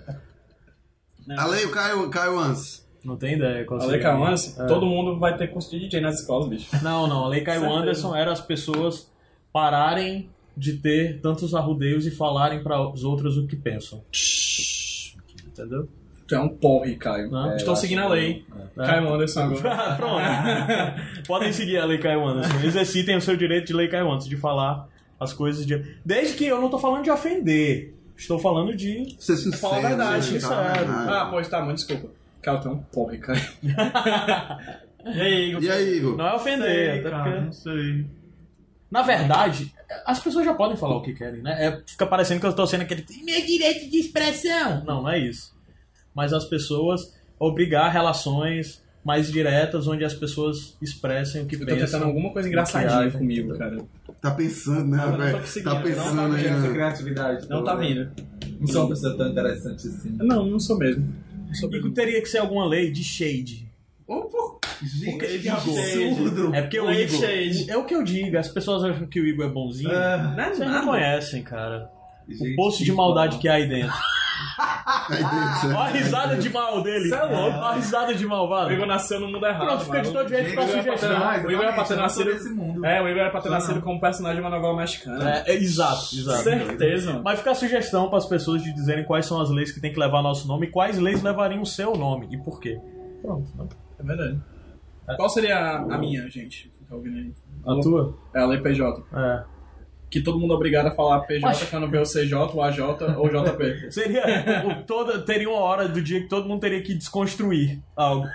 [SPEAKER 1] Não.
[SPEAKER 2] A lei, o Caio, Caio Ans.
[SPEAKER 4] Não tem ideia qual
[SPEAKER 1] A
[SPEAKER 4] seria.
[SPEAKER 1] lei Kawanis,
[SPEAKER 4] É.
[SPEAKER 1] todo mundo vai ter curso de DJ nas escolas, bicho.
[SPEAKER 4] Não, não. A lei Caio
[SPEAKER 1] Certeza.
[SPEAKER 4] Anderson era as pessoas pararem de ter tantos arrudeios e falarem para os outros o que pensam. Entendeu?
[SPEAKER 1] Tu é um porre, Caio.
[SPEAKER 4] Não.
[SPEAKER 1] Estou seguindo a lei.
[SPEAKER 4] É.
[SPEAKER 1] Caio Anderson agora.
[SPEAKER 4] Ah, Pronto. Podem seguir a Lei Caio Anderson. Exercitem o seu direito de Lei Caio Anderson, de falar as coisas de. Desde que eu não tô falando de ofender. Estou falando de.
[SPEAKER 2] Ser sincero.
[SPEAKER 1] Fala a verdade,
[SPEAKER 2] né,
[SPEAKER 4] sincero.
[SPEAKER 2] cara?
[SPEAKER 1] Ah, pois tá, mano, desculpa. Caio, tu é um porre, Caio. e aí, Igor?
[SPEAKER 2] E aí, Igor?
[SPEAKER 4] Não é ofender. até porque-
[SPEAKER 3] sei.
[SPEAKER 4] Na verdade, as pessoas já podem falar o que querem, né? É, fica parecendo que eu tô sendo aquele. Meu direito de expressão! Não, não é isso. Mas as pessoas obrigar relações mais diretas onde as pessoas expressem o que
[SPEAKER 1] Eu tô
[SPEAKER 4] pensam.
[SPEAKER 1] tentando alguma coisa engraçadinha
[SPEAKER 4] Maquiagem.
[SPEAKER 1] comigo, cara.
[SPEAKER 2] Tá pensando,
[SPEAKER 1] Não,
[SPEAKER 2] né,
[SPEAKER 1] não tô
[SPEAKER 2] velho?
[SPEAKER 1] conseguindo,
[SPEAKER 2] Tá
[SPEAKER 1] não,
[SPEAKER 2] pensando
[SPEAKER 1] não,
[SPEAKER 2] aí,
[SPEAKER 3] Essa
[SPEAKER 2] né?
[SPEAKER 3] criatividade.
[SPEAKER 1] Não tá
[SPEAKER 3] toda.
[SPEAKER 1] vindo.
[SPEAKER 3] Não sou uma pessoa tão interessante assim.
[SPEAKER 1] Não, não sou mesmo. Não sou
[SPEAKER 4] E
[SPEAKER 1] mesmo.
[SPEAKER 4] teria que ser alguma lei de shade.
[SPEAKER 3] Gente, que
[SPEAKER 4] Porque ele
[SPEAKER 3] absurdo.
[SPEAKER 4] É porque o
[SPEAKER 1] Lei
[SPEAKER 4] Igor.
[SPEAKER 1] shade.
[SPEAKER 4] É o que eu digo, as pessoas acham que o Igor é bonzinho.
[SPEAKER 3] Ah,
[SPEAKER 1] Não é
[SPEAKER 4] Vocês
[SPEAKER 1] nada.
[SPEAKER 4] não conhecem, cara.
[SPEAKER 3] gente,
[SPEAKER 4] o poço de maldade que há aí dentro.
[SPEAKER 2] Aí,
[SPEAKER 4] Olha a risada de mal dele.
[SPEAKER 1] Cê é louco.
[SPEAKER 4] Olha a risada de malvado.
[SPEAKER 1] O Igor nasceu no mundo errado.
[SPEAKER 4] Pronto, fica de
[SPEAKER 1] mano.
[SPEAKER 4] todo jeito
[SPEAKER 3] Gente,
[SPEAKER 4] com a
[SPEAKER 1] Igor é
[SPEAKER 4] sugestão.
[SPEAKER 1] patrão.
[SPEAKER 3] exatamente,
[SPEAKER 1] O Igor é pra ter
[SPEAKER 3] eu não sou
[SPEAKER 1] nascido-
[SPEAKER 3] desse mundo.
[SPEAKER 1] É, o Igor era pra ter
[SPEAKER 3] Não,
[SPEAKER 1] nascido
[SPEAKER 3] não.
[SPEAKER 1] como personagem de uma novela mexicana.
[SPEAKER 4] É, é, exato, exato.
[SPEAKER 1] Certeza, mano.
[SPEAKER 4] Mas fica a sugestão para as pessoas de dizerem quais são as leis que tem que levar nosso nome e quais leis levariam o seu nome e por quê. Pronto.
[SPEAKER 1] É verdade. Qual seria a, a minha, gente? que Tá ouvindo aí?
[SPEAKER 4] A tua?
[SPEAKER 1] É a lei PJ.
[SPEAKER 4] É.
[SPEAKER 1] Que todo mundo é obrigado a falar PJ
[SPEAKER 4] Mas-
[SPEAKER 1] quando vê o CJ, o AJ ou o JP.
[SPEAKER 4] Seria. o- toda, teria uma hora do dia que todo mundo teria que desconstruir algo.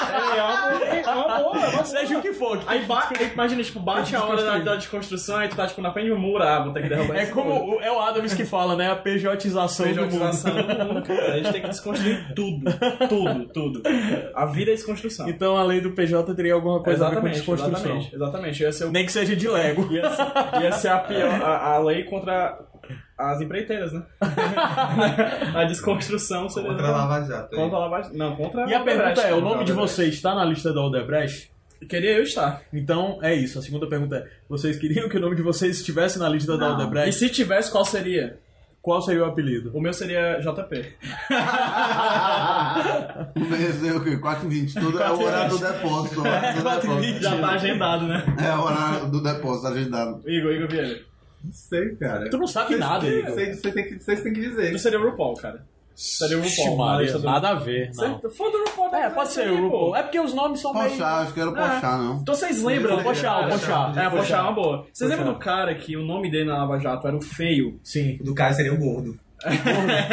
[SPEAKER 1] É, uma boa.
[SPEAKER 4] Seja o que for. que
[SPEAKER 1] Aí ba- aí imagina, tipo, bate a hora da, da desconstrução aí tu tá, tipo, na frente de um muro, ah, vou ter que derrubar
[SPEAKER 4] É
[SPEAKER 1] esse muro.
[SPEAKER 4] como o- é o Adams que fala, né? A pejotização do
[SPEAKER 1] Pejotização
[SPEAKER 4] mundo.
[SPEAKER 1] do mundo, cara. A gente tem que desconstruir tudo. Tudo, tudo. A vida é desconstrução.
[SPEAKER 4] Então a lei do PJ teria alguma coisa a ver com
[SPEAKER 1] Exatamente,
[SPEAKER 4] desconstrução.
[SPEAKER 1] exatamente. Exatamente. Ia ser, o-
[SPEAKER 4] Nem que seja de Lego.
[SPEAKER 1] ia ser, ia ser a, pior, a, a lei contra as empreiteiras, né? a desconstrução seria...
[SPEAKER 3] Contra a Lava Jato. hein?
[SPEAKER 1] Contra a lavagem. Não, contra
[SPEAKER 4] E a pergunta
[SPEAKER 1] Odebrecht.
[SPEAKER 4] é: o nome de
[SPEAKER 3] Odebrecht.
[SPEAKER 4] vocês está na lista da Odebrecht?
[SPEAKER 1] Queria eu estar.
[SPEAKER 4] Então é isso. A segunda pergunta é: vocês queriam que o nome de vocês estivesse na lista da
[SPEAKER 3] Não.
[SPEAKER 1] E
[SPEAKER 4] Odebrecht?
[SPEAKER 1] se tivesse, qual seria?
[SPEAKER 4] Qual seria o apelido?
[SPEAKER 1] O meu seria JP.
[SPEAKER 2] Mas é o quê? 4h20. Tudo- É o horário do depósito. o horário do
[SPEAKER 4] 4h20.
[SPEAKER 2] depósito.
[SPEAKER 1] Já tá agendado, né?
[SPEAKER 2] É o horário do depósito agendado.
[SPEAKER 1] Igor, Igor Vieira.
[SPEAKER 3] Não sei, cara.
[SPEAKER 4] Tu não sabe nada, Igor.
[SPEAKER 3] Vocês vocês têm que- vocês têm que
[SPEAKER 1] Eu
[SPEAKER 3] dizer.
[SPEAKER 1] seria o RuPaul, cara. Seria o
[SPEAKER 4] Ixi,
[SPEAKER 1] RuPaul. na
[SPEAKER 4] Maria,
[SPEAKER 1] lista do-
[SPEAKER 4] Nada a ver.
[SPEAKER 1] Você-
[SPEAKER 4] Não.
[SPEAKER 1] Fã do RuPaul.
[SPEAKER 4] É,
[SPEAKER 1] deve
[SPEAKER 4] pode ser
[SPEAKER 1] aí,
[SPEAKER 4] o
[SPEAKER 1] pô.
[SPEAKER 4] RuPaul. É porque os nomes são meio.
[SPEAKER 2] Pochá, acho que era Pochá, não.
[SPEAKER 1] Então vocês lembram?
[SPEAKER 4] Pochá, Pochá.
[SPEAKER 1] É, Pochá é uma boa. Vocês
[SPEAKER 4] Pochá.
[SPEAKER 1] lembram do cara que o nome dele na Lava Jato era o Feio?
[SPEAKER 4] Sim.
[SPEAKER 3] O do Caio seria o gordo.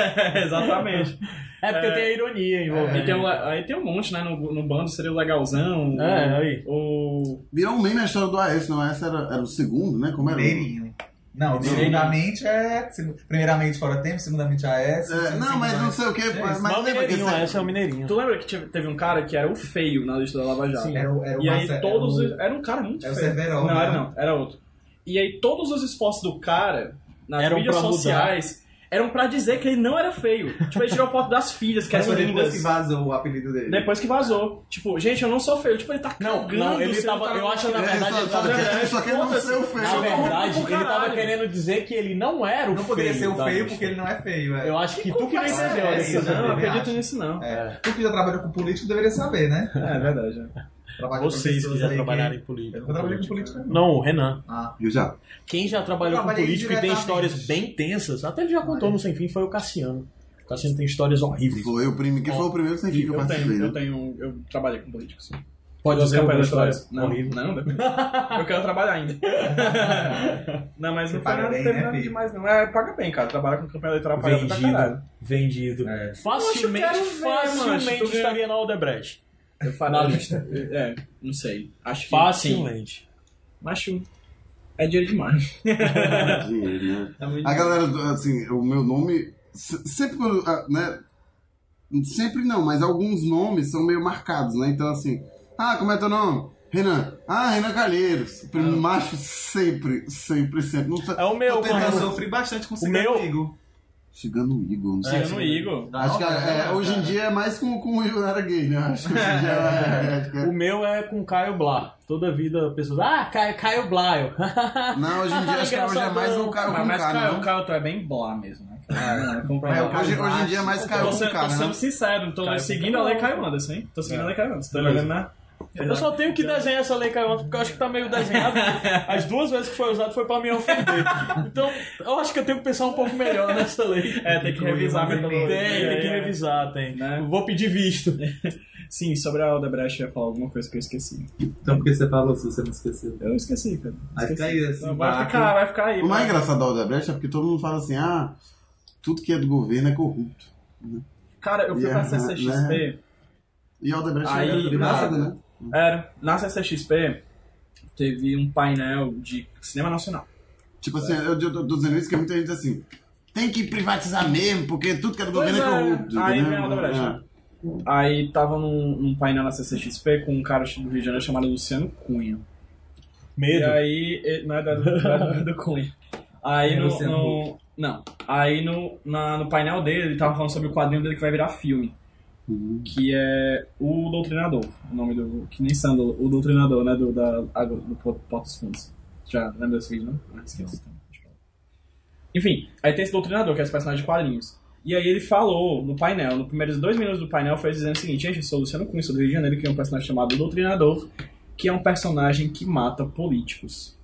[SPEAKER 1] Exatamente.
[SPEAKER 4] É porque
[SPEAKER 1] É.
[SPEAKER 4] tem a ironia envolvida.
[SPEAKER 1] E tem um, aí tem um monte, né? No, no bando seria o Legalzão. o-
[SPEAKER 4] É, aí.
[SPEAKER 1] O.
[SPEAKER 2] Virou um meme a história do AS, não? Essa era, era o segundo, né? Como era?
[SPEAKER 3] Mineirinho. Não,
[SPEAKER 1] Mineirinho.
[SPEAKER 3] segundamente é. segu- Primeiramente fora tempo, segundamente a S.
[SPEAKER 2] É, não, mas não sei o que. Mas, mas
[SPEAKER 4] Mas o
[SPEAKER 2] lembra que
[SPEAKER 4] Mineirinho,
[SPEAKER 2] esse-
[SPEAKER 4] esse é o Mineirinho.
[SPEAKER 1] Tu lembra que tive- teve um cara que era o feio na lista da Lava Jato?
[SPEAKER 4] Sim.
[SPEAKER 3] Era o, era o
[SPEAKER 1] E aí
[SPEAKER 3] Marce- era
[SPEAKER 1] todos.
[SPEAKER 3] o-
[SPEAKER 1] Era um cara muito
[SPEAKER 3] Era o
[SPEAKER 1] feio.
[SPEAKER 3] Severo,
[SPEAKER 1] Não,
[SPEAKER 3] né?
[SPEAKER 1] era não, era outro. E aí todos os esforços do cara nas
[SPEAKER 4] Eram
[SPEAKER 1] mídias
[SPEAKER 4] pra mudar.
[SPEAKER 1] sociais eram pra dizer que ele não era feio. tipo, ele tirou foto das filhas, que
[SPEAKER 3] Mas
[SPEAKER 1] eram
[SPEAKER 3] foi depois
[SPEAKER 1] lindas.
[SPEAKER 3] que vazou o apelido dele.
[SPEAKER 4] é
[SPEAKER 1] Depois que vazou. Tipo, gente, eu não sou feio. Tipo, ele tá
[SPEAKER 4] Não,
[SPEAKER 1] cagando.
[SPEAKER 4] não, ele
[SPEAKER 1] se
[SPEAKER 4] tava-
[SPEAKER 1] tá
[SPEAKER 4] eu acho, na
[SPEAKER 2] É,
[SPEAKER 1] verdade,
[SPEAKER 4] verdade,
[SPEAKER 2] só-
[SPEAKER 4] ele
[SPEAKER 2] só
[SPEAKER 4] tava
[SPEAKER 2] que-
[SPEAKER 1] querendo-
[SPEAKER 2] ele só quer não
[SPEAKER 1] foda-se. Tá
[SPEAKER 2] ser o
[SPEAKER 4] Na
[SPEAKER 1] Só
[SPEAKER 2] feio.
[SPEAKER 1] que-
[SPEAKER 4] verdade,
[SPEAKER 1] Pro
[SPEAKER 4] ele tava
[SPEAKER 1] caralho.
[SPEAKER 4] querendo dizer que ele não era o
[SPEAKER 3] Não poderia
[SPEAKER 4] feio
[SPEAKER 3] ser o
[SPEAKER 4] da
[SPEAKER 3] feio
[SPEAKER 4] lista.
[SPEAKER 3] porque ele não é feio. É.
[SPEAKER 4] Eu acho que tu que não
[SPEAKER 1] Não,
[SPEAKER 4] entendeu.
[SPEAKER 1] é,
[SPEAKER 4] né?
[SPEAKER 1] isso,
[SPEAKER 3] isso,
[SPEAKER 1] não,
[SPEAKER 3] eu
[SPEAKER 1] não
[SPEAKER 3] também
[SPEAKER 1] acredito
[SPEAKER 3] acho.
[SPEAKER 1] nisso, não.
[SPEAKER 3] É. Tu que já trabalhou com político deveria saber, né?
[SPEAKER 1] É, é verdade. é.
[SPEAKER 3] Trabalho com
[SPEAKER 4] Vocês que
[SPEAKER 3] pessoas
[SPEAKER 4] já
[SPEAKER 3] aí
[SPEAKER 4] trabalharam em
[SPEAKER 3] Eu
[SPEAKER 4] política.
[SPEAKER 3] nunca trabalhei com política, não.
[SPEAKER 4] Não, o Renan.
[SPEAKER 3] Ah,
[SPEAKER 2] Eu já.
[SPEAKER 4] Quem já trabalhou
[SPEAKER 3] Eu
[SPEAKER 4] com
[SPEAKER 3] trabalhei
[SPEAKER 4] político e tem
[SPEAKER 3] diretamente.
[SPEAKER 4] histórias bem tensas, até ele já contou no Sem Fim, foi o Cassiano. O Cassiano tem histórias horríveis.
[SPEAKER 2] Foi o primeiro, que foi o primeiro sem fim que eu
[SPEAKER 1] Eu
[SPEAKER 2] participei,
[SPEAKER 1] tenho, eu
[SPEAKER 2] né?
[SPEAKER 1] tenho. Eu trabalhei com político, sim.
[SPEAKER 4] Pode
[SPEAKER 1] Duas
[SPEAKER 4] dizer alguma
[SPEAKER 1] campanhas
[SPEAKER 4] história
[SPEAKER 1] eleitorais. um Não,
[SPEAKER 4] horrível.
[SPEAKER 1] não, depende. Eu quero trabalhar ainda. Não, mas não foi
[SPEAKER 3] Você paga
[SPEAKER 1] nada,
[SPEAKER 3] bem,
[SPEAKER 1] teve
[SPEAKER 3] né,
[SPEAKER 1] nada
[SPEAKER 3] filho?
[SPEAKER 1] demais, não. É, paga bem, cara. Trabalha com campanha eleitoral paga pra
[SPEAKER 4] Vendido.
[SPEAKER 1] caralho.
[SPEAKER 4] Vendido.
[SPEAKER 3] É.
[SPEAKER 4] Facilmente,
[SPEAKER 1] Poxa, eu quero ver,
[SPEAKER 4] facilmente
[SPEAKER 1] macho, tu ganha-
[SPEAKER 4] estaria na Aldebrecht.
[SPEAKER 1] Eu
[SPEAKER 4] Na
[SPEAKER 1] falei.
[SPEAKER 4] lista.
[SPEAKER 1] É, não sei. Acho que. sim.
[SPEAKER 4] Facilmente.
[SPEAKER 1] Macho. É dinheiro demais.
[SPEAKER 2] Dinheiro, né?
[SPEAKER 1] É muito
[SPEAKER 2] A galera, assim, o meu nome. se- Sempre quando. ah, Né? Sempre não, mas alguns nomes são meio marcados, né? Então, assim. Ah, como é teu nome? Renan. Ah, Renan Calheiros. Primeiro macho, sempre, sempre, sempre. Não tá...
[SPEAKER 4] É o meu,
[SPEAKER 2] Tô tentando-
[SPEAKER 3] eu
[SPEAKER 4] mano.
[SPEAKER 3] sofri bastante com o
[SPEAKER 4] O meu?
[SPEAKER 3] amigo.
[SPEAKER 2] Chegando o Igor, não sei.
[SPEAKER 1] Chegando o Igor.
[SPEAKER 2] Acho que é,
[SPEAKER 3] né?
[SPEAKER 2] hoje em dia é mais com, com o Jurara Gay, né? Acho que hoje em dia é. acho que é-
[SPEAKER 4] O meu é com Caio Blá. Toda vida a pessoa ah, Caio, Caio Blá. Eu.
[SPEAKER 2] Não, hoje em dia acho que hoje é mais um cara
[SPEAKER 1] Mas,
[SPEAKER 2] com
[SPEAKER 1] Ah, mas
[SPEAKER 2] cara,
[SPEAKER 1] cara,
[SPEAKER 2] não.
[SPEAKER 1] o Caio tu é bem blá mesmo, né? Não, é
[SPEAKER 3] Mas o Caio-
[SPEAKER 1] comprovado.
[SPEAKER 2] Hoje, hoje em dia é mais cara
[SPEAKER 1] Tô
[SPEAKER 2] com
[SPEAKER 1] sendo, tô
[SPEAKER 2] cara,
[SPEAKER 1] sendo
[SPEAKER 2] né?
[SPEAKER 1] sincero, tô
[SPEAKER 4] Caio
[SPEAKER 1] seguindo
[SPEAKER 4] Blá.
[SPEAKER 1] a Lei Caio Anderson, hein? Tô seguindo a Lei Caio Anderson. tá né? Tô
[SPEAKER 4] Beleza.
[SPEAKER 1] jogando na.
[SPEAKER 4] Eu só tenho que desenhar essa lei, Caio, porque eu acho que tá meio desenhado. As duas vezes que foi usado foi pra me ofender. Então, eu acho que eu tenho que pensar um pouco melhor nessa lei.
[SPEAKER 1] É, tem que
[SPEAKER 3] Incluir
[SPEAKER 1] revisar a
[SPEAKER 3] mais
[SPEAKER 1] metodologia.
[SPEAKER 4] Tem, tem que
[SPEAKER 1] É, é.
[SPEAKER 4] revisar, tem.
[SPEAKER 1] Né?
[SPEAKER 4] Vou pedir visto.
[SPEAKER 1] Sim, sobre a Aldebrecht eu ia falar alguma coisa que eu esqueci.
[SPEAKER 3] Então por que você falou se você não esqueceu?
[SPEAKER 1] Eu esqueci, cara.
[SPEAKER 3] Vai
[SPEAKER 1] Esqueci.
[SPEAKER 3] ficar aí, assim,
[SPEAKER 1] Não, vai
[SPEAKER 3] vácuo.
[SPEAKER 1] ficar, vai ficar aí.
[SPEAKER 2] O mais
[SPEAKER 1] cara.
[SPEAKER 2] engraçado da Odebrecht é porque todo mundo fala assim, ah, tudo que é do governo é corrupto.
[SPEAKER 1] Cara, eu fui
[SPEAKER 2] Yeah,
[SPEAKER 1] pra CCXP.
[SPEAKER 2] E a Odebrecht
[SPEAKER 1] Aí,
[SPEAKER 2] é privada,
[SPEAKER 1] nada.
[SPEAKER 2] né?
[SPEAKER 1] Era. Na CCXP teve um painel de cinema nacional.
[SPEAKER 2] Tipo assim, eu, eu, tô dizendo isso que muita gente diz assim, tem que privatizar mesmo, porque tudo que é do governo é, corrupto.
[SPEAKER 1] aí vem
[SPEAKER 2] entendeu?
[SPEAKER 1] a Odebrecht,
[SPEAKER 2] É.
[SPEAKER 1] né? Aí tava num, num painel na CCXP com um cara do Rio de Janeiro chamado Luciano Cunha. E
[SPEAKER 4] Medo.
[SPEAKER 1] aí. e- Não é da, da- do Cunha. Aí
[SPEAKER 3] É
[SPEAKER 1] no.
[SPEAKER 3] Luciano
[SPEAKER 1] no- não. Aí no, na- no painel dele, ele tava falando sobre o quadrinho dele que vai virar filme.
[SPEAKER 2] Uhum.
[SPEAKER 1] Que é O Doutrinador. O nome do. Que nem Sandro, o Doutrinador, né? Do, da, a- do Porto dos Fundos. Já lembra desse vídeo, né? Ah, esqueci. Então, deixa eu falar. Enfim, aí tem esse Doutrinador, que é esse personagem de quadrinhos. E aí ele falou no painel, nos primeiros dois minutos do painel, foi dizendo o seguinte: gente, eu sou o Luciano Cunha, sou do Rio de Janeiro, que é um personagem chamado Doutrinador, que é um personagem que mata políticos.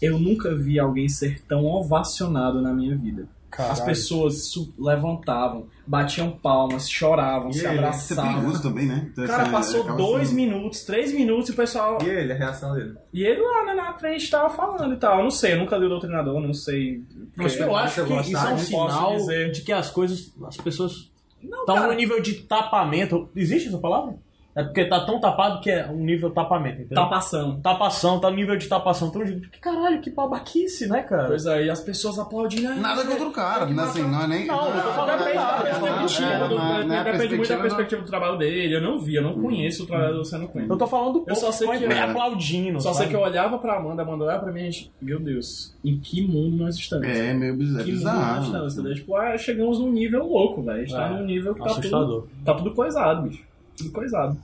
[SPEAKER 1] Eu nunca vi alguém ser tão ovacionado na minha vida. As pessoas su- levantavam, batiam palmas, choravam,
[SPEAKER 3] E
[SPEAKER 1] se
[SPEAKER 3] ele?
[SPEAKER 2] Isso é perigoso
[SPEAKER 1] abraçavam.
[SPEAKER 2] também, né? Então,
[SPEAKER 1] O cara
[SPEAKER 2] assim,
[SPEAKER 1] passou
[SPEAKER 2] acaba
[SPEAKER 1] dois
[SPEAKER 2] sendo-
[SPEAKER 1] minutos, três minutos e o pessoal.
[SPEAKER 3] E ele, a reação dele?
[SPEAKER 1] E ele lá né, na frente tava falando e tal. Eu não sei, eu nunca li o Doutrinador, não sei.
[SPEAKER 4] Mas eu acho que isso é um
[SPEAKER 1] não posso
[SPEAKER 4] sinal
[SPEAKER 1] dizer.
[SPEAKER 4] de que as coisas, as pessoas
[SPEAKER 1] Não,
[SPEAKER 4] estão
[SPEAKER 1] cara,
[SPEAKER 4] no nível de tapamento. Existe essa palavra? É porque tá tão tapado que é um nível tapamento, entendeu?
[SPEAKER 1] tá passando.
[SPEAKER 4] Tapação, tá no nível de tapação. Então, gente, que caralho, que babaquice, né, cara?
[SPEAKER 1] Pois é, e as pessoas aplaudindo. aí,
[SPEAKER 2] Nada contra o cara,
[SPEAKER 1] Tem que
[SPEAKER 2] né? assim, não é nem...
[SPEAKER 4] Não, eu tô falando
[SPEAKER 1] Depende
[SPEAKER 4] bem
[SPEAKER 1] da
[SPEAKER 4] Ah,
[SPEAKER 1] perspectiva
[SPEAKER 4] é,
[SPEAKER 1] do-
[SPEAKER 2] não é- não é a
[SPEAKER 1] Depende muito da
[SPEAKER 2] perspectiva do-
[SPEAKER 1] perspectiva do trabalho dele. Eu não vi, eu não conheço o trabalho do Luciano Cunha.
[SPEAKER 4] Eu tô falando do povo
[SPEAKER 1] é. só sei
[SPEAKER 4] foi
[SPEAKER 1] que-
[SPEAKER 4] me
[SPEAKER 2] é.
[SPEAKER 4] aplaudindo.
[SPEAKER 1] Só sei
[SPEAKER 4] sabe?
[SPEAKER 1] que é eu olhava pra Amanda, Amanda olhava pra mim e a gente, meu Deus, em que mundo nós estamos?
[SPEAKER 2] É, meio bizarro.
[SPEAKER 1] que
[SPEAKER 2] É
[SPEAKER 1] mundo nós
[SPEAKER 2] bizarro.
[SPEAKER 1] estamos? entendeu? Tipo, ah, chegamos num nível louco, velho. A gente tá
[SPEAKER 4] É.
[SPEAKER 1] num nível que tá tudo,
[SPEAKER 4] Assustador.
[SPEAKER 1] tá tudo coisado, bicho. Tudo coisado.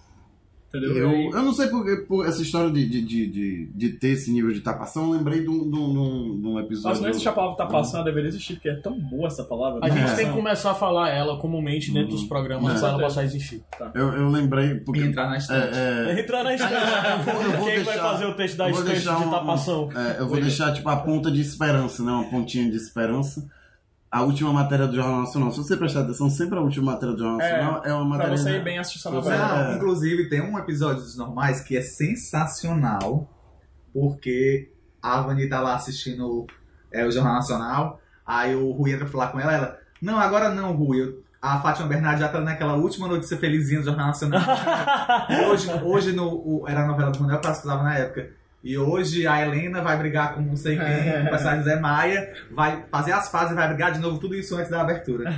[SPEAKER 1] Entendeu?
[SPEAKER 2] Eu,
[SPEAKER 1] E-
[SPEAKER 2] eu não sei porque por essa história de, de, de, de, de ter esse nível de tapação, eu lembrei de um, de um- de um- de um
[SPEAKER 1] Nossa,
[SPEAKER 2] episódio.
[SPEAKER 1] não existe a palavra tá passando, ela deveria existir, porque é tão boa essa palavra. né?
[SPEAKER 4] A gente
[SPEAKER 1] Tapação.
[SPEAKER 4] tem que começar a falar ela comumente dentro dos programas
[SPEAKER 2] Não.
[SPEAKER 4] pra ela passar a existir.
[SPEAKER 2] eu, eu lembrei porque.
[SPEAKER 3] Entrar na
[SPEAKER 2] é,
[SPEAKER 3] estante.
[SPEAKER 2] é,
[SPEAKER 4] Entrar na estante.
[SPEAKER 2] vou- eu vou
[SPEAKER 4] Quem é vai
[SPEAKER 2] deixar-
[SPEAKER 4] fazer o texto da
[SPEAKER 2] eu vou
[SPEAKER 4] estante de
[SPEAKER 2] deixar um-
[SPEAKER 4] tapação?
[SPEAKER 2] é, eu vou deixar tipo a ponta de esperança, né? Uma pontinha de esperança. A última matéria do Jornal Nacional. Se você prestar atenção, sempre a última matéria do Jornal
[SPEAKER 1] É,
[SPEAKER 2] Nacional é, uma
[SPEAKER 1] Pra
[SPEAKER 2] matéria.
[SPEAKER 1] você
[SPEAKER 2] de-
[SPEAKER 1] ir bem assistir essa
[SPEAKER 2] Pois
[SPEAKER 1] novela.
[SPEAKER 2] é.
[SPEAKER 3] Não, Inclusive, tem um episódio dos normais que é sensacional, porque a Avani tá lá assistindo é, o Jornal Nacional, aí o Rui entra pra falar com ela, ela, não, agora não, Rui, eu- a Fátima Bernardi já tá naquela última notícia felizinha do Jornal Nacional. Hoje, hoje no, o- era a novela do Manuel Clássico que dava na época. E hoje a Helena vai brigar com não sei quem, com o personagem Zé Maia, vai fazer as fases e vai brigar de novo, tudo isso antes da abertura.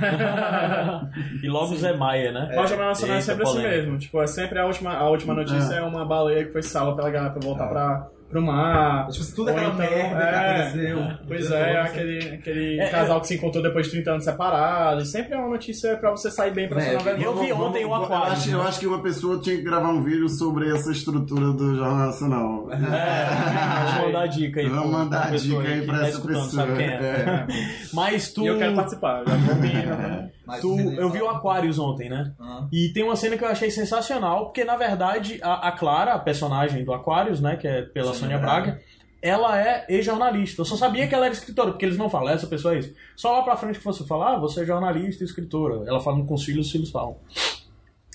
[SPEAKER 4] e logo Zé Maia, né?
[SPEAKER 1] Mas o Jornal Nacional é
[SPEAKER 4] Eita,
[SPEAKER 1] sempre assim
[SPEAKER 4] polêmica.
[SPEAKER 1] mesmo. Tipo, é sempre a última, a última notícia é. uma baleia que foi salva pela galera pra
[SPEAKER 4] É.
[SPEAKER 1] voltar pra, pro mar.
[SPEAKER 3] Tipo, tudo
[SPEAKER 1] Ou
[SPEAKER 3] aquela
[SPEAKER 1] então,
[SPEAKER 3] merda
[SPEAKER 1] é,
[SPEAKER 3] que aconteceu.
[SPEAKER 1] Pois é, aquele, aquele
[SPEAKER 4] É,
[SPEAKER 1] casal que se encontrou depois de 30 anos separado. Sempre é uma notícia pra você sair bem pra
[SPEAKER 3] É,
[SPEAKER 1] sua novela.
[SPEAKER 4] eu vi ontem o
[SPEAKER 2] Eu
[SPEAKER 4] aquário.
[SPEAKER 2] acho, eu acho que uma pessoa tinha que gravar um vídeo sobre essa estrutura do Jornal Nacional.
[SPEAKER 4] É, vou mandar tá a dica aí.
[SPEAKER 2] Vamos
[SPEAKER 4] pra-
[SPEAKER 2] mandar
[SPEAKER 4] pra
[SPEAKER 2] a
[SPEAKER 4] pessoa
[SPEAKER 2] dica aí
[SPEAKER 4] que
[SPEAKER 2] pra
[SPEAKER 4] tá
[SPEAKER 2] essa É,
[SPEAKER 4] escutando,
[SPEAKER 2] pessoa.
[SPEAKER 4] Sabe quem é.
[SPEAKER 2] É.
[SPEAKER 4] Mas tu. tá
[SPEAKER 1] E eu quero participar. Já vou me-
[SPEAKER 3] Mas
[SPEAKER 4] tu,
[SPEAKER 3] o René
[SPEAKER 4] eu vi o
[SPEAKER 3] fala-
[SPEAKER 4] Aquarius ontem, né?
[SPEAKER 3] Ah,
[SPEAKER 4] E tem uma cena que eu achei sensacional, porque na verdade a, a Clara, a personagem do Aquarius, né, que é pela
[SPEAKER 3] Sônia
[SPEAKER 4] Sônia Braga, ela é ex-jornalista. Eu só sabia que ela era escritora, porque eles não falam, essa pessoa é isso. Só lá pra frente que você fala, ah, você é jornalista e escritora. Ela falando com os filhos, os filhos falam.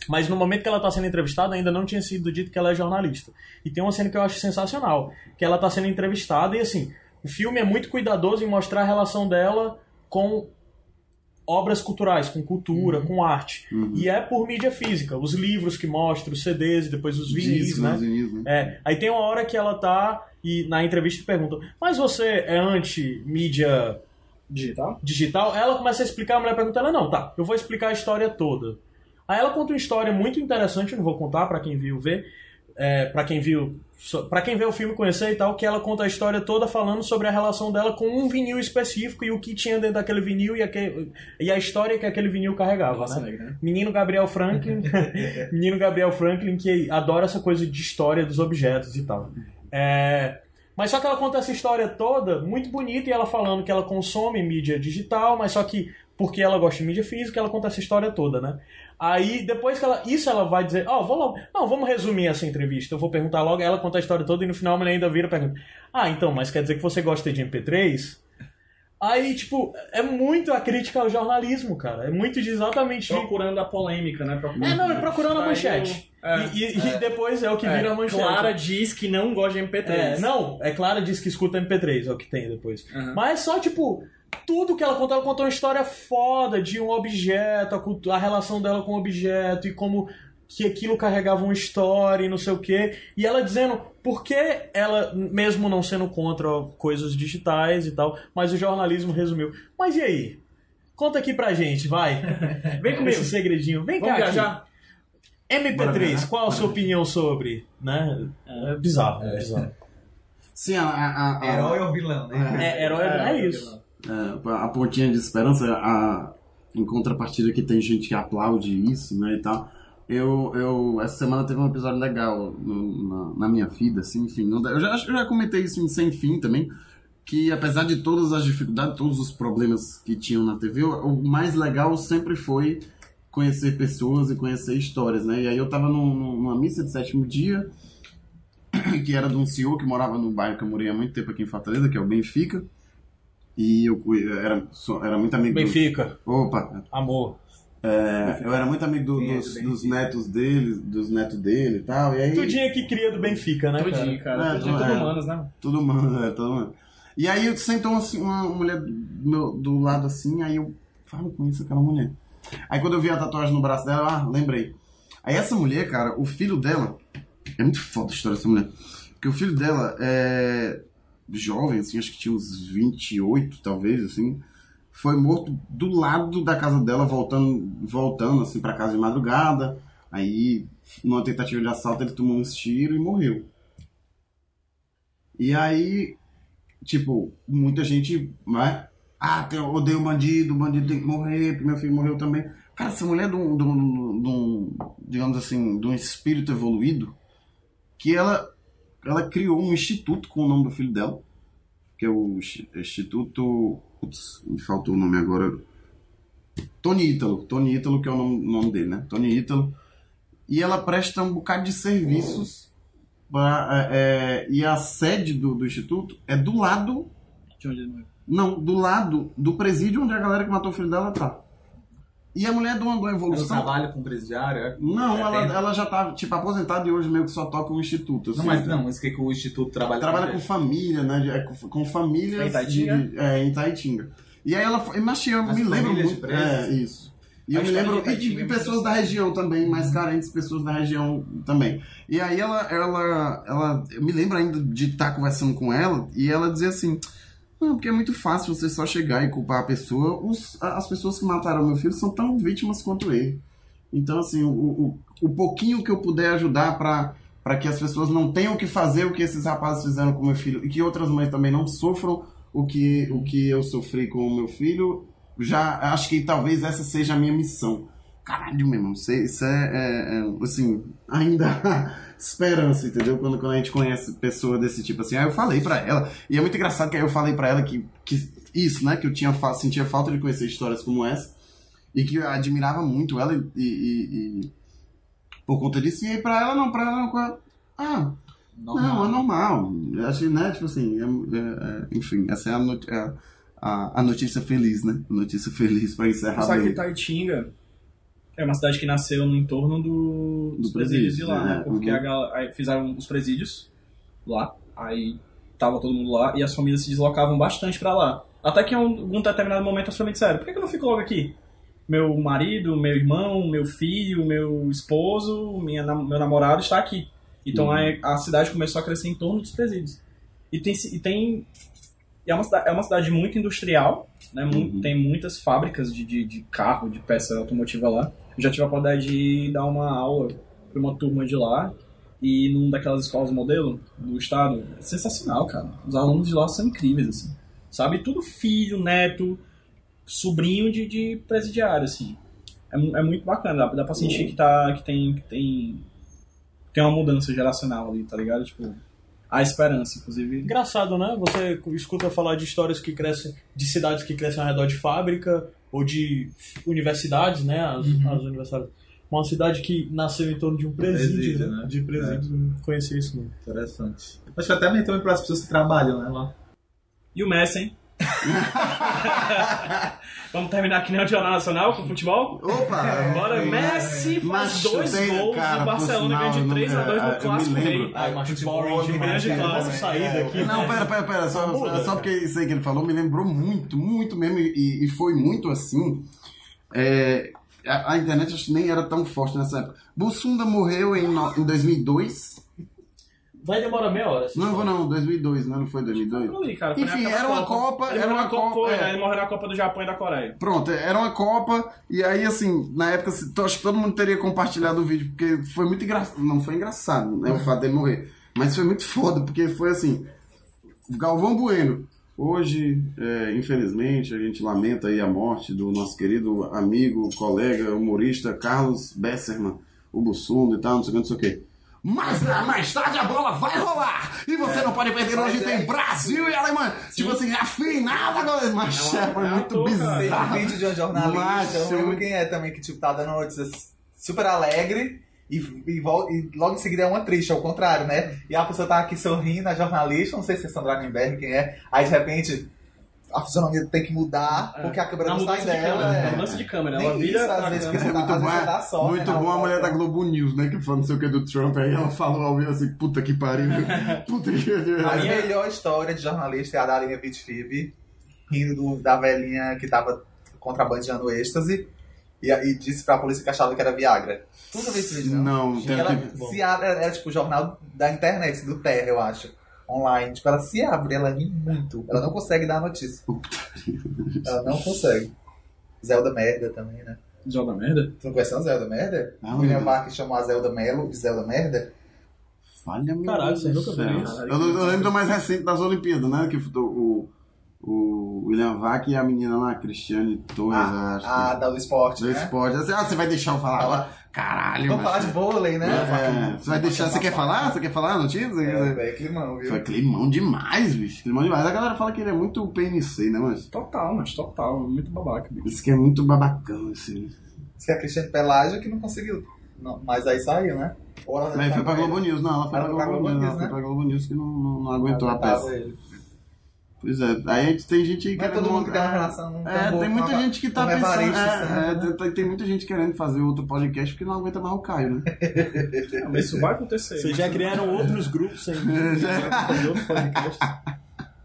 [SPEAKER 4] Mas no momento que ela tá sendo entrevistada, ainda não tinha sido dito que ela é jornalista. E tem uma cena que eu acho sensacional, que ela tá sendo entrevistada e assim, o filme é muito cuidadoso em mostrar a relação dela com obras culturais, com cultura, com arte. E é por mídia física, os livros que mostram, os CDs, depois os vinis,
[SPEAKER 2] Discos,
[SPEAKER 4] né?
[SPEAKER 2] vinis, né?
[SPEAKER 4] É, aí tem uma hora que ela tá e na entrevista pergunta, mas você é anti-mídia
[SPEAKER 1] Digital?
[SPEAKER 4] digital? Ela começa a explicar, a mulher pergunta, ela não, tá, eu vou explicar a história toda. Aí ela conta uma história muito interessante, eu não vou contar pra quem viu ver, é, para quem viu, para quem vê o filme conhecer e tal, que ela conta a história toda falando sobre a relação dela com um vinil específico e o que tinha dentro daquele vinil e, aquele, e a história que aquele vinil carregava,
[SPEAKER 1] Nossa,
[SPEAKER 4] né?
[SPEAKER 1] negra, né?
[SPEAKER 4] Menino Gabriel Franklin. menino Gabriel Franklin que adora essa coisa de história dos objetos e tal. É, mas só que ela conta essa história toda muito bonita e ela falando que ela consome mídia digital, mas só que porque ela gosta de mídia física, ela conta essa história toda, né? Aí depois que ela. Isso ela vai dizer, ó, vou logo. Não, vamos resumir essa entrevista. Eu vou perguntar logo, ela conta a história toda e no final a mulher ainda vira e pergunta. Ah, então, mas quer dizer que você gosta de MP3? Aí, tipo, é muito a crítica ao jornalismo, cara. É muito de exatamente
[SPEAKER 1] Procurando a polêmica, né? Procurando...
[SPEAKER 4] é, não, é procurando a
[SPEAKER 5] Aí
[SPEAKER 4] manchete.
[SPEAKER 1] É,
[SPEAKER 4] e, e- e depois é o que
[SPEAKER 1] É,
[SPEAKER 4] vira a manchete.
[SPEAKER 5] Clara diz que não gosta de MP3.
[SPEAKER 4] É, não, é Clara diz que escuta MP3, é o que tem depois.
[SPEAKER 1] Aham.
[SPEAKER 4] Mas só, tipo, tudo que ela contou, ela contou uma história foda de um objeto, a, cultu- a relação dela com o objeto e como que aquilo carregava uma história e não sei o quê. E ela dizendo por que ela, mesmo não sendo contra coisas digitais e tal, mas o jornalismo resumiu. Mas e aí? Conta aqui pra gente, vai.
[SPEAKER 5] Vem comigo.
[SPEAKER 4] Esse segredinho. Vem
[SPEAKER 5] Vamos
[SPEAKER 4] cá aqui.
[SPEAKER 5] viajar?
[SPEAKER 4] MP3,
[SPEAKER 2] né?
[SPEAKER 4] qual a sua opinião sobre? Né? É bizarro, é bizarro.
[SPEAKER 2] Sim, a, a, a- a-
[SPEAKER 3] Herói ou vilão, né?
[SPEAKER 4] É, herói é,
[SPEAKER 5] É,
[SPEAKER 4] isso.
[SPEAKER 2] é, a pontinha de esperança, a, em contrapartida que tem gente que aplaude isso, né, e tal. Eu, eu, essa semana teve um episódio legal no- na, na minha vida, assim, enfim. não dá- eu, já, acho que eu já comentei isso em Sem Fim também, que apesar de todas as dificuldades, todos os problemas que tinham na TV, o, o mais legal sempre foi conhecer pessoas e conhecer histórias, né? E aí eu tava num- num- numa missa de sétimo dia, que era de um senhor que morava no bairro que eu morei há muito tempo aqui em Fortaleza, que é o Benfica. E eu cu- era, sou- era muito amigo. do-
[SPEAKER 4] Benfica,
[SPEAKER 2] Opa,
[SPEAKER 4] amor.
[SPEAKER 2] é, eu era muito amigo do- dos, dos netos dele, dos netos dele e tal. E aí,
[SPEAKER 4] Tudinho que cria do Benfica, né, cara?
[SPEAKER 1] Tudinho, cara.
[SPEAKER 2] É,
[SPEAKER 1] Tudinho,
[SPEAKER 2] não é.
[SPEAKER 1] tudo humanos, né?
[SPEAKER 2] Todo mundo, é, todo mundo. E aí eu sentou assim, uma mulher do, meu- do lado assim, aí eu falo com isso aquela mulher. Aí quando eu vi a tatuagem no braço dela, eu, ah, lembrei. Aí essa mulher, cara, o filho dela. É muito foda a história dessa mulher. Porque o filho dela é. jovem, assim, acho que tinha uns 28, talvez, assim. Foi morto do lado da casa dela, voltando, voltando assim, pra casa de madrugada. Aí, numa tentativa de assalto, ele tomou uns tiros e morreu. E aí, tipo, muita gente vai. Ah, tem- eu odeio bandido, bandido tem que morrer, porque meu filho morreu também. Cara, essa mulher é de um, de um- de um- digamos assim, de um espírito evoluído, que ela, ela criou um instituto com o nome do filho dela, que é o Insti- Instituto. Putz, me faltou o nome agora. Tony Ítalo. Tony Ítalo, que é o nome, nome dele, né? Tony Ítalo. E ela presta um bocado de serviços Pra, é, é, e a sede do, do instituto é do lado.
[SPEAKER 1] De onde ele
[SPEAKER 2] Não, do lado do presídio onde a galera que matou o filho dela tá. E a mulher é de uma, de uma
[SPEAKER 3] Ela
[SPEAKER 2] evolução.
[SPEAKER 3] trabalha com presidiário. é?
[SPEAKER 2] Não, ela,
[SPEAKER 3] Tem-
[SPEAKER 2] ela já tá, tipo, aposentada e hoje meio que só toca o instituto.
[SPEAKER 3] Não,
[SPEAKER 2] assim,
[SPEAKER 3] mas
[SPEAKER 2] né?
[SPEAKER 3] não, É. mas o que, que o Instituto trabalha
[SPEAKER 2] Trabalha com família, né? de- é, com, com famílias.
[SPEAKER 1] Em Itaitinga?
[SPEAKER 2] de- de- é, em Taitinga. E aí ela foi. Mas eu
[SPEAKER 3] As
[SPEAKER 2] me lembro
[SPEAKER 3] famílias de
[SPEAKER 2] muito.
[SPEAKER 3] presos.
[SPEAKER 2] É, isso. E
[SPEAKER 1] A
[SPEAKER 2] eu me
[SPEAKER 1] história
[SPEAKER 2] lembro.
[SPEAKER 1] de
[SPEAKER 2] E de,
[SPEAKER 1] Itaitinga é
[SPEAKER 2] de
[SPEAKER 1] muito
[SPEAKER 2] pessoas da região também, mais carentes, pessoas da região também. E aí ela, ela, ela. Eu me lembro ainda de estar conversando com ela e ela dizer assim. Não, porque é muito fácil você só chegar e culpar a pessoa. Os- a- as pessoas que mataram meu filho são tão vítimas quanto ele. Então, assim, o, o, o pouquinho que eu puder ajudar pra para que as pessoas não tenham que fazer o que esses rapazes fizeram com meu filho e que outras mães também não sofram o que, o que eu sofri com o meu filho, já acho que talvez essa seja a minha missão. Caralho, meu irmão, isso é, isso é, é, é, assim, ainda há esperança, entendeu? Quando, quando a gente conhece pessoa desse tipo assim, aí eu falei pra ela, e é muito engraçado que aí eu falei pra ela que, que isso, né, que eu tinha, fa- sentia falta de conhecer histórias como essa, E que eu admirava muito ela e. e- e- por conta disso. E aí pra ela não, pra ela não. com a- Ah, não, é normal. Eu achei, né? Tipo assim, é- é- é- enfim, essa é a, noti- é a- a notícia feliz, né? A notícia feliz pra encerrar
[SPEAKER 1] Só que tá-
[SPEAKER 2] bem.
[SPEAKER 1] Itaitinga é uma cidade que nasceu no entorno do- dos
[SPEAKER 2] Do
[SPEAKER 1] presídios de lá,
[SPEAKER 2] presídio,
[SPEAKER 1] né?
[SPEAKER 2] é,
[SPEAKER 1] Porque
[SPEAKER 2] uhum.
[SPEAKER 1] a gal- aí fizeram os presídios lá, aí tava todo mundo lá e as famílias se deslocavam bastante pra lá. Até que em algum determinado momento as famílias disseram: por que que eu não fico logo aqui? Meu marido, meu irmão, meu filho, meu esposo, minha, nam- meu namorado está aqui. Então
[SPEAKER 2] Uhum.
[SPEAKER 1] aí a cidade começou a crescer em torno dos presídios. E tem, ci- e tem e é uma, cida- é uma cidade muito industrial, né? Mu-
[SPEAKER 2] Uhum.
[SPEAKER 1] Tem muitas fábricas de, de, de carro, de peça automotiva lá. Eu já tive a oportunidade de dar uma aula pra uma turma de lá e num daquelas escolas modelo do estado. É sensacional, cara. Os alunos de lá são incríveis, assim. Sabe? Tudo filho, neto, sobrinho de, de presidiário, assim. É, mu- é muito bacana. Dá, dá pra sentir que, tá, que, tem, que tem, tem uma mudança geracional ali, tá ligado? Tipo, há esperança, inclusive.
[SPEAKER 4] Engraçado, né? Você escuta falar de histórias que crescem, de cidades que crescem ao redor de fábrica ou de universidades, né? As, as universidades. Uma cidade que nasceu em torno de um presídio,
[SPEAKER 3] Presídio,
[SPEAKER 4] né?
[SPEAKER 3] né?
[SPEAKER 4] De presídio. Não
[SPEAKER 2] É.
[SPEAKER 4] conhecia isso, não.
[SPEAKER 3] Interessante. Acho que até bem também para as pessoas que trabalham, né? Lá.
[SPEAKER 1] E o Messi, hein? Vamos terminar que nem o Jornal Nacional com futebol?
[SPEAKER 2] Opa!
[SPEAKER 1] Bora,
[SPEAKER 2] é,
[SPEAKER 1] Messi faz
[SPEAKER 2] Mas
[SPEAKER 1] dois
[SPEAKER 2] tem-
[SPEAKER 1] gols
[SPEAKER 2] cara,
[SPEAKER 1] e o
[SPEAKER 2] por
[SPEAKER 1] Barcelona
[SPEAKER 2] sinal,
[SPEAKER 1] ganha de
[SPEAKER 2] eu não-
[SPEAKER 1] 3 a 2
[SPEAKER 2] é,
[SPEAKER 1] no
[SPEAKER 2] eu me
[SPEAKER 1] Clássico
[SPEAKER 2] lembro.
[SPEAKER 1] Rei.
[SPEAKER 4] Ah, mas
[SPEAKER 3] futebol
[SPEAKER 4] boring
[SPEAKER 3] é
[SPEAKER 4] demais,
[SPEAKER 1] grande
[SPEAKER 4] né?
[SPEAKER 1] classe.
[SPEAKER 4] Vamos sair
[SPEAKER 2] É,
[SPEAKER 4] daqui.
[SPEAKER 2] Não, pera, pera, pera. Só,
[SPEAKER 4] Muda,
[SPEAKER 2] só
[SPEAKER 4] cara.
[SPEAKER 2] porque isso aí que ele falou me lembrou muito, muito mesmo. E, e foi muito assim. é, a, a internet acho que nem era tão forte nessa época. Bussunda morreu em, no- em 2002.
[SPEAKER 4] Vai demorar meia hora. assim.
[SPEAKER 2] Não, não, 2002, né? Não foi 2002?
[SPEAKER 1] Não li, cara, foi
[SPEAKER 2] Enfim,
[SPEAKER 1] naquela
[SPEAKER 2] era uma Copa.
[SPEAKER 1] Ele
[SPEAKER 2] Era
[SPEAKER 1] morreu
[SPEAKER 2] uma
[SPEAKER 1] na Copa,
[SPEAKER 2] Copa.
[SPEAKER 1] né?
[SPEAKER 2] é.
[SPEAKER 1] Ele morreu na Copa do Japão e da Coreia.
[SPEAKER 2] Pronto, era uma Copa, e aí, assim, na época, assim, to- acho que todo mundo teria compartilhado o vídeo, porque foi muito engraçado. Não foi engraçado, né? O fato dele morrer. Mas foi muito foda, porque foi assim: Galvão Bueno. Hoje, é, infelizmente, a gente lamenta aí a morte do nosso querido amigo, colega, humorista Carlos Besserman, o Bussunda e tal, não sei o que, não sei o que. Mas na- mais tarde a bola vai rolar! E
[SPEAKER 3] É,
[SPEAKER 2] você não pode perder, hoje tem Brasil e Alemanha! Tipo assim, afinal, galera! Mas é, foi
[SPEAKER 1] é um ator,
[SPEAKER 2] muito
[SPEAKER 1] cara.
[SPEAKER 3] Tem um
[SPEAKER 2] bizarro!
[SPEAKER 3] vídeo de uma jornalista,
[SPEAKER 2] Mas
[SPEAKER 3] eu não lembro
[SPEAKER 2] eu-
[SPEAKER 3] quem é também, que tipo, tá dando uma notícia super alegre e, e, vol- e logo em seguida é uma triste, ao contrário, né? E a pessoa tá aqui sorrindo, a jornalista, não sei se é Sandra Nenberg, quem é, aí de repente a fisionomia tem que É. mudar, porque a câmera
[SPEAKER 1] Na
[SPEAKER 3] não sai
[SPEAKER 1] mudança de
[SPEAKER 3] dela.
[SPEAKER 1] câmera. Na
[SPEAKER 3] É.
[SPEAKER 1] mudança de câmera. né?
[SPEAKER 3] Nem
[SPEAKER 1] Ela
[SPEAKER 3] isso,
[SPEAKER 1] vira
[SPEAKER 3] às
[SPEAKER 1] pra câmera.
[SPEAKER 3] vezes, porque você tá
[SPEAKER 2] muito bom, é.
[SPEAKER 3] fazendo dar sorte. né,
[SPEAKER 2] muito bom a mulher da Globo News, né? Que falou não sei o que do Trump. Aí ela falou ao vivo assim: puta que pariu. Puta que
[SPEAKER 3] A
[SPEAKER 1] minha-
[SPEAKER 3] melhor história de jornalista é a da Aline Vitfibe, rindo do- da velhinha que tava contrabandeando êxtase e, e disse pra polícia que achava que era Viagra. Tu nunca viu esse vídeo, não?
[SPEAKER 2] Não, tem
[SPEAKER 3] ela
[SPEAKER 2] que.
[SPEAKER 3] se abre, era tipo o jornal da internet, do Terra, eu acho. Online. Tipo, ela se abre, ela ri muito. Ela não consegue dar a notícia. Ela não consegue. Zelda Merda também, né?
[SPEAKER 1] Joga merda?
[SPEAKER 3] Tu não conhece a Zelda Merda?
[SPEAKER 2] Ah,
[SPEAKER 3] William
[SPEAKER 2] meu
[SPEAKER 3] Vac chamou a Zelda Melo de Zelda Merda.
[SPEAKER 2] Falha, meu
[SPEAKER 4] Caralho,
[SPEAKER 2] Deus
[SPEAKER 4] você
[SPEAKER 2] do
[SPEAKER 4] nunca
[SPEAKER 2] céu.
[SPEAKER 4] viu
[SPEAKER 1] isso?
[SPEAKER 2] Eu, eu lembro do mais recente das Olimpíadas, né? Que foi o, o William Vac e a menina lá, Cristiane Torres,
[SPEAKER 3] Ah,
[SPEAKER 2] eu acho.
[SPEAKER 3] A, a da do esporte,
[SPEAKER 2] que... Do
[SPEAKER 3] né?
[SPEAKER 2] esporte. Assim, ah, você vai deixar eu falar lá? Caralho,
[SPEAKER 3] Vamos falar
[SPEAKER 2] mas-
[SPEAKER 3] de vôlei, né?
[SPEAKER 2] É, Você vai deixar. Você quer falar? Você quer falar a notícia?
[SPEAKER 3] É, velho, climão, viu?
[SPEAKER 2] Foi climão demais, bicho. Climão demais. A galera fala que ele é muito PNC, né, mas.
[SPEAKER 1] Total, mas total. Muito babaca, bicho.
[SPEAKER 2] Isso que é muito babacão, assim.
[SPEAKER 3] Diz que a Cristiane Pelágio é que não conseguiu. Não, mas aí saiu, né? Ou ela
[SPEAKER 2] Mas foi pra Globo News, não. Ela foi
[SPEAKER 3] Ela
[SPEAKER 2] pra Globo, News, ela
[SPEAKER 3] né? tá
[SPEAKER 2] foi pra Globo News que não, não, não aguentou a
[SPEAKER 3] Tava
[SPEAKER 2] peça.
[SPEAKER 3] ele.
[SPEAKER 2] Pois é, aí a gente- tem gente que.
[SPEAKER 3] Não é todo mundo que tem uma relação. tão
[SPEAKER 2] É,
[SPEAKER 3] boa
[SPEAKER 2] tem
[SPEAKER 3] com
[SPEAKER 2] muita
[SPEAKER 3] a-
[SPEAKER 2] gente que tá
[SPEAKER 3] com o Evaristo,
[SPEAKER 2] pensando. É, é,
[SPEAKER 3] assim, né?
[SPEAKER 2] tem- tem, tem muita gente querendo fazer outro podcast porque não aguenta mais o Caio, né?
[SPEAKER 1] É, mas isso vai acontecer.
[SPEAKER 4] Vocês
[SPEAKER 1] mas-
[SPEAKER 4] já criaram outros grupos né? sem
[SPEAKER 2] Já.
[SPEAKER 4] fazer outro podcast.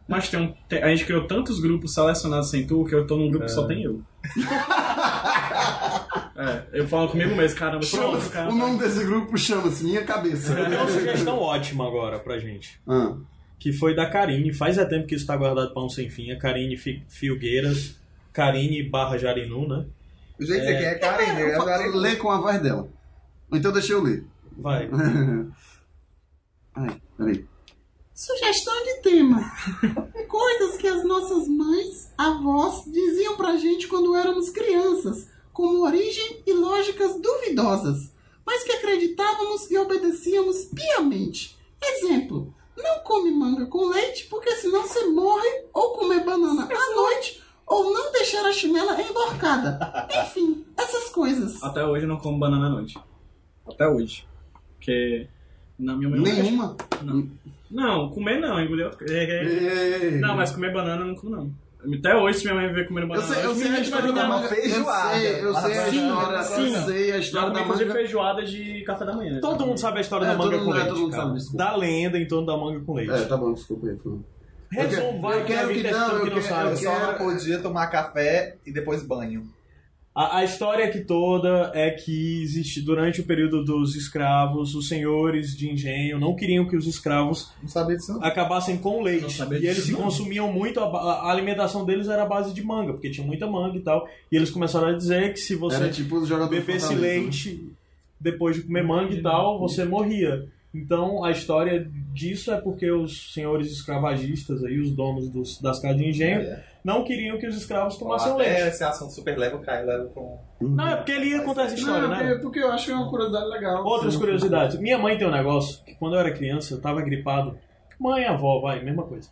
[SPEAKER 1] Mas tem um, tem- a gente criou tantos grupos selecionados sem tu que eu tô num grupo que só tem eu. é, eu falo comigo mesmo, caramba, pronto, cara.
[SPEAKER 2] o nome desse grupo chama-se Minha Cabeça.
[SPEAKER 4] Eu tenho uma sugestão ótima agora pra gente.
[SPEAKER 2] Ah,
[SPEAKER 4] que foi da Karine. Faz é tempo que isso está guardado para um sem fim. A Karine Fi- Filgueiras, Karine barra Jarinu, né?
[SPEAKER 3] O jeito que você quer é Karen,
[SPEAKER 2] eu
[SPEAKER 3] eu
[SPEAKER 2] fa-
[SPEAKER 3] adoro
[SPEAKER 2] lê com a voz dela. Ou Então deixa eu ler.
[SPEAKER 4] Vai.
[SPEAKER 2] Ai, peraí.
[SPEAKER 6] Sugestão de tema: Coisas que as nossas mães, avós diziam pra gente quando éramos crianças, como origem e lógicas duvidosas, mas que acreditávamos e obedecíamos piamente. Exemplo: não come manga com leite porque senão você morre, ou comer banana à noite, Ou não deixar a chinela emborcada. Enfim, essas coisas.
[SPEAKER 1] Até hoje eu não como banana à noite. Até hoje. Porque. Não, minha mãe não deixa.
[SPEAKER 6] Nenhuma.
[SPEAKER 1] Não, comer não, engolir outro. é, é-
[SPEAKER 2] Ei.
[SPEAKER 1] Não, mas comer banana eu não como, não. Até hoje, se minha mãe ver comendo
[SPEAKER 2] Eu
[SPEAKER 1] banana,
[SPEAKER 2] sei, eu sei a história da manga.
[SPEAKER 3] feijoada.
[SPEAKER 2] Eu sei, eu
[SPEAKER 3] Lá na
[SPEAKER 2] sei a
[SPEAKER 3] Bahia.
[SPEAKER 2] história.
[SPEAKER 1] Sim,
[SPEAKER 2] Eu sei a
[SPEAKER 1] já
[SPEAKER 2] história
[SPEAKER 1] comi
[SPEAKER 2] da
[SPEAKER 1] inclusive
[SPEAKER 2] manga.
[SPEAKER 1] feijoada de café da manhã.
[SPEAKER 4] Todo mundo sabe a história
[SPEAKER 2] É,
[SPEAKER 4] da manga
[SPEAKER 2] todo
[SPEAKER 4] com
[SPEAKER 2] mundo- é,
[SPEAKER 4] leite.
[SPEAKER 2] todo mundo
[SPEAKER 4] cara.
[SPEAKER 2] sabe, desculpa.
[SPEAKER 4] da lenda em torno da manga com leite.
[SPEAKER 2] É, tá bom, desculpa aí. Fulano. Eu quero-
[SPEAKER 4] Resumo, vai,
[SPEAKER 2] eu quero
[SPEAKER 4] tem
[SPEAKER 2] que não,
[SPEAKER 4] alguém testando
[SPEAKER 2] eu
[SPEAKER 4] que não
[SPEAKER 2] quero-
[SPEAKER 4] sabe.
[SPEAKER 2] eu
[SPEAKER 3] Eu só não podia tomar café e depois banho.
[SPEAKER 4] A, a história aqui toda é que existe, durante o período dos escravos, os senhores de engenho não queriam que os escravos
[SPEAKER 3] Não sabia disso não.
[SPEAKER 4] acabassem com
[SPEAKER 1] Não
[SPEAKER 4] leite.
[SPEAKER 1] sabia
[SPEAKER 4] E
[SPEAKER 1] disso,
[SPEAKER 4] eles se
[SPEAKER 1] não.
[SPEAKER 4] consumiam muito, a, ba- a alimentação deles era a base de manga, porque tinha muita manga e tal. E eles começaram a dizer que se
[SPEAKER 2] Era
[SPEAKER 4] você
[SPEAKER 2] tipo os jogadores
[SPEAKER 4] bebesse
[SPEAKER 2] né?
[SPEAKER 4] leite depois de comer manga e tal, você morria. Então a história disso é porque os senhores escravagistas aí, os donos dos- das casas de engenho, não queriam que os escravos tomassem
[SPEAKER 3] Até
[SPEAKER 4] leite.
[SPEAKER 3] Esse assunto super leva, o Caio leva pra um...
[SPEAKER 4] Não, é porque ele ia contar essa história, né?
[SPEAKER 2] porque, porque eu acho é uma curiosidade legal.
[SPEAKER 4] Outras
[SPEAKER 2] Sim.
[SPEAKER 4] curiosidades. Minha mãe tem um negócio que quando eu era criança, eu tava gripado. Mãe, avó, vai, mesma coisa.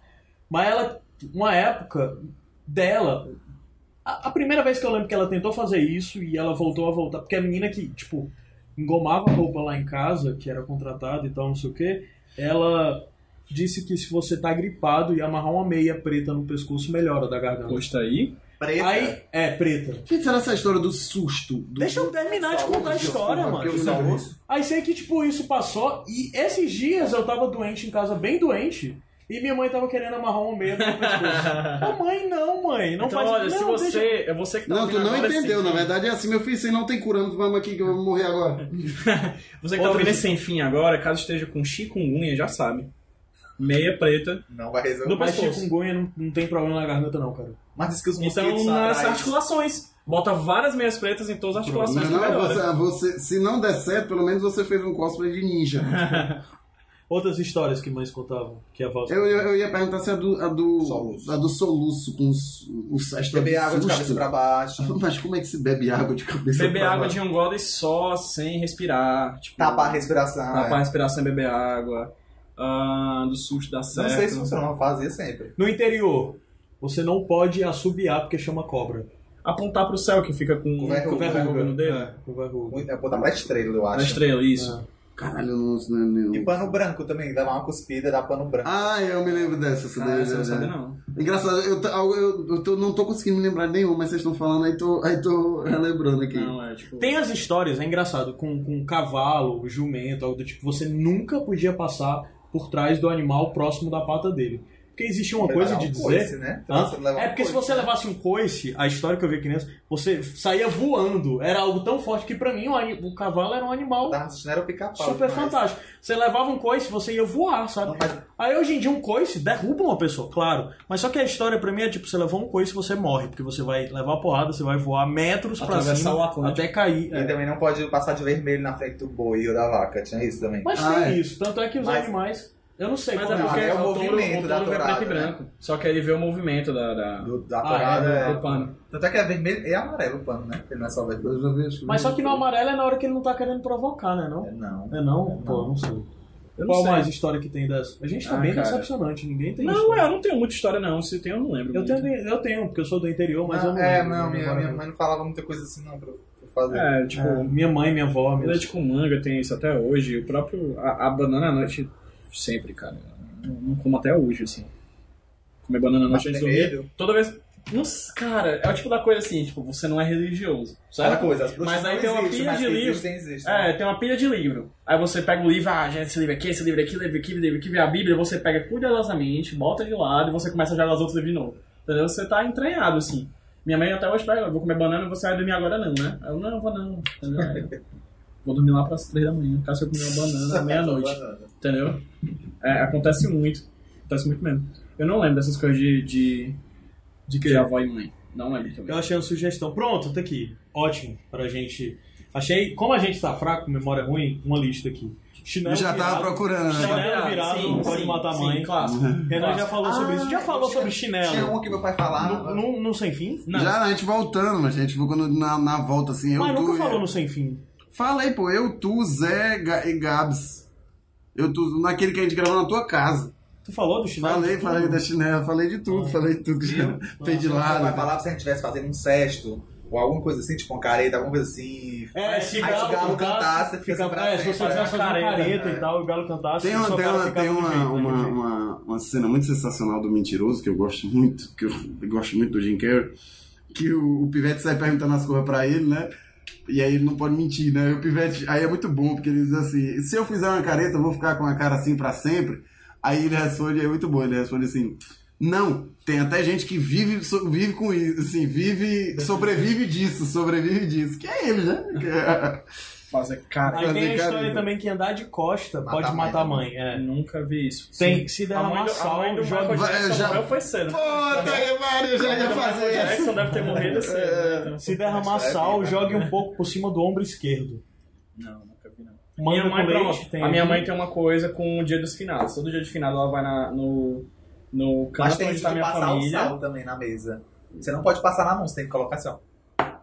[SPEAKER 4] Mas ela, uma época dela, a, a primeira vez que eu lembro que ela tentou fazer isso e ela voltou a voltar, porque a menina que, tipo, engomava a roupa lá em casa, que era contratada e tal, não sei o quê, ela disse que se você tá gripado e amarrar uma meia preta no pescoço, melhora da garganta.
[SPEAKER 1] Posta aí.
[SPEAKER 3] Preta.
[SPEAKER 4] Aí, é, preta.
[SPEAKER 2] Gente, será essa história do susto? Do...
[SPEAKER 4] Deixa eu terminar de contar a história,
[SPEAKER 2] Desculpa,
[SPEAKER 4] mano.
[SPEAKER 2] porque eu
[SPEAKER 3] Só
[SPEAKER 2] lembrei.
[SPEAKER 3] osso.
[SPEAKER 4] Aí sei que, tipo, isso passou e esses dias eu tava doente em casa, bem doente, e minha mãe tava querendo amarrar um medo no
[SPEAKER 1] Então,
[SPEAKER 4] pescoço. Ô, mãe, não, mãe, não
[SPEAKER 5] então,
[SPEAKER 4] faz
[SPEAKER 5] olha,
[SPEAKER 4] não,
[SPEAKER 5] se você.
[SPEAKER 4] deixa-
[SPEAKER 5] É você que tá
[SPEAKER 2] Não, tu
[SPEAKER 5] ouvindo
[SPEAKER 2] não
[SPEAKER 5] agora,
[SPEAKER 2] entendeu.
[SPEAKER 5] sem
[SPEAKER 2] Na
[SPEAKER 5] fim.
[SPEAKER 2] verdade é assim, meu filho, se não tem curando, vamos aqui que eu vou morrer agora.
[SPEAKER 1] Você que tá
[SPEAKER 4] Outro-
[SPEAKER 1] ouvindo esse sem fim agora, caso esteja com chikungunya, já sabe. Meia preta.
[SPEAKER 3] Não vai resolver.
[SPEAKER 1] No
[SPEAKER 4] Mas
[SPEAKER 2] tipo,
[SPEAKER 1] pescoço.
[SPEAKER 4] chikungunya não, não tem problema na garganta, não, cara.
[SPEAKER 3] Mas diz que os
[SPEAKER 1] Então,
[SPEAKER 3] mosquitos
[SPEAKER 1] nas
[SPEAKER 3] atrás-
[SPEAKER 1] articulações. Bota várias meias pretas em todas as articulações.
[SPEAKER 2] Não, é
[SPEAKER 1] que melhora.
[SPEAKER 2] você, você- se não der certo, pelo menos você fez um cosplay de ninja.
[SPEAKER 4] Outras histórias que mães contavam, que a voz.
[SPEAKER 2] Eu, eu, eu ia perguntar se a do, a do
[SPEAKER 3] Soluço.
[SPEAKER 2] a do soluço com os, os a história
[SPEAKER 3] Beber
[SPEAKER 2] do
[SPEAKER 3] água de
[SPEAKER 2] susto.
[SPEAKER 3] cabeça pra baixo.
[SPEAKER 2] Mas como é que tá se bebe água de cabeça
[SPEAKER 1] Beber
[SPEAKER 2] pra
[SPEAKER 1] água
[SPEAKER 2] baixo?
[SPEAKER 1] de um gole só, sem respirar. Tipo,
[SPEAKER 3] Tapar a respiração.
[SPEAKER 1] tapar
[SPEAKER 3] é.
[SPEAKER 1] a respiração, beber água. Ah, do susto dá
[SPEAKER 3] Não
[SPEAKER 1] certo.
[SPEAKER 3] sei se funciona, mas fazia sempre.
[SPEAKER 4] No interior, você não pode assobiar porque chama cobra.
[SPEAKER 1] Apontar pro céu que fica com
[SPEAKER 3] Com verruga.
[SPEAKER 1] com verruga no dedo.
[SPEAKER 4] É, com verruga.
[SPEAKER 3] Muito- É botar pra estrela, eu
[SPEAKER 1] Na
[SPEAKER 3] acho.
[SPEAKER 1] estrela, isso.
[SPEAKER 2] Caralho, eu não, né, não, não.
[SPEAKER 3] E pano branco também, dá uma cuspida, dá pano branco.
[SPEAKER 2] Ah, eu me lembro dessa. Essa
[SPEAKER 1] Ah,
[SPEAKER 2] daí,
[SPEAKER 1] você
[SPEAKER 2] né?
[SPEAKER 1] não sabe não.
[SPEAKER 2] Engraçado, eu, tô- eu, eu, tô- não tô conseguindo me lembrar de nenhum, mas vocês estão falando, aí tô, aí tô relembrando aqui.
[SPEAKER 1] Não, é tipo...
[SPEAKER 4] Tem as histórias, é engraçado, com, com cavalo, jumento, algo do tipo. Você nunca podia passar por trás do animal próximo da pata dele. Porque existe uma coisa
[SPEAKER 3] Levar
[SPEAKER 4] de
[SPEAKER 3] um
[SPEAKER 4] dizer.
[SPEAKER 3] coice, né? Então
[SPEAKER 4] Hã?
[SPEAKER 3] você leva
[SPEAKER 4] É
[SPEAKER 3] um
[SPEAKER 4] porque se
[SPEAKER 3] coice,
[SPEAKER 4] você
[SPEAKER 3] né?
[SPEAKER 4] levasse um coice, a história que eu vi criança, você saía voando. Era algo tão forte que pra mim o, ani- o cavalo era um animal
[SPEAKER 3] Tava assistindo, era o pica-pau.
[SPEAKER 4] super
[SPEAKER 3] mas-
[SPEAKER 4] fantástico. Você levava um coice, você ia voar, sabe?
[SPEAKER 3] Não, mas-
[SPEAKER 4] Aí hoje em dia um coice derruba uma pessoa, claro. Mas só que a história pra mim é tipo, você levou um coice, você morre. Porque você vai levar a porrada, você vai voar metros pra
[SPEAKER 1] Atravessar
[SPEAKER 4] cima
[SPEAKER 1] o Atlântico.
[SPEAKER 4] até cair.
[SPEAKER 3] E
[SPEAKER 4] é.
[SPEAKER 3] também não pode passar de vermelho na frente do boi ou da vaca, tinha isso também.
[SPEAKER 4] Mas
[SPEAKER 2] Ah,
[SPEAKER 4] tem
[SPEAKER 2] é.
[SPEAKER 4] isso. Tanto é que os
[SPEAKER 3] Mas-
[SPEAKER 4] animais. Eu não sei
[SPEAKER 1] Mas é
[SPEAKER 4] como
[SPEAKER 1] porque
[SPEAKER 3] é o
[SPEAKER 1] o touro,
[SPEAKER 3] movimento
[SPEAKER 1] o
[SPEAKER 3] da
[SPEAKER 1] touro vê
[SPEAKER 3] tourada,
[SPEAKER 1] preto e
[SPEAKER 3] né?
[SPEAKER 1] branco. Só que ele vê o movimento da, da-
[SPEAKER 3] Do- da
[SPEAKER 4] Ah,
[SPEAKER 3] tourada é.
[SPEAKER 1] do pano.
[SPEAKER 3] Tanto é que é vermelho e amarelo o pano, né? Ele não é só vermelho.
[SPEAKER 2] Eu já vi isso.
[SPEAKER 4] Mas só que no amarelo é na hora que ele não tá querendo provocar, né? Não?
[SPEAKER 3] É, Não.
[SPEAKER 4] É não? Pô, não sei.
[SPEAKER 1] Eu não
[SPEAKER 4] Qual
[SPEAKER 1] sei.
[SPEAKER 4] mais história que tem dessa? A gente tá
[SPEAKER 1] Ah,
[SPEAKER 4] bem
[SPEAKER 1] cara.
[SPEAKER 4] decepcionante, ninguém tem
[SPEAKER 1] Não, é,
[SPEAKER 4] história.
[SPEAKER 1] eu não tenho muita história não. Se tem, eu não lembro.
[SPEAKER 4] Eu
[SPEAKER 1] muito.
[SPEAKER 4] tenho, eu tenho, porque eu sou do interior, mas
[SPEAKER 3] não,
[SPEAKER 4] eu não.
[SPEAKER 3] é,
[SPEAKER 4] lembro,
[SPEAKER 3] não,
[SPEAKER 4] né,
[SPEAKER 3] minha,
[SPEAKER 4] agora.
[SPEAKER 3] minha mãe não falava muita coisa assim não pra, pra fazer.
[SPEAKER 1] É, tipo...
[SPEAKER 4] É, minha mãe, minha avó, minha...
[SPEAKER 1] Leite com um manga tem isso até hoje. O próprio. A, a banana à noite sempre, cara. Eu Não, não como até hoje, assim. Comer banana à noite antes de dormir.
[SPEAKER 3] vermelho,
[SPEAKER 1] Toda vez. Não s- cara, é o tipo da coisa assim, tipo, você não é religioso.
[SPEAKER 3] aquela
[SPEAKER 1] Sabe?
[SPEAKER 3] coisa. As bruxas
[SPEAKER 1] Mas aí
[SPEAKER 3] não
[SPEAKER 1] tem uma
[SPEAKER 3] existem,
[SPEAKER 1] pilha
[SPEAKER 3] mas
[SPEAKER 1] de
[SPEAKER 3] que
[SPEAKER 1] livro.
[SPEAKER 3] Existem, existem. Tá,
[SPEAKER 1] É, tem uma pilha de livro. Aí você pega o livro, ah, gente, esse livro aqui, esse livro aqui, livro aqui, livro aqui, vê a Bíblia, você pega cuidadosamente, bota de lado e você começa a jogar os outros livros de novo. Entendeu? Você tá entranhado, assim. Minha mãe até hoje pega, eu vou comer banana, você vai dormir agora não, né? Eu não, eu vou não, entendeu? Aí, Vou dormir lá pras três da manhã, caso eu comer uma
[SPEAKER 3] tá,
[SPEAKER 1] banana à meia-noite. Entendeu? É, acontece muito. Acontece muito mesmo. Eu não lembro dessas coisas de. de, de que? avó e mãe. Não lembro
[SPEAKER 4] Eu
[SPEAKER 1] também.
[SPEAKER 4] achei uma sugestão. Pronto, tá aqui. Ótimo pra gente. Achei, como a gente tá fraco, memória ruim, uma lista aqui. Chinelo
[SPEAKER 2] Eu já tava
[SPEAKER 4] virado.
[SPEAKER 2] procurando, né?
[SPEAKER 4] Chinelo virado,
[SPEAKER 1] Sim,
[SPEAKER 4] não pode
[SPEAKER 1] sim,
[SPEAKER 4] matar a
[SPEAKER 1] sim,
[SPEAKER 4] mãe.
[SPEAKER 1] clássico.
[SPEAKER 4] Renan já falou sobre isso. Já
[SPEAKER 2] Ah,
[SPEAKER 4] falou sobre
[SPEAKER 3] Tinha
[SPEAKER 2] um
[SPEAKER 4] chinelo.
[SPEAKER 3] uma que meu pai falava.
[SPEAKER 4] No, no- no Sem Fim?
[SPEAKER 1] Não.
[SPEAKER 2] Já a gente voltando, mas a gente ficou no- na, na volta assim. Eu,
[SPEAKER 4] Mas
[SPEAKER 2] tu,
[SPEAKER 4] nunca
[SPEAKER 2] e-
[SPEAKER 4] falou no Sem Fim.
[SPEAKER 2] Falei, pô, eu, tu, Zé Ga- e Gabs. Eu, tu, naquele que a gente gravou na tua casa.
[SPEAKER 4] Tu falou do chinelo?
[SPEAKER 2] Falei, falei da chinela, falei de tudo, falei de tudo que já
[SPEAKER 3] Vai
[SPEAKER 1] né?
[SPEAKER 2] pedilado.
[SPEAKER 3] falar se a gente estivesse fazendo um cesto ou alguma coisa assim, tipo uma careta, alguma coisa assim.
[SPEAKER 4] É, se o
[SPEAKER 3] Aí se o galo
[SPEAKER 4] galo cantasse,
[SPEAKER 3] cantasse,
[SPEAKER 4] fica
[SPEAKER 3] fica
[SPEAKER 4] pra É, se você
[SPEAKER 3] pra
[SPEAKER 4] tivesse fazendo
[SPEAKER 5] careta,
[SPEAKER 4] careta
[SPEAKER 5] né?
[SPEAKER 4] e tal, e o galo cantasse,
[SPEAKER 2] Tem,
[SPEAKER 4] o
[SPEAKER 2] uma,
[SPEAKER 4] seu
[SPEAKER 2] tem,
[SPEAKER 4] cara
[SPEAKER 2] uma,
[SPEAKER 4] ficava
[SPEAKER 2] tem
[SPEAKER 4] do
[SPEAKER 2] uma,
[SPEAKER 4] jeito, né, daquele
[SPEAKER 2] uma,
[SPEAKER 4] jeito.
[SPEAKER 2] uma- uma cena muito sensacional do Mentiroso, que eu gosto muito, que eu gosto muito do Jim Carrey, que o, o Pivete sai perguntando as coisas pra ele, né? E aí ele não pode mentir, né? E o Pivete, aí é muito bom, porque ele diz assim, se eu fizer uma careta, eu vou ficar com a cara assim pra sempre? Aí ele responde, é muito bom, ele responde assim, não, tem até gente que vive, so- vive com isso, assim, vive, sobrevive disso, sobrevive disso, que é ele, né? Que é-
[SPEAKER 1] Fazer cara.
[SPEAKER 4] Aí tem a
[SPEAKER 2] fazer
[SPEAKER 4] história
[SPEAKER 2] careta.
[SPEAKER 4] também que é andar de costa
[SPEAKER 3] Matar
[SPEAKER 4] pode
[SPEAKER 3] a mãe
[SPEAKER 4] matar a
[SPEAKER 3] também.
[SPEAKER 4] mãe. é.
[SPEAKER 1] Nunca vi isso.
[SPEAKER 4] Tem, se
[SPEAKER 5] A mãe
[SPEAKER 4] derramar
[SPEAKER 5] do, a mãe
[SPEAKER 4] sal,
[SPEAKER 5] do Michael
[SPEAKER 4] joga.
[SPEAKER 2] vai-
[SPEAKER 5] Jackson
[SPEAKER 2] já-
[SPEAKER 5] morreu foi cedo.
[SPEAKER 1] Tá
[SPEAKER 2] Puta que pariu, eu já ia fazer
[SPEAKER 4] é
[SPEAKER 5] Michael
[SPEAKER 2] essa.
[SPEAKER 5] Jackson deve ter morrido cedo. né?
[SPEAKER 4] Se derramar
[SPEAKER 3] Isso é
[SPEAKER 4] sal,
[SPEAKER 3] vida,
[SPEAKER 4] jogue
[SPEAKER 3] né?
[SPEAKER 4] um pouco por cima do ombro esquerdo.
[SPEAKER 1] Não, nunca vi não.
[SPEAKER 4] Manga
[SPEAKER 5] minha mãe,
[SPEAKER 4] com
[SPEAKER 5] pronto.
[SPEAKER 4] leite, tem um
[SPEAKER 1] a minha
[SPEAKER 4] aqui.
[SPEAKER 1] mãe tem uma coisa com o dia dos finados. Todo dia de finado ela vai na, no, no
[SPEAKER 3] Mas
[SPEAKER 1] canto
[SPEAKER 3] tem
[SPEAKER 1] onde
[SPEAKER 3] que
[SPEAKER 1] tá minha
[SPEAKER 3] passar o
[SPEAKER 1] família.
[SPEAKER 3] sal também na mesa. Você não pode passar na mão, você tem que colocar assim, ó,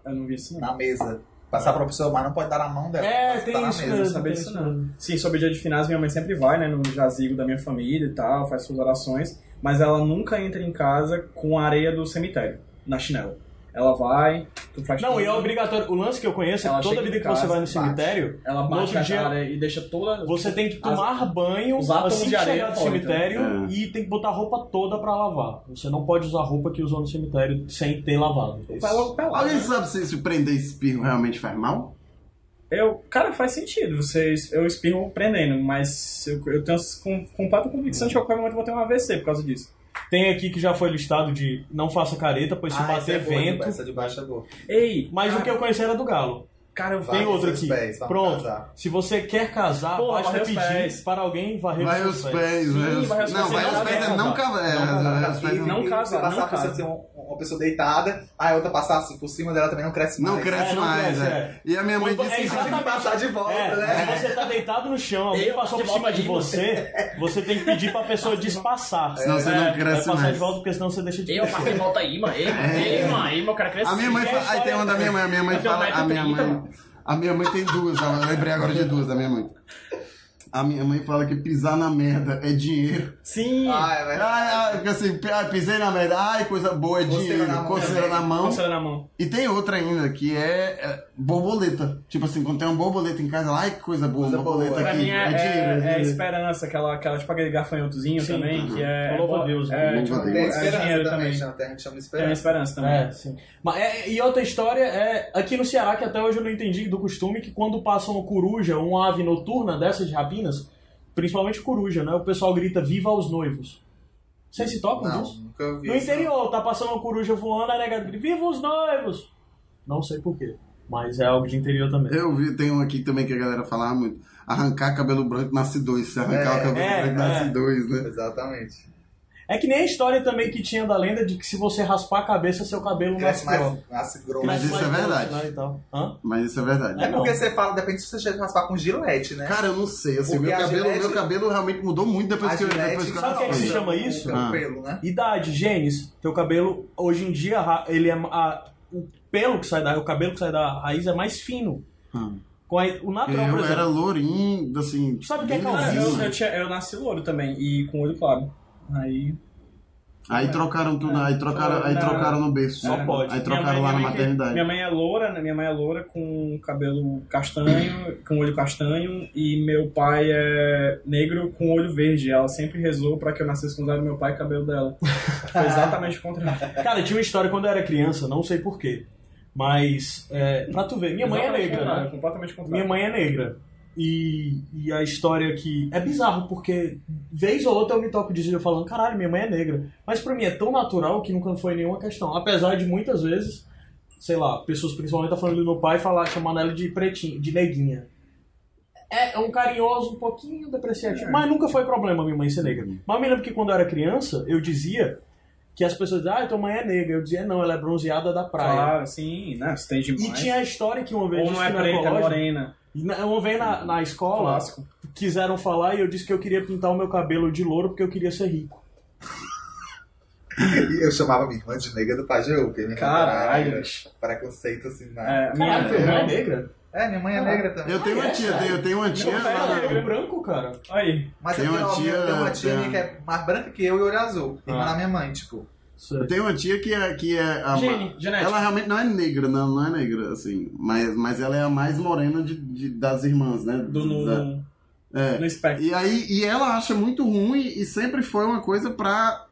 [SPEAKER 1] Eu não vi isso não.
[SPEAKER 3] na mesa. Passar pra pessoa, mas não pode dar na mão dela.
[SPEAKER 4] É,
[SPEAKER 3] passa-
[SPEAKER 4] tem
[SPEAKER 3] tá na
[SPEAKER 4] isso
[SPEAKER 3] mesa.
[SPEAKER 4] mesmo.
[SPEAKER 1] não sabia
[SPEAKER 4] tem
[SPEAKER 1] disso,
[SPEAKER 4] isso
[SPEAKER 1] não.
[SPEAKER 4] mesmo.
[SPEAKER 1] Sim, sobre o dia de finados minha mãe sempre vai, né? No jazigo da minha família e tal, faz suas orações. Mas ela nunca entra em casa com a areia do cemitério, na chinela. Ela vai, tu faz
[SPEAKER 4] Não,
[SPEAKER 1] tudo,
[SPEAKER 4] e é obrigatório. O lance que eu conheço é
[SPEAKER 1] Ela
[SPEAKER 4] que toda
[SPEAKER 1] chega
[SPEAKER 4] vida
[SPEAKER 1] em
[SPEAKER 4] que você
[SPEAKER 1] casa,
[SPEAKER 4] vai no
[SPEAKER 3] bate.
[SPEAKER 4] cemitério,
[SPEAKER 1] Ela
[SPEAKER 4] No
[SPEAKER 1] bate
[SPEAKER 4] outro
[SPEAKER 1] a
[SPEAKER 4] dia-
[SPEAKER 1] areia e deixa toda...
[SPEAKER 4] você tem que tomar banho
[SPEAKER 1] os átomos
[SPEAKER 4] assim
[SPEAKER 1] de
[SPEAKER 4] que
[SPEAKER 1] areia
[SPEAKER 4] chegar do
[SPEAKER 1] podem,
[SPEAKER 4] cemitério
[SPEAKER 2] né?
[SPEAKER 4] e tem que botar a roupa toda pra lavar. Você não pode usar a roupa que usou no cemitério sem ter lavado.
[SPEAKER 1] Vai logo pra lá.
[SPEAKER 2] Alguém
[SPEAKER 1] né?
[SPEAKER 2] sabe se, se prender espirro realmente faz mal?
[SPEAKER 1] Eu, cara, faz sentido. Vocês, eu espirro prendendo, mas eu, eu tenho com, completa convicção de que a qualquer momento eu vou ter um AVC por causa disso.
[SPEAKER 4] Tem aqui que já foi listado de não faça careta, pois se
[SPEAKER 3] Ah, essa
[SPEAKER 4] bater
[SPEAKER 3] é boa,
[SPEAKER 4] vento.
[SPEAKER 3] Essa de baixo é boa.
[SPEAKER 1] Ei,
[SPEAKER 4] Mas
[SPEAKER 1] cara,
[SPEAKER 4] o que eu conheci era do galo.
[SPEAKER 1] Cara, eu
[SPEAKER 4] Tem
[SPEAKER 3] Varre
[SPEAKER 4] outro
[SPEAKER 3] seus
[SPEAKER 4] aqui.
[SPEAKER 3] pés,
[SPEAKER 1] tá
[SPEAKER 3] vamos
[SPEAKER 4] Pronto.
[SPEAKER 3] casar.
[SPEAKER 4] Se você quer casar,
[SPEAKER 1] Porra,
[SPEAKER 4] basta
[SPEAKER 1] varrer os pés.
[SPEAKER 4] pedir para alguém varrer
[SPEAKER 2] Vai
[SPEAKER 4] os
[SPEAKER 2] os
[SPEAKER 4] seus pés.
[SPEAKER 2] pés, vai os
[SPEAKER 1] Sim, vai
[SPEAKER 2] pés.
[SPEAKER 1] os
[SPEAKER 2] Não,
[SPEAKER 1] pés,
[SPEAKER 2] vai
[SPEAKER 1] não
[SPEAKER 2] os pés
[SPEAKER 1] casa.
[SPEAKER 2] é não cavar.
[SPEAKER 3] E-
[SPEAKER 1] não
[SPEAKER 3] e- e
[SPEAKER 1] casa,
[SPEAKER 3] passar
[SPEAKER 1] não
[SPEAKER 3] pra
[SPEAKER 1] casa.
[SPEAKER 3] Você ter um- uma pessoa deitada, aí a outra passar assim por cima dela também não cresce
[SPEAKER 2] Não
[SPEAKER 3] mais.
[SPEAKER 2] cresce
[SPEAKER 4] É, não
[SPEAKER 2] mais,
[SPEAKER 4] cresce,
[SPEAKER 2] é. E a minha mãe
[SPEAKER 4] Então,
[SPEAKER 2] disse
[SPEAKER 4] é
[SPEAKER 2] que
[SPEAKER 3] Tem que passar de volta,
[SPEAKER 4] É,
[SPEAKER 3] né?
[SPEAKER 4] se você tá deitado no chão, alguém
[SPEAKER 5] Eu
[SPEAKER 4] passou por
[SPEAKER 5] de
[SPEAKER 4] cima
[SPEAKER 5] volta
[SPEAKER 4] de
[SPEAKER 5] aí,
[SPEAKER 4] você, você tem que pedir pra pessoa despassar.
[SPEAKER 2] senão você não cresce
[SPEAKER 4] Vai passar
[SPEAKER 2] mais.
[SPEAKER 4] de volta, porque senão você deixa de
[SPEAKER 5] Eu
[SPEAKER 4] crescer.
[SPEAKER 5] passei volta aí, mano. Ei, mano, ei, mano, ei, meu cara cresceu.
[SPEAKER 2] É. A minha mãe
[SPEAKER 4] é
[SPEAKER 2] fala. Aí tem uma da minha mãe, a minha mãe
[SPEAKER 5] Eu tenho
[SPEAKER 2] fala. A
[SPEAKER 5] 1,30
[SPEAKER 2] minha
[SPEAKER 5] m,
[SPEAKER 2] mãe.
[SPEAKER 5] mano.
[SPEAKER 2] A minha mãe tem duas, eu lembrei agora de duas da minha mãe. A minha mãe fala que pisar na merda é dinheiro.
[SPEAKER 1] sim,
[SPEAKER 3] Ah, é
[SPEAKER 2] Ai,
[SPEAKER 3] verdade.
[SPEAKER 2] ai, porque assim, pi- ai, pisei na merda, ai, coisa boa é
[SPEAKER 3] Coceira na
[SPEAKER 2] dinheiro,
[SPEAKER 3] mão
[SPEAKER 2] coceira
[SPEAKER 3] também.
[SPEAKER 2] na mão.
[SPEAKER 1] coceira na mão.
[SPEAKER 2] E tem outra ainda, que é, é, borboleta. Tipo assim, quando tem uma borboleta em casa, ai que coisa boa,
[SPEAKER 3] Coisa
[SPEAKER 2] borboleta
[SPEAKER 3] boa.
[SPEAKER 1] Pra
[SPEAKER 2] aqui.
[SPEAKER 1] mim é,
[SPEAKER 2] é dinheiro.
[SPEAKER 1] é, é
[SPEAKER 2] dinheiro.
[SPEAKER 1] esperança, aquela, aquela tipo aquele garfanhotozinho
[SPEAKER 4] Sim.
[SPEAKER 1] também, que é.
[SPEAKER 4] Eu louvo a Deus, né?
[SPEAKER 1] é, tipo,
[SPEAKER 2] Louvo a
[SPEAKER 3] Tem
[SPEAKER 1] é
[SPEAKER 2] Deus.
[SPEAKER 3] esperança
[SPEAKER 1] dinheiro
[SPEAKER 3] também,
[SPEAKER 1] também.
[SPEAKER 3] chama- tem- a gente chama de
[SPEAKER 1] Tem
[SPEAKER 3] esperança.
[SPEAKER 1] esperança também.
[SPEAKER 4] É, sim. Mas, é, e outra história é aqui no Ceará, que até hoje eu não entendi do costume, que quando passa uma coruja, uma ave noturna dessas de rapinas, principalmente coruja, né? O pessoal grita viva aos noivos. Vocês se tocam
[SPEAKER 3] Não,
[SPEAKER 4] disso?
[SPEAKER 3] nunca vi.
[SPEAKER 4] No
[SPEAKER 3] isso,
[SPEAKER 4] interior, tá passando uma coruja voando, a nega grita, viva os noivos! Não sei porquê, mas é algo de interior também.
[SPEAKER 2] Eu vi, tem um aqui também que a galera falava muito. Arrancar cabelo branco nasce dois. Se arrancar
[SPEAKER 3] É,
[SPEAKER 2] o cabelo
[SPEAKER 4] é,
[SPEAKER 2] branco
[SPEAKER 4] é.
[SPEAKER 2] nasce dois,
[SPEAKER 3] não.
[SPEAKER 2] né?
[SPEAKER 3] Exatamente.
[SPEAKER 4] É que nem a história também que tinha da lenda de que se você raspar a cabeça, seu cabelo
[SPEAKER 3] Cresce
[SPEAKER 4] nasce pior.
[SPEAKER 3] mais, nasce grosso.
[SPEAKER 2] Mas
[SPEAKER 4] Cresce
[SPEAKER 2] isso
[SPEAKER 4] mais
[SPEAKER 2] é
[SPEAKER 4] grosso,
[SPEAKER 2] verdade.
[SPEAKER 4] né, e tal. Hã?
[SPEAKER 2] Mas isso é verdade.
[SPEAKER 3] É
[SPEAKER 4] não.
[SPEAKER 3] porque você fala, depende se você chega a raspar com gilete, né?
[SPEAKER 2] Cara, eu não sei. Assim,
[SPEAKER 3] Porque
[SPEAKER 2] meu,
[SPEAKER 3] a
[SPEAKER 2] cabelo,
[SPEAKER 3] Gillette-
[SPEAKER 2] meu cabelo realmente mudou muito depois
[SPEAKER 3] A
[SPEAKER 2] que eu.
[SPEAKER 3] gilete-
[SPEAKER 2] Depois que eu
[SPEAKER 4] Sabe o que é que se
[SPEAKER 2] raspei.
[SPEAKER 4] chama isso?
[SPEAKER 3] O
[SPEAKER 2] Ah.
[SPEAKER 3] pelo, né?
[SPEAKER 4] Idade, genes, teu cabelo, hoje em dia, ra- ele é. a- o pelo que sai da. O cabelo que sai da raiz é mais fino.
[SPEAKER 2] Ah.
[SPEAKER 4] Com a- o natural, por
[SPEAKER 2] Eu
[SPEAKER 4] exemplo.
[SPEAKER 2] era lourinho, assim.
[SPEAKER 4] Sabe o que é
[SPEAKER 2] bem
[SPEAKER 1] Cara,
[SPEAKER 4] calvície?
[SPEAKER 2] novinho.
[SPEAKER 1] eu, eu, tinha- eu nasci louro também, e com olho claro. Aí.
[SPEAKER 2] Aí trocaram tudo, aí trocaram, aí
[SPEAKER 1] Não.
[SPEAKER 2] trocaram no berço.
[SPEAKER 4] Só
[SPEAKER 2] né?
[SPEAKER 4] pode.
[SPEAKER 2] Aí
[SPEAKER 4] Minha
[SPEAKER 2] trocaram
[SPEAKER 1] minha
[SPEAKER 2] lá na
[SPEAKER 1] mãe-
[SPEAKER 2] maternidade.
[SPEAKER 1] Minha mãe é loura, né? Minha mãe é loura com cabelo castanho, com olho castanho, e meu pai é negro com olho verde. Ela sempre rezou pra que eu nascesse com o do meu pai e o cabelo dela. Foi exatamente o contrário.
[SPEAKER 4] Cara, tinha uma história quando eu era criança, não sei porquê. Mas, é, pra tu ver, minha mãe é
[SPEAKER 1] Exatamente o
[SPEAKER 4] negra,
[SPEAKER 1] contrário,
[SPEAKER 4] né?
[SPEAKER 1] Completamente contrário.
[SPEAKER 4] Minha mãe é negra. E, e a história que. É bizarro, porque vez ou outra eu me toco disso e eu falando, caralho, minha mãe é negra. Mas pra mim é tão natural que nunca foi nenhuma questão. Apesar de muitas vezes, sei lá, pessoas, principalmente da família do meu pai, falar, chamando ela de pretinha, de neguinha. É, é um carinhoso, um pouquinho
[SPEAKER 1] É.
[SPEAKER 4] depreciativo. Mas nunca foi problema minha mãe ser negra. Mas eu me lembro que quando eu era criança, eu dizia que as pessoas diziam, ah, tua mãe é negra. Eu dizia, não, ela é bronzeada da praia.
[SPEAKER 1] Claro, sim, né? Você tem demais.
[SPEAKER 4] E tinha a história que uma vez
[SPEAKER 1] Ou não
[SPEAKER 4] disse
[SPEAKER 1] é
[SPEAKER 4] que na
[SPEAKER 1] preta, é
[SPEAKER 4] colégio-
[SPEAKER 1] morena.
[SPEAKER 4] e na- Uma vez na, na escola,
[SPEAKER 1] Clássico.
[SPEAKER 4] quiseram falar e eu disse que eu queria pintar o meu cabelo de louro porque eu queria ser rico.
[SPEAKER 2] Ah.
[SPEAKER 3] E eu chamava minha irmã de negra do Pajeú, porque minha irmã era
[SPEAKER 1] Caralho.
[SPEAKER 3] negra. Preconceito assim, né?
[SPEAKER 1] É, minha,
[SPEAKER 4] Caralho, tua irmã é negra?
[SPEAKER 3] É, minha mãe é negra também.
[SPEAKER 2] Eu tenho uma tia, tem- eu tenho uma tia
[SPEAKER 4] Não, pera,
[SPEAKER 2] lá
[SPEAKER 4] negro é
[SPEAKER 2] na...
[SPEAKER 4] branco, cara. Aí.
[SPEAKER 3] Mas
[SPEAKER 2] Tem
[SPEAKER 3] eu tenho
[SPEAKER 2] uma
[SPEAKER 3] uma
[SPEAKER 2] tia-
[SPEAKER 3] tem uma tia minha
[SPEAKER 2] tem-
[SPEAKER 3] que é mais branca que eu e olho azul. Irmã
[SPEAKER 4] Ah.
[SPEAKER 3] da minha mãe, tipo.
[SPEAKER 2] Eu tenho uma tia que é... Que é a...
[SPEAKER 5] Gene, genética.
[SPEAKER 2] Ela realmente não é negra, não, não é negra, assim. Mas, mas ela é a mais morena de, de- das irmãs, né?
[SPEAKER 1] Do, no,
[SPEAKER 2] Da- é.
[SPEAKER 1] no espectro.
[SPEAKER 2] E aí, e ela acha muito ruim e sempre foi uma coisa pra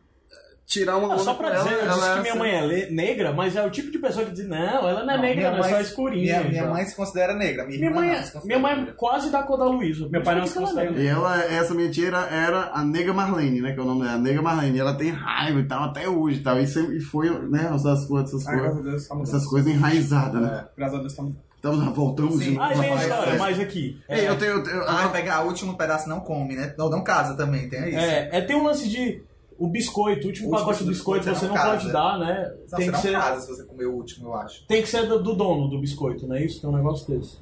[SPEAKER 2] tirar uma.
[SPEAKER 4] Ah, só
[SPEAKER 2] onda
[SPEAKER 4] pra
[SPEAKER 2] com
[SPEAKER 4] dizer,
[SPEAKER 2] ela,
[SPEAKER 4] eu disse
[SPEAKER 2] ela
[SPEAKER 4] que
[SPEAKER 2] é
[SPEAKER 4] minha
[SPEAKER 2] essa-
[SPEAKER 4] mãe é le- negra, mas é o tipo de pessoa que diz, não, ela não é
[SPEAKER 3] Não,
[SPEAKER 4] negra,
[SPEAKER 3] minha
[SPEAKER 4] não, é só
[SPEAKER 3] mãe-
[SPEAKER 4] escurinha.
[SPEAKER 3] Minha, minha
[SPEAKER 4] então.
[SPEAKER 3] mãe assim, se considera negra. Minha,
[SPEAKER 4] Minha
[SPEAKER 3] irmã
[SPEAKER 4] mãe,
[SPEAKER 3] não se
[SPEAKER 4] é,
[SPEAKER 3] considera
[SPEAKER 4] minha mãe é
[SPEAKER 3] negra.
[SPEAKER 4] quase da cor da Luísa.
[SPEAKER 1] Meu pai não se
[SPEAKER 4] Por que que ela
[SPEAKER 1] considera
[SPEAKER 4] é
[SPEAKER 2] E ela, essa minha tia era, era a Nega Marlene, né? Que é o nome dela, a Nega Marlene. E Ela tem raiva e tal, até hoje e tal. E, sempre, e foi, né? Essas coisas, essas
[SPEAKER 1] Ai, graças
[SPEAKER 2] coisas,
[SPEAKER 1] a Deus, tá mudando.
[SPEAKER 2] essas coisas enraizadas, né?
[SPEAKER 1] É, Graças a Deus, tá mudando.
[SPEAKER 2] Então nós voltamos
[SPEAKER 3] Sim.
[SPEAKER 2] de novo.
[SPEAKER 4] Ah, tem a
[SPEAKER 3] Mas-
[SPEAKER 4] história,
[SPEAKER 2] É.
[SPEAKER 4] mas aqui.
[SPEAKER 2] Ei,
[SPEAKER 4] É,
[SPEAKER 2] eu tenho. Eu tenho
[SPEAKER 3] Ah,
[SPEAKER 2] ah,
[SPEAKER 3] pegar o último pedaço não come, né? Não, não casa também, tem isso.
[SPEAKER 4] é, é, tem um lance de o biscoito, o último
[SPEAKER 3] Último
[SPEAKER 4] pacote do biscoito você não pode
[SPEAKER 3] casa.
[SPEAKER 4] dar, né?
[SPEAKER 3] Não,
[SPEAKER 4] Tem
[SPEAKER 3] você um
[SPEAKER 4] que
[SPEAKER 3] não
[SPEAKER 4] ser.
[SPEAKER 3] casa se você comer o último, eu acho.
[SPEAKER 4] Tem que ser do, do dono do biscoito, não é isso? Tem um negócio desse.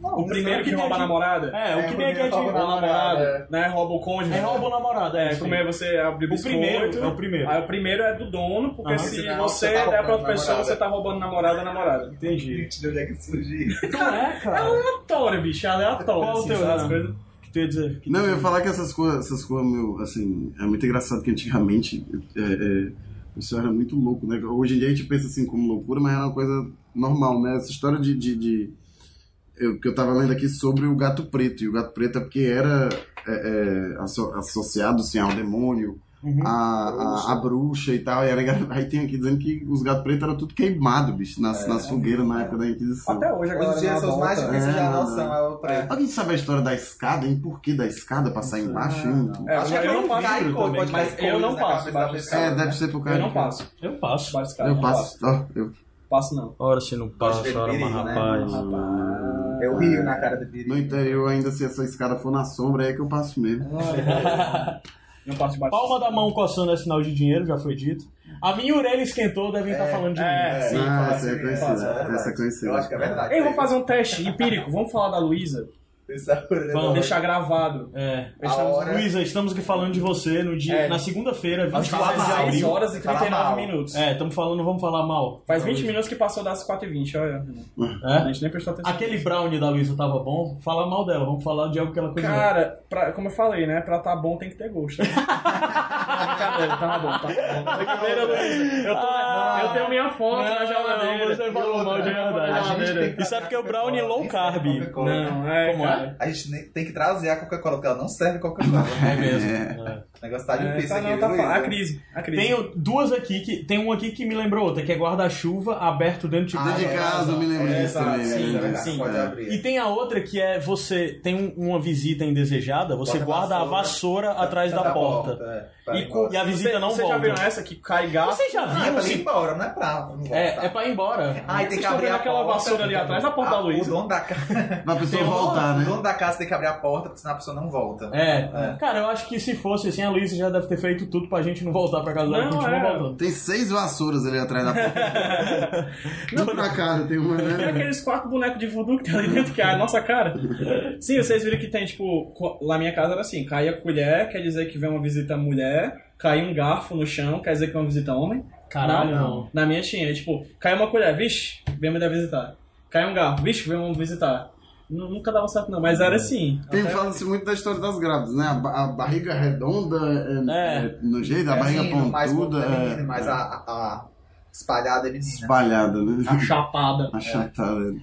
[SPEAKER 3] Não,
[SPEAKER 4] O
[SPEAKER 3] você
[SPEAKER 4] primeiro
[SPEAKER 3] não-
[SPEAKER 1] Que
[SPEAKER 4] tem
[SPEAKER 1] rouba a
[SPEAKER 4] aqui-
[SPEAKER 1] namorada?
[SPEAKER 4] É, o que vem aqui é de
[SPEAKER 3] rouba
[SPEAKER 1] Rouba a
[SPEAKER 4] rouba
[SPEAKER 1] namorada, né? Rouba o cônjuge.
[SPEAKER 4] É roubo namorado, é.
[SPEAKER 1] Como é você abre
[SPEAKER 4] O primeiro, é o
[SPEAKER 1] biscoito. né?
[SPEAKER 4] primeiro.
[SPEAKER 1] Aí o primeiro é do dono, porque
[SPEAKER 4] Aham.
[SPEAKER 1] se
[SPEAKER 3] Senão
[SPEAKER 1] você
[SPEAKER 3] você tá
[SPEAKER 1] der pra
[SPEAKER 3] roubando
[SPEAKER 1] outra pessoa,
[SPEAKER 3] namorada.
[SPEAKER 1] você tá roubando namorada ou namorada.
[SPEAKER 4] Entendi.
[SPEAKER 3] Gente, de onde é que surgiu isso?
[SPEAKER 4] Não é, cara.
[SPEAKER 1] Aleatório, bicho, é aleatório.
[SPEAKER 4] Qual o
[SPEAKER 1] assim,
[SPEAKER 4] teu,
[SPEAKER 1] sabe, as
[SPEAKER 4] Renan?
[SPEAKER 1] coisas-
[SPEAKER 4] que tu ia dizer? Que
[SPEAKER 2] Não, eu ia falar que essas coisas, essas coisas, meu, assim, é muito engraçado que antigamente é, é, o pessoal era muito louco, né? Hoje em dia a gente pensa assim como loucura, mas era uma coisa normal, né? Essa história de. de, de- eu, que eu tava lendo aqui sobre o gato preto, e o gato preto é porque era é, é, asso- associado assim, ao demônio,
[SPEAKER 4] Uhum.
[SPEAKER 2] à, à, à bruxa e tal. E era- aí tem aqui dizendo que os gatos pretos eram tudo queimado, bicho, nas, nas fogueiras na época da Inquisição.
[SPEAKER 1] Até hoje, agora.
[SPEAKER 3] Hoje em dia são os mais difíceis de
[SPEAKER 2] É.
[SPEAKER 3] adoção, é o preto.
[SPEAKER 2] Alguém sabe a história da escada, hein? Por que da escada passar embaixo? hein?
[SPEAKER 1] É,
[SPEAKER 3] Acho que
[SPEAKER 1] eu não
[SPEAKER 3] cai
[SPEAKER 1] passo.
[SPEAKER 4] livro
[SPEAKER 3] coisa,
[SPEAKER 4] também,
[SPEAKER 3] pode
[SPEAKER 1] mas
[SPEAKER 3] cair
[SPEAKER 1] eu
[SPEAKER 3] coisa
[SPEAKER 1] não
[SPEAKER 3] na
[SPEAKER 1] passo,
[SPEAKER 3] cabeça
[SPEAKER 1] baixo
[SPEAKER 3] da
[SPEAKER 1] de
[SPEAKER 3] pessoa,
[SPEAKER 2] É,
[SPEAKER 1] escada,
[SPEAKER 3] né?
[SPEAKER 2] deve ser por
[SPEAKER 1] Eu
[SPEAKER 2] causa
[SPEAKER 1] não
[SPEAKER 2] de-
[SPEAKER 1] passo.
[SPEAKER 4] Eu passo.
[SPEAKER 1] Vários caras.
[SPEAKER 2] Eu
[SPEAKER 1] não
[SPEAKER 2] passo. Ó, eu...
[SPEAKER 1] Passo não.
[SPEAKER 4] Ora, se não
[SPEAKER 3] Acho que
[SPEAKER 4] passa,
[SPEAKER 3] é
[SPEAKER 4] ora, mas
[SPEAKER 3] perigo, né?
[SPEAKER 4] rapaz.
[SPEAKER 1] Rapaz.
[SPEAKER 3] Eu rio na cara do
[SPEAKER 2] No
[SPEAKER 3] Biri.
[SPEAKER 2] interior, ainda se essa escada for na sombra, aí é que eu passo mesmo.
[SPEAKER 1] Não passo de baixo.
[SPEAKER 4] Palma da mão coçando é sinal de dinheiro, já foi dito. A minha orelha esquentou, devem estar falando de mim.
[SPEAKER 1] É, sim.
[SPEAKER 2] ah,
[SPEAKER 3] fala
[SPEAKER 2] essa é
[SPEAKER 3] assim,
[SPEAKER 2] conhecida.
[SPEAKER 3] fala, é verdade.
[SPEAKER 2] essa é conhecida.
[SPEAKER 3] Eu acho que é verdade.
[SPEAKER 1] Ei, vamos fazer um teste empírico. Vamos falar da Luísa. Vamos
[SPEAKER 3] Vamos
[SPEAKER 1] deixar gravado.
[SPEAKER 4] É.
[SPEAKER 1] Estamos-
[SPEAKER 3] hora-
[SPEAKER 4] Luísa, estamos aqui falando de você no dia,
[SPEAKER 1] É.
[SPEAKER 4] na segunda-feira,
[SPEAKER 1] Às
[SPEAKER 3] Tá
[SPEAKER 4] 24 de
[SPEAKER 1] 16
[SPEAKER 4] abril.
[SPEAKER 1] horas e
[SPEAKER 3] Fala
[SPEAKER 1] 39
[SPEAKER 3] Tá mal.
[SPEAKER 1] minutos.
[SPEAKER 4] É, estamos falando, vamos falar mal.
[SPEAKER 1] Faz 20 minutos que passou das 4h20, olha. Renan. A
[SPEAKER 4] É?
[SPEAKER 1] gente nem prestou atenção.
[SPEAKER 4] Aquele brownie da Luísa tava bom, fala mal dela, vamos falar de algo que ela cozinhou.
[SPEAKER 1] Cara, pra- como eu falei, né? Pra tá bom tem que ter gosto. Brincadeira, tá bom, tá bom. Brincadeira, Luísa. Eu, tô-
[SPEAKER 4] Ah.
[SPEAKER 1] eu tenho minha foto na
[SPEAKER 4] não,
[SPEAKER 1] geladeira.
[SPEAKER 4] você falou mal de
[SPEAKER 1] A gente
[SPEAKER 4] verdade.
[SPEAKER 1] tem
[SPEAKER 4] Isso é porque o brownie é low carb.
[SPEAKER 1] Não, é,
[SPEAKER 4] Como
[SPEAKER 1] cara.
[SPEAKER 3] A gente nem- tem que trazer a Coca-Cola, porque ela não serve Coca-Cola. É
[SPEAKER 4] mesmo.
[SPEAKER 3] O negócio tá
[SPEAKER 1] É,
[SPEAKER 3] difícil
[SPEAKER 1] tá,
[SPEAKER 3] aqui,
[SPEAKER 1] não, tá
[SPEAKER 3] Luísa.
[SPEAKER 1] fa- a crise, a crise.
[SPEAKER 4] Tem duas aqui que. Tem uma aqui que me lembrou outra, que é guarda-chuva aberto dentro de
[SPEAKER 2] Dentro
[SPEAKER 3] Ah,
[SPEAKER 2] de
[SPEAKER 3] é,
[SPEAKER 2] casa, eu me lembro
[SPEAKER 1] é,
[SPEAKER 2] disso
[SPEAKER 1] exato,
[SPEAKER 2] também.
[SPEAKER 1] sim,
[SPEAKER 2] me lembro
[SPEAKER 1] é
[SPEAKER 2] disso.
[SPEAKER 1] verdade.
[SPEAKER 3] Pode
[SPEAKER 2] É.
[SPEAKER 3] abrir.
[SPEAKER 4] E tem a outra que é você tem um- uma visita indesejada, você
[SPEAKER 3] Bota
[SPEAKER 4] guarda
[SPEAKER 3] a
[SPEAKER 4] a vassoura atrás da porta.
[SPEAKER 3] é, pra
[SPEAKER 1] E
[SPEAKER 3] ir
[SPEAKER 1] com-
[SPEAKER 3] embora.
[SPEAKER 4] E a visita
[SPEAKER 1] Cê-
[SPEAKER 4] não
[SPEAKER 1] cê já
[SPEAKER 4] volta.
[SPEAKER 1] viu essa que cai gato?
[SPEAKER 4] Vocês já
[SPEAKER 3] Ah, é
[SPEAKER 4] viram?
[SPEAKER 3] pra ir
[SPEAKER 4] se-
[SPEAKER 3] embora, não é pra. Não voltar.
[SPEAKER 4] É, é pra ir embora.
[SPEAKER 3] Ah, e tem
[SPEAKER 1] Vocês
[SPEAKER 3] que
[SPEAKER 1] tão
[SPEAKER 3] abrir
[SPEAKER 1] vendo
[SPEAKER 3] a
[SPEAKER 1] aquela
[SPEAKER 3] porta.
[SPEAKER 1] vassoura ali atrás da porta da
[SPEAKER 3] Ah,
[SPEAKER 1] Luísa?
[SPEAKER 3] O dono da casa.
[SPEAKER 2] Pra pessoa
[SPEAKER 4] Tem uma-
[SPEAKER 2] voltar,
[SPEAKER 3] O
[SPEAKER 2] né?
[SPEAKER 3] dono da casa tem que abrir a porta, porque senão a pessoa não volta.
[SPEAKER 4] É. Cara, eu acho que se fosse assim, a Luísa já deve ter feito tudo pra gente não voltar pra casa dela e
[SPEAKER 1] Não,
[SPEAKER 4] continuar
[SPEAKER 1] é.
[SPEAKER 4] voltando.
[SPEAKER 2] Tem seis vassouras ali atrás da porta. Não pra casa, tem uma,
[SPEAKER 1] Tem
[SPEAKER 2] né?
[SPEAKER 1] aqueles quatro bonecos de voodoo que tem ali dentro, que é a nossa cara. Sim, vocês viram que tem, tipo, co- lá na minha casa era assim, cai a colher, quer dizer que vem uma visita mulher, cai um garfo no chão, quer dizer que vem uma visita homem.
[SPEAKER 4] Caralho,
[SPEAKER 1] Na-
[SPEAKER 4] não.
[SPEAKER 1] Na minha tinha, tipo, cai uma colher, vixe, vem mulher visitar. Cai um garfo, vixe, vem homem visitar. Nu- Nunca dava certo não, mas era assim.
[SPEAKER 2] Tem,
[SPEAKER 1] Até-
[SPEAKER 2] fala-se muito da história das grávidas, né? A, ba- a barriga redonda, é,
[SPEAKER 4] É.
[SPEAKER 2] é, no jeito, a barriga
[SPEAKER 3] Menino, mais
[SPEAKER 2] pontuda,
[SPEAKER 3] feminino,
[SPEAKER 2] é,
[SPEAKER 3] mas
[SPEAKER 2] é,
[SPEAKER 3] a, a- a espalhada é menina.
[SPEAKER 2] espalhada, né?
[SPEAKER 4] Ah.
[SPEAKER 1] A chapada.
[SPEAKER 2] Achatada.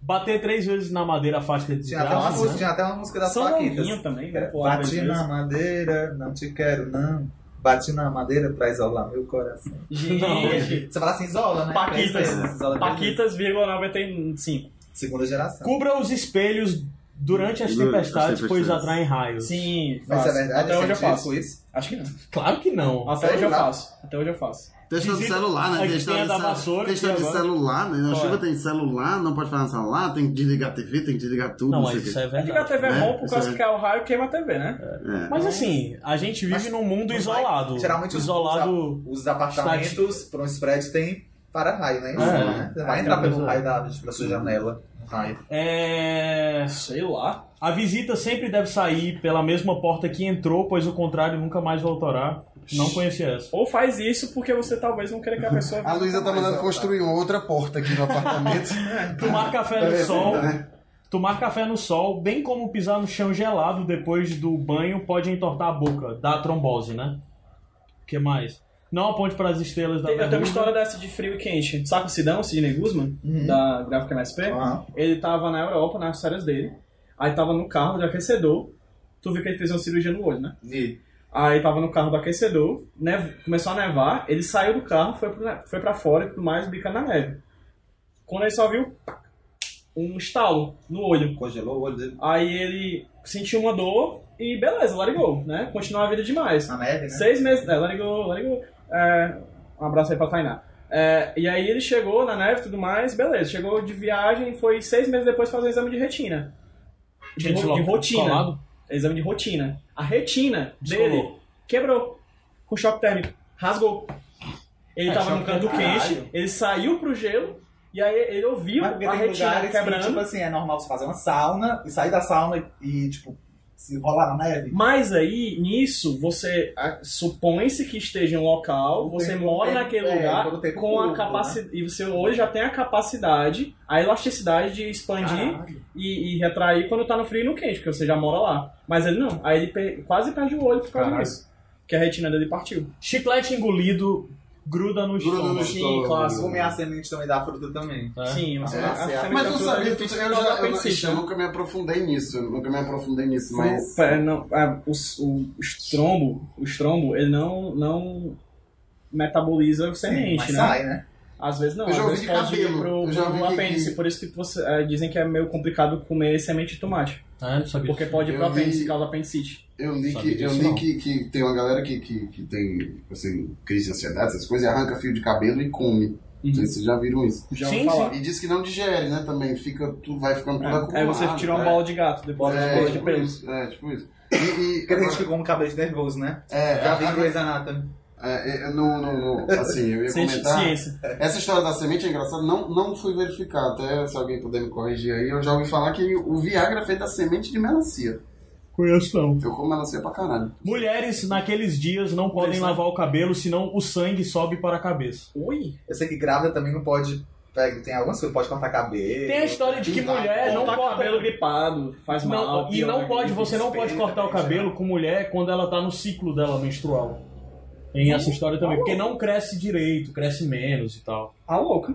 [SPEAKER 4] Bater três vezes na madeira afasta de
[SPEAKER 3] Tinha até, uma
[SPEAKER 4] desgraça.
[SPEAKER 3] música, tinha até uma música da
[SPEAKER 1] São
[SPEAKER 3] Paquitas.
[SPEAKER 1] Longuinho também, né?
[SPEAKER 3] É,
[SPEAKER 1] Pô, às
[SPEAKER 3] Bati
[SPEAKER 1] vezes.
[SPEAKER 3] na madeira, não te quero não. Bati na madeira pra isolar meu coração.
[SPEAKER 1] Gente,
[SPEAKER 3] Você fala assim, isola, né? Três
[SPEAKER 1] Paquitas.
[SPEAKER 3] vezes, isola três vezes.
[SPEAKER 1] Paquitas, vírgula 95.
[SPEAKER 3] Segunda
[SPEAKER 1] Tá.
[SPEAKER 3] geração.
[SPEAKER 4] Cubra os espelhos durante as
[SPEAKER 2] Durante as
[SPEAKER 4] tempestades, pois
[SPEAKER 2] tempestades.
[SPEAKER 4] atraem raios.
[SPEAKER 1] Sim,
[SPEAKER 3] Mas
[SPEAKER 1] faço.
[SPEAKER 3] é verdade,
[SPEAKER 1] Até hoje eu
[SPEAKER 3] científico
[SPEAKER 1] faço.
[SPEAKER 3] isso.
[SPEAKER 1] Acho que não.
[SPEAKER 4] Claro que não.
[SPEAKER 1] Até
[SPEAKER 3] Sei
[SPEAKER 1] hoje eu
[SPEAKER 3] lá.
[SPEAKER 1] faço. Até hoje eu faço.
[SPEAKER 2] Questão de
[SPEAKER 4] Visita-
[SPEAKER 2] celular, né?
[SPEAKER 4] Aí
[SPEAKER 2] Questão
[SPEAKER 4] tem a
[SPEAKER 2] de,
[SPEAKER 4] da
[SPEAKER 2] cel-
[SPEAKER 4] vassoura,
[SPEAKER 2] questão
[SPEAKER 4] que
[SPEAKER 2] de
[SPEAKER 4] agora-
[SPEAKER 2] celular, né? Na
[SPEAKER 4] Olha.
[SPEAKER 2] chuva tem celular, não pode falar no celular, tem que desligar a TV, tem que desligar tudo.
[SPEAKER 4] Não,
[SPEAKER 2] sei o
[SPEAKER 4] mas
[SPEAKER 2] quê.
[SPEAKER 4] isso é
[SPEAKER 1] Ligar a
[SPEAKER 4] verdade.
[SPEAKER 1] TV é
[SPEAKER 2] né?
[SPEAKER 1] bom por
[SPEAKER 2] Isso
[SPEAKER 1] causa
[SPEAKER 2] é.
[SPEAKER 1] que cai o raio e queima a TV, né?
[SPEAKER 2] É.
[SPEAKER 4] Mas assim, a gente vive
[SPEAKER 3] Mas
[SPEAKER 4] num mundo
[SPEAKER 3] vai
[SPEAKER 4] isolado.
[SPEAKER 3] Geralmente os-
[SPEAKER 4] isolado.
[SPEAKER 3] os, os apartamentos para os prédios tem para-raio, né? Isso,
[SPEAKER 4] É.
[SPEAKER 3] né? Você vai entrar pelo
[SPEAKER 4] Pois é.
[SPEAKER 3] raio da, tipo, da sua janela. um Raio.
[SPEAKER 4] É.
[SPEAKER 1] Sei lá.
[SPEAKER 4] A visita sempre deve sair pela mesma porta que entrou, pois o contrário nunca mais voltará. Não conhecia essa.
[SPEAKER 1] Ou faz isso porque você talvez não queira que a pessoa.
[SPEAKER 4] é
[SPEAKER 2] A Luísa tá mandando construir uma outra porta aqui no apartamento.
[SPEAKER 4] Tomar café
[SPEAKER 2] Tá
[SPEAKER 4] no
[SPEAKER 2] vendo,
[SPEAKER 4] sol
[SPEAKER 2] né?
[SPEAKER 4] Tomar café no sol, bem como pisar no chão gelado depois do banho, pode entortar a boca, dar trombose, né? que mais? Não aponte para as estrelas da
[SPEAKER 1] Tem, eu tenho uma
[SPEAKER 4] verruga.
[SPEAKER 3] né?
[SPEAKER 1] história dessa de frio e quente. Sabe o Sidão, o Sidney Guzman,
[SPEAKER 3] Uhum.
[SPEAKER 1] da Gráfica MSP?
[SPEAKER 3] Ah.
[SPEAKER 1] Ele tava na Europa, nas férias dele. Aí tava no carro de aquecedor. Tu viu que ele fez uma cirurgia no olho, né?
[SPEAKER 3] E
[SPEAKER 1] Aí tava no carro do aquecedor, neve- começou a nevar, ele saiu do carro, foi pra, foi pra fora e tudo mais, bica na neve. Quando ele só viu, pá, um estalo no olho.
[SPEAKER 3] congelou o olho dele
[SPEAKER 1] Aí ele sentiu uma dor e beleza, largou, né? Continuou a vida demais.
[SPEAKER 3] na neve, né?
[SPEAKER 1] Seis meses. É, let it go, let it go. É, um abraço aí pra Tainá. É, e aí ele chegou na neve e tudo mais, beleza. Chegou de viagem, foi seis meses depois fazer o exame de retina. De,
[SPEAKER 4] Gente,
[SPEAKER 1] ro- de
[SPEAKER 4] lo-
[SPEAKER 1] rotina.
[SPEAKER 4] colado?
[SPEAKER 1] Exame de rotina. A retina
[SPEAKER 4] Descolou.
[SPEAKER 1] dele quebrou com choque térmico. Rasgou. Ele
[SPEAKER 4] É,
[SPEAKER 1] tava
[SPEAKER 4] choque
[SPEAKER 1] no canto
[SPEAKER 3] térmico,
[SPEAKER 1] quente,
[SPEAKER 3] caralho.
[SPEAKER 1] ele saiu pro gelo e aí ele ouviu
[SPEAKER 3] Mas porque
[SPEAKER 1] a
[SPEAKER 3] tem
[SPEAKER 1] retina
[SPEAKER 3] lugares que,
[SPEAKER 1] quebrando.
[SPEAKER 3] tipo assim, é normal você fazer uma sauna e sair da sauna e, tipo, se rolar na neve.
[SPEAKER 1] Mas aí, nisso, você ah, supõe-se que esteja em um local,
[SPEAKER 3] Tem-
[SPEAKER 1] você mora
[SPEAKER 3] tem-
[SPEAKER 1] naquele
[SPEAKER 3] é,
[SPEAKER 1] lugar
[SPEAKER 3] quando tem
[SPEAKER 1] com a
[SPEAKER 3] público,
[SPEAKER 1] capacidade. E você hoje já tem a capacidade, a elasticidade de expandir
[SPEAKER 3] Caralho.
[SPEAKER 1] e, e retrair quando tá no frio e no quente, porque você já mora lá. Mas ele não, aí ele pe- quase perde o olho por causa
[SPEAKER 4] Caralho.
[SPEAKER 1] disso. Que a retina dele partiu.
[SPEAKER 4] Chiclete engolido gruda no
[SPEAKER 2] Gruda no
[SPEAKER 4] estômago.
[SPEAKER 2] estômago.
[SPEAKER 3] Mas comer a semente também da fruta também.
[SPEAKER 4] né?
[SPEAKER 1] Sim, mas a-
[SPEAKER 3] É,
[SPEAKER 1] a
[SPEAKER 3] certo.
[SPEAKER 1] ferramenta
[SPEAKER 2] Mas eu
[SPEAKER 1] toda
[SPEAKER 2] sabia,
[SPEAKER 1] tem
[SPEAKER 2] tu- eu,
[SPEAKER 1] que
[SPEAKER 2] já,
[SPEAKER 1] colocar
[SPEAKER 2] eu,
[SPEAKER 1] apendicite,
[SPEAKER 2] eu
[SPEAKER 1] né?
[SPEAKER 2] nunca me aprofundei nisso, eu nunca me aprofundei nisso, mas...
[SPEAKER 1] Pera, não, ah, o, o estrombo, o estrombo, ele não, não metaboliza o semente,
[SPEAKER 3] mas
[SPEAKER 1] né?
[SPEAKER 3] sai, né?
[SPEAKER 1] Às vezes não,
[SPEAKER 2] Eu já
[SPEAKER 1] às
[SPEAKER 2] ouvi
[SPEAKER 1] vezes
[SPEAKER 2] de
[SPEAKER 1] pode ir
[SPEAKER 2] cabelo,
[SPEAKER 1] pro,
[SPEAKER 2] eu já
[SPEAKER 1] pro
[SPEAKER 2] ouvi que-
[SPEAKER 1] apêndice,
[SPEAKER 2] que-
[SPEAKER 1] por isso que você, é, dizem que é meio complicado comer semente de tomate,
[SPEAKER 4] Ah, não sabia.
[SPEAKER 1] porque pode ir pro
[SPEAKER 2] Eu vi-
[SPEAKER 1] apêndice e causa apendicite.
[SPEAKER 2] Eu li,
[SPEAKER 4] Sabia
[SPEAKER 2] que, eu
[SPEAKER 4] disso,
[SPEAKER 2] li
[SPEAKER 4] não.
[SPEAKER 2] que, que tem uma galera que, que, que tem assim, crise de ansiedade, essas coisas, e arranca fio de cabelo e come. Não sei se vocês Uhum. já viram isso.
[SPEAKER 1] Já
[SPEAKER 4] Sim,
[SPEAKER 1] ouvi falar.
[SPEAKER 2] E diz que não digere, né, também. Fica, tu vai ficando tudo acumulado.
[SPEAKER 1] É, aí você tira uma
[SPEAKER 2] né?
[SPEAKER 1] bola de gato, depois de
[SPEAKER 2] É,
[SPEAKER 1] bola de
[SPEAKER 2] tipo
[SPEAKER 1] pelo.
[SPEAKER 2] isso. É, tipo isso. E, e
[SPEAKER 3] Porque tem gente
[SPEAKER 2] agora-
[SPEAKER 3] que come cabelo de nervoso, né?
[SPEAKER 2] é,
[SPEAKER 3] Já vi
[SPEAKER 2] a-
[SPEAKER 3] em Grey's Anatomy.
[SPEAKER 2] é, é, não, não, não, assim, eu ia
[SPEAKER 1] Ciência,
[SPEAKER 2] comentar.
[SPEAKER 1] ciência.
[SPEAKER 2] Essa história da semente é engraçada, não, não fui verificar, até se alguém puder me corrigir aí, eu já ouvi falar que o Viagra é feito da semente de melancia.
[SPEAKER 4] Conheço não.
[SPEAKER 2] Eu como melancia pra caralho.
[SPEAKER 4] Mulheres naqueles dias não podem
[SPEAKER 1] Interessante.
[SPEAKER 4] lavar o cabelo, senão o sangue sobe para a cabeça.
[SPEAKER 1] Ui,
[SPEAKER 3] Eu sei que grávida também não pode. pega- Tem algumas coisas, pode cortar cabelo.
[SPEAKER 4] Tem a história de que
[SPEAKER 2] Tá,
[SPEAKER 4] mulher não
[SPEAKER 1] tá com o
[SPEAKER 4] corta
[SPEAKER 1] cabelo gripado, faz
[SPEAKER 4] Não,
[SPEAKER 1] mal.
[SPEAKER 4] e
[SPEAKER 1] piora,
[SPEAKER 4] não pode, você não pode
[SPEAKER 3] respeito,
[SPEAKER 4] cortar o
[SPEAKER 3] né,
[SPEAKER 4] cabelo com mulher quando ela tá no ciclo dela menstrual. Tem essa história também, porque não cresce direito, cresce menos e tal.
[SPEAKER 1] A louca.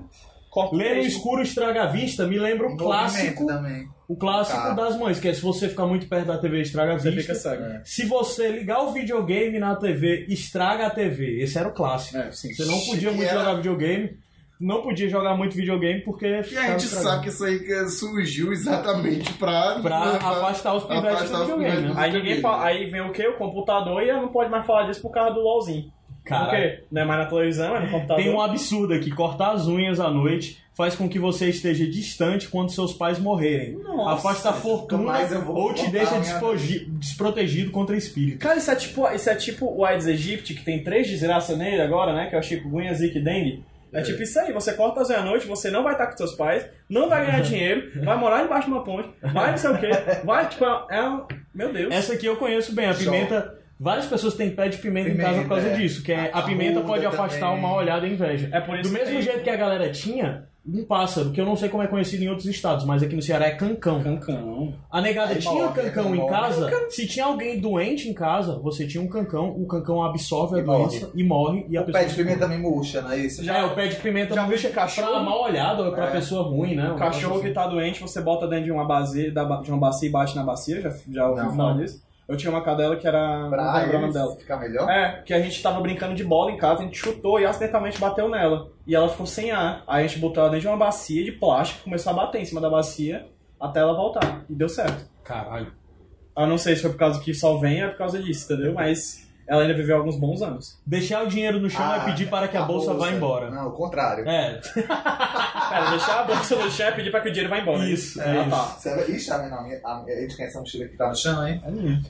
[SPEAKER 1] Corta
[SPEAKER 4] Ler no
[SPEAKER 1] peixe.
[SPEAKER 4] escuro estraga a vista me lembra o
[SPEAKER 3] Envolvimento né?
[SPEAKER 4] clássico,
[SPEAKER 3] também.
[SPEAKER 4] o clássico
[SPEAKER 3] Tá.
[SPEAKER 4] das mães, que é se você ficar muito perto da TV estraga a
[SPEAKER 1] Você
[SPEAKER 4] vista.
[SPEAKER 1] fica cego.
[SPEAKER 4] é assim.
[SPEAKER 3] É,
[SPEAKER 4] Se você ligar o videogame na TV, estraga a TV. Esse era o clássico.
[SPEAKER 1] É,
[SPEAKER 3] assim,
[SPEAKER 1] sim.
[SPEAKER 4] Você não podia
[SPEAKER 2] Que
[SPEAKER 4] muito
[SPEAKER 2] era-
[SPEAKER 4] jogar videogame, não podia jogar muito videogame porque
[SPEAKER 2] E a gente sabe que isso aí que surgiu exatamente pra...
[SPEAKER 4] pra afastar os pivetes do
[SPEAKER 2] afastar os
[SPEAKER 4] videogame,
[SPEAKER 2] pivetes
[SPEAKER 4] né?
[SPEAKER 2] do-
[SPEAKER 1] Aí ninguém fala, aí vem o quê? O computador e ela não pode mais falar disso por causa do LOLzinho.
[SPEAKER 4] Cara,
[SPEAKER 1] Porque não é mais na televisão, é no computador.
[SPEAKER 4] Tem um absurdo aqui, cortar as unhas à noite faz com que você esteja distante quando seus pais morrerem.
[SPEAKER 1] Nossa,
[SPEAKER 4] Afasta a fortuna
[SPEAKER 3] mais eu vou
[SPEAKER 4] ou te
[SPEAKER 3] cortar
[SPEAKER 4] deixa
[SPEAKER 3] a minha-
[SPEAKER 4] desprogi- desprotegido contra espírito.
[SPEAKER 1] Cara, isso é tipo, isso é tipo o Aedes aegypti, que tem três desgraças nele agora, né? Que é o chikungunya, zika e dengue. É, tipo isso aí, você corta as unhas à noite, você não vai estar com seus pais, não vai ganhar dinheiro, vai morar embaixo de uma ponte, vai não sei o quê, vai, tipo, é um... Meu Deus.
[SPEAKER 4] Essa aqui eu conheço bem, a
[SPEAKER 3] Jó.
[SPEAKER 4] pimenta. Várias pessoas têm pé de pimenta, em casa por
[SPEAKER 3] Pimenta,
[SPEAKER 4] causa
[SPEAKER 3] é.
[SPEAKER 4] disso, que é,
[SPEAKER 3] A
[SPEAKER 4] a pimenta
[SPEAKER 3] arruda
[SPEAKER 4] pode afastar
[SPEAKER 3] também.
[SPEAKER 4] o mal olhada e a inveja.
[SPEAKER 1] É por isso
[SPEAKER 4] Do
[SPEAKER 1] que
[SPEAKER 4] mesmo
[SPEAKER 1] tem-
[SPEAKER 4] jeito que a galera tinha, um pássaro, que eu não sei como é conhecido em outros estados, mas aqui no Ceará é cancão.
[SPEAKER 1] Cancão.
[SPEAKER 4] A negada
[SPEAKER 3] Aí
[SPEAKER 4] tinha
[SPEAKER 3] morre,
[SPEAKER 4] cancão
[SPEAKER 3] aí
[SPEAKER 4] em
[SPEAKER 3] morre.
[SPEAKER 4] casa. Se tinha alguém doente em casa, você tinha um cancão, o cancão absorve a
[SPEAKER 3] E
[SPEAKER 4] doença e morre e a
[SPEAKER 3] O
[SPEAKER 4] pessoa.
[SPEAKER 3] pé de pimenta também murcha, não é isso?
[SPEAKER 4] Já é o pé de pimenta
[SPEAKER 1] Já viu esse
[SPEAKER 4] pra
[SPEAKER 1] cachorro?
[SPEAKER 4] mal olhado ou pra
[SPEAKER 3] É.
[SPEAKER 4] pessoa ruim, né?
[SPEAKER 1] O cachorro que tá doente, você bota dentro de uma, bacia, da ba- de uma bacia e bate na bacia, já, já ouviu
[SPEAKER 3] Não.
[SPEAKER 1] falar disso? Eu tinha uma cadela que era... não
[SPEAKER 3] Pra
[SPEAKER 1] lembro o nome dela.
[SPEAKER 3] eles ficar melhor.
[SPEAKER 1] É, que a gente tava brincando de bola em casa, a gente chutou e acidentalmente bateu nela. E ela ficou sem ar. Aí a gente botou ela dentro de uma bacia de plástico, começou a bater em cima da bacia até ela voltar. E deu certo.
[SPEAKER 4] assim. Caralho.
[SPEAKER 1] Eu não sei se foi por causa que só vem ou é por causa disso, entendeu? Mas ela ainda viveu alguns bons anos.
[SPEAKER 4] Deixar o dinheiro no chão
[SPEAKER 3] Ah,
[SPEAKER 4] é pedir para que a, bolsa, vá embora.
[SPEAKER 3] Não, o contrário.
[SPEAKER 4] É,
[SPEAKER 1] Cara, deixar a bolsa no chão é pedir pra que o dinheiro vá embora.
[SPEAKER 4] Isso,
[SPEAKER 1] é,
[SPEAKER 4] isso.
[SPEAKER 1] tá.
[SPEAKER 3] Você vai- Ixi, a minha, a minha, a minha, de quem é essa mochila que tá no chão, hein?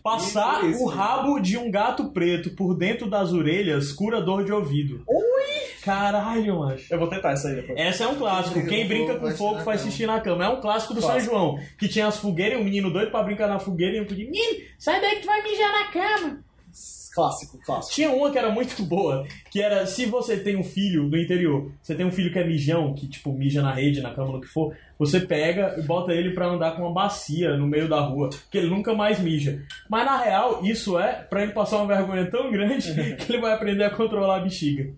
[SPEAKER 4] passar
[SPEAKER 3] Isso, isso.
[SPEAKER 4] o rabo de um gato preto por dentro das orelhas cura dor de ouvido. Ui! Caralho, macho.
[SPEAKER 1] Eu vou tentar essa aí depois.
[SPEAKER 4] Essa é um clássico. Quem brinca com fogo faz xixi na cama. É um clássico do São
[SPEAKER 1] Clássico.
[SPEAKER 4] João. Que tinha as fogueiras, e um menino doido pra brincar na fogueira e um menino, menino, sai daí que tu vai mijar na cama.
[SPEAKER 1] Clássico, clássico.
[SPEAKER 4] Tinha uma que era muito boa, que era se você tem um filho no interior, você tem um filho que é mijão, que tipo mija na rede, na cama, no que for, você pega e bota ele pra andar com uma bacia no meio da rua, que ele nunca mais mija. Mas na real, isso é pra ele passar uma vergonha tão grande que ele vai aprender a controlar a bexiga.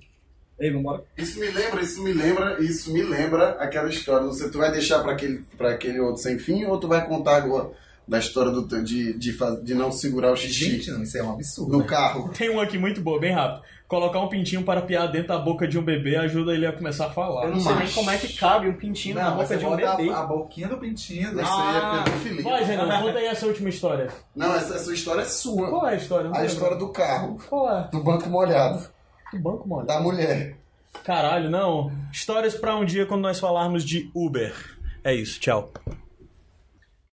[SPEAKER 1] Ei, vambora.
[SPEAKER 2] Isso me lembra, isso me lembra, isso me lembra aquela história. Não sei, tu vai deixar pra aquele, pra aquele outro sem fim ou tu vai contar agora da história do, teu- de, de, faz- de não segurar o xixi
[SPEAKER 3] Gente, não, isso é um absurdo.
[SPEAKER 2] no carro?
[SPEAKER 4] Tem uma aqui muito boa, bem rápido. Colocar um pintinho para piar dentro da boca de um bebê ajuda ele a começar a falar.
[SPEAKER 5] Eu não sei nem
[SPEAKER 2] Macho.
[SPEAKER 5] como é que cabe um pintinho na
[SPEAKER 3] mas
[SPEAKER 5] boca de um
[SPEAKER 3] bota
[SPEAKER 5] bebê. Ah,
[SPEAKER 3] a, a boquinha do pintinho.
[SPEAKER 2] Isso aí
[SPEAKER 3] Ah,
[SPEAKER 2] é pedofilia.
[SPEAKER 4] Vai, Renan, conta aí essa última história.
[SPEAKER 2] Não, essa, essa história é sua.
[SPEAKER 4] Qual é a história? Não
[SPEAKER 2] A
[SPEAKER 4] lembro.
[SPEAKER 2] história do carro,
[SPEAKER 4] Qual é?
[SPEAKER 2] do banco molhado,
[SPEAKER 4] Que banco, mano?
[SPEAKER 2] da mulher.
[SPEAKER 4] Caralho, não. Histórias pra um dia quando nós falarmos de Uber. É isso, tchau.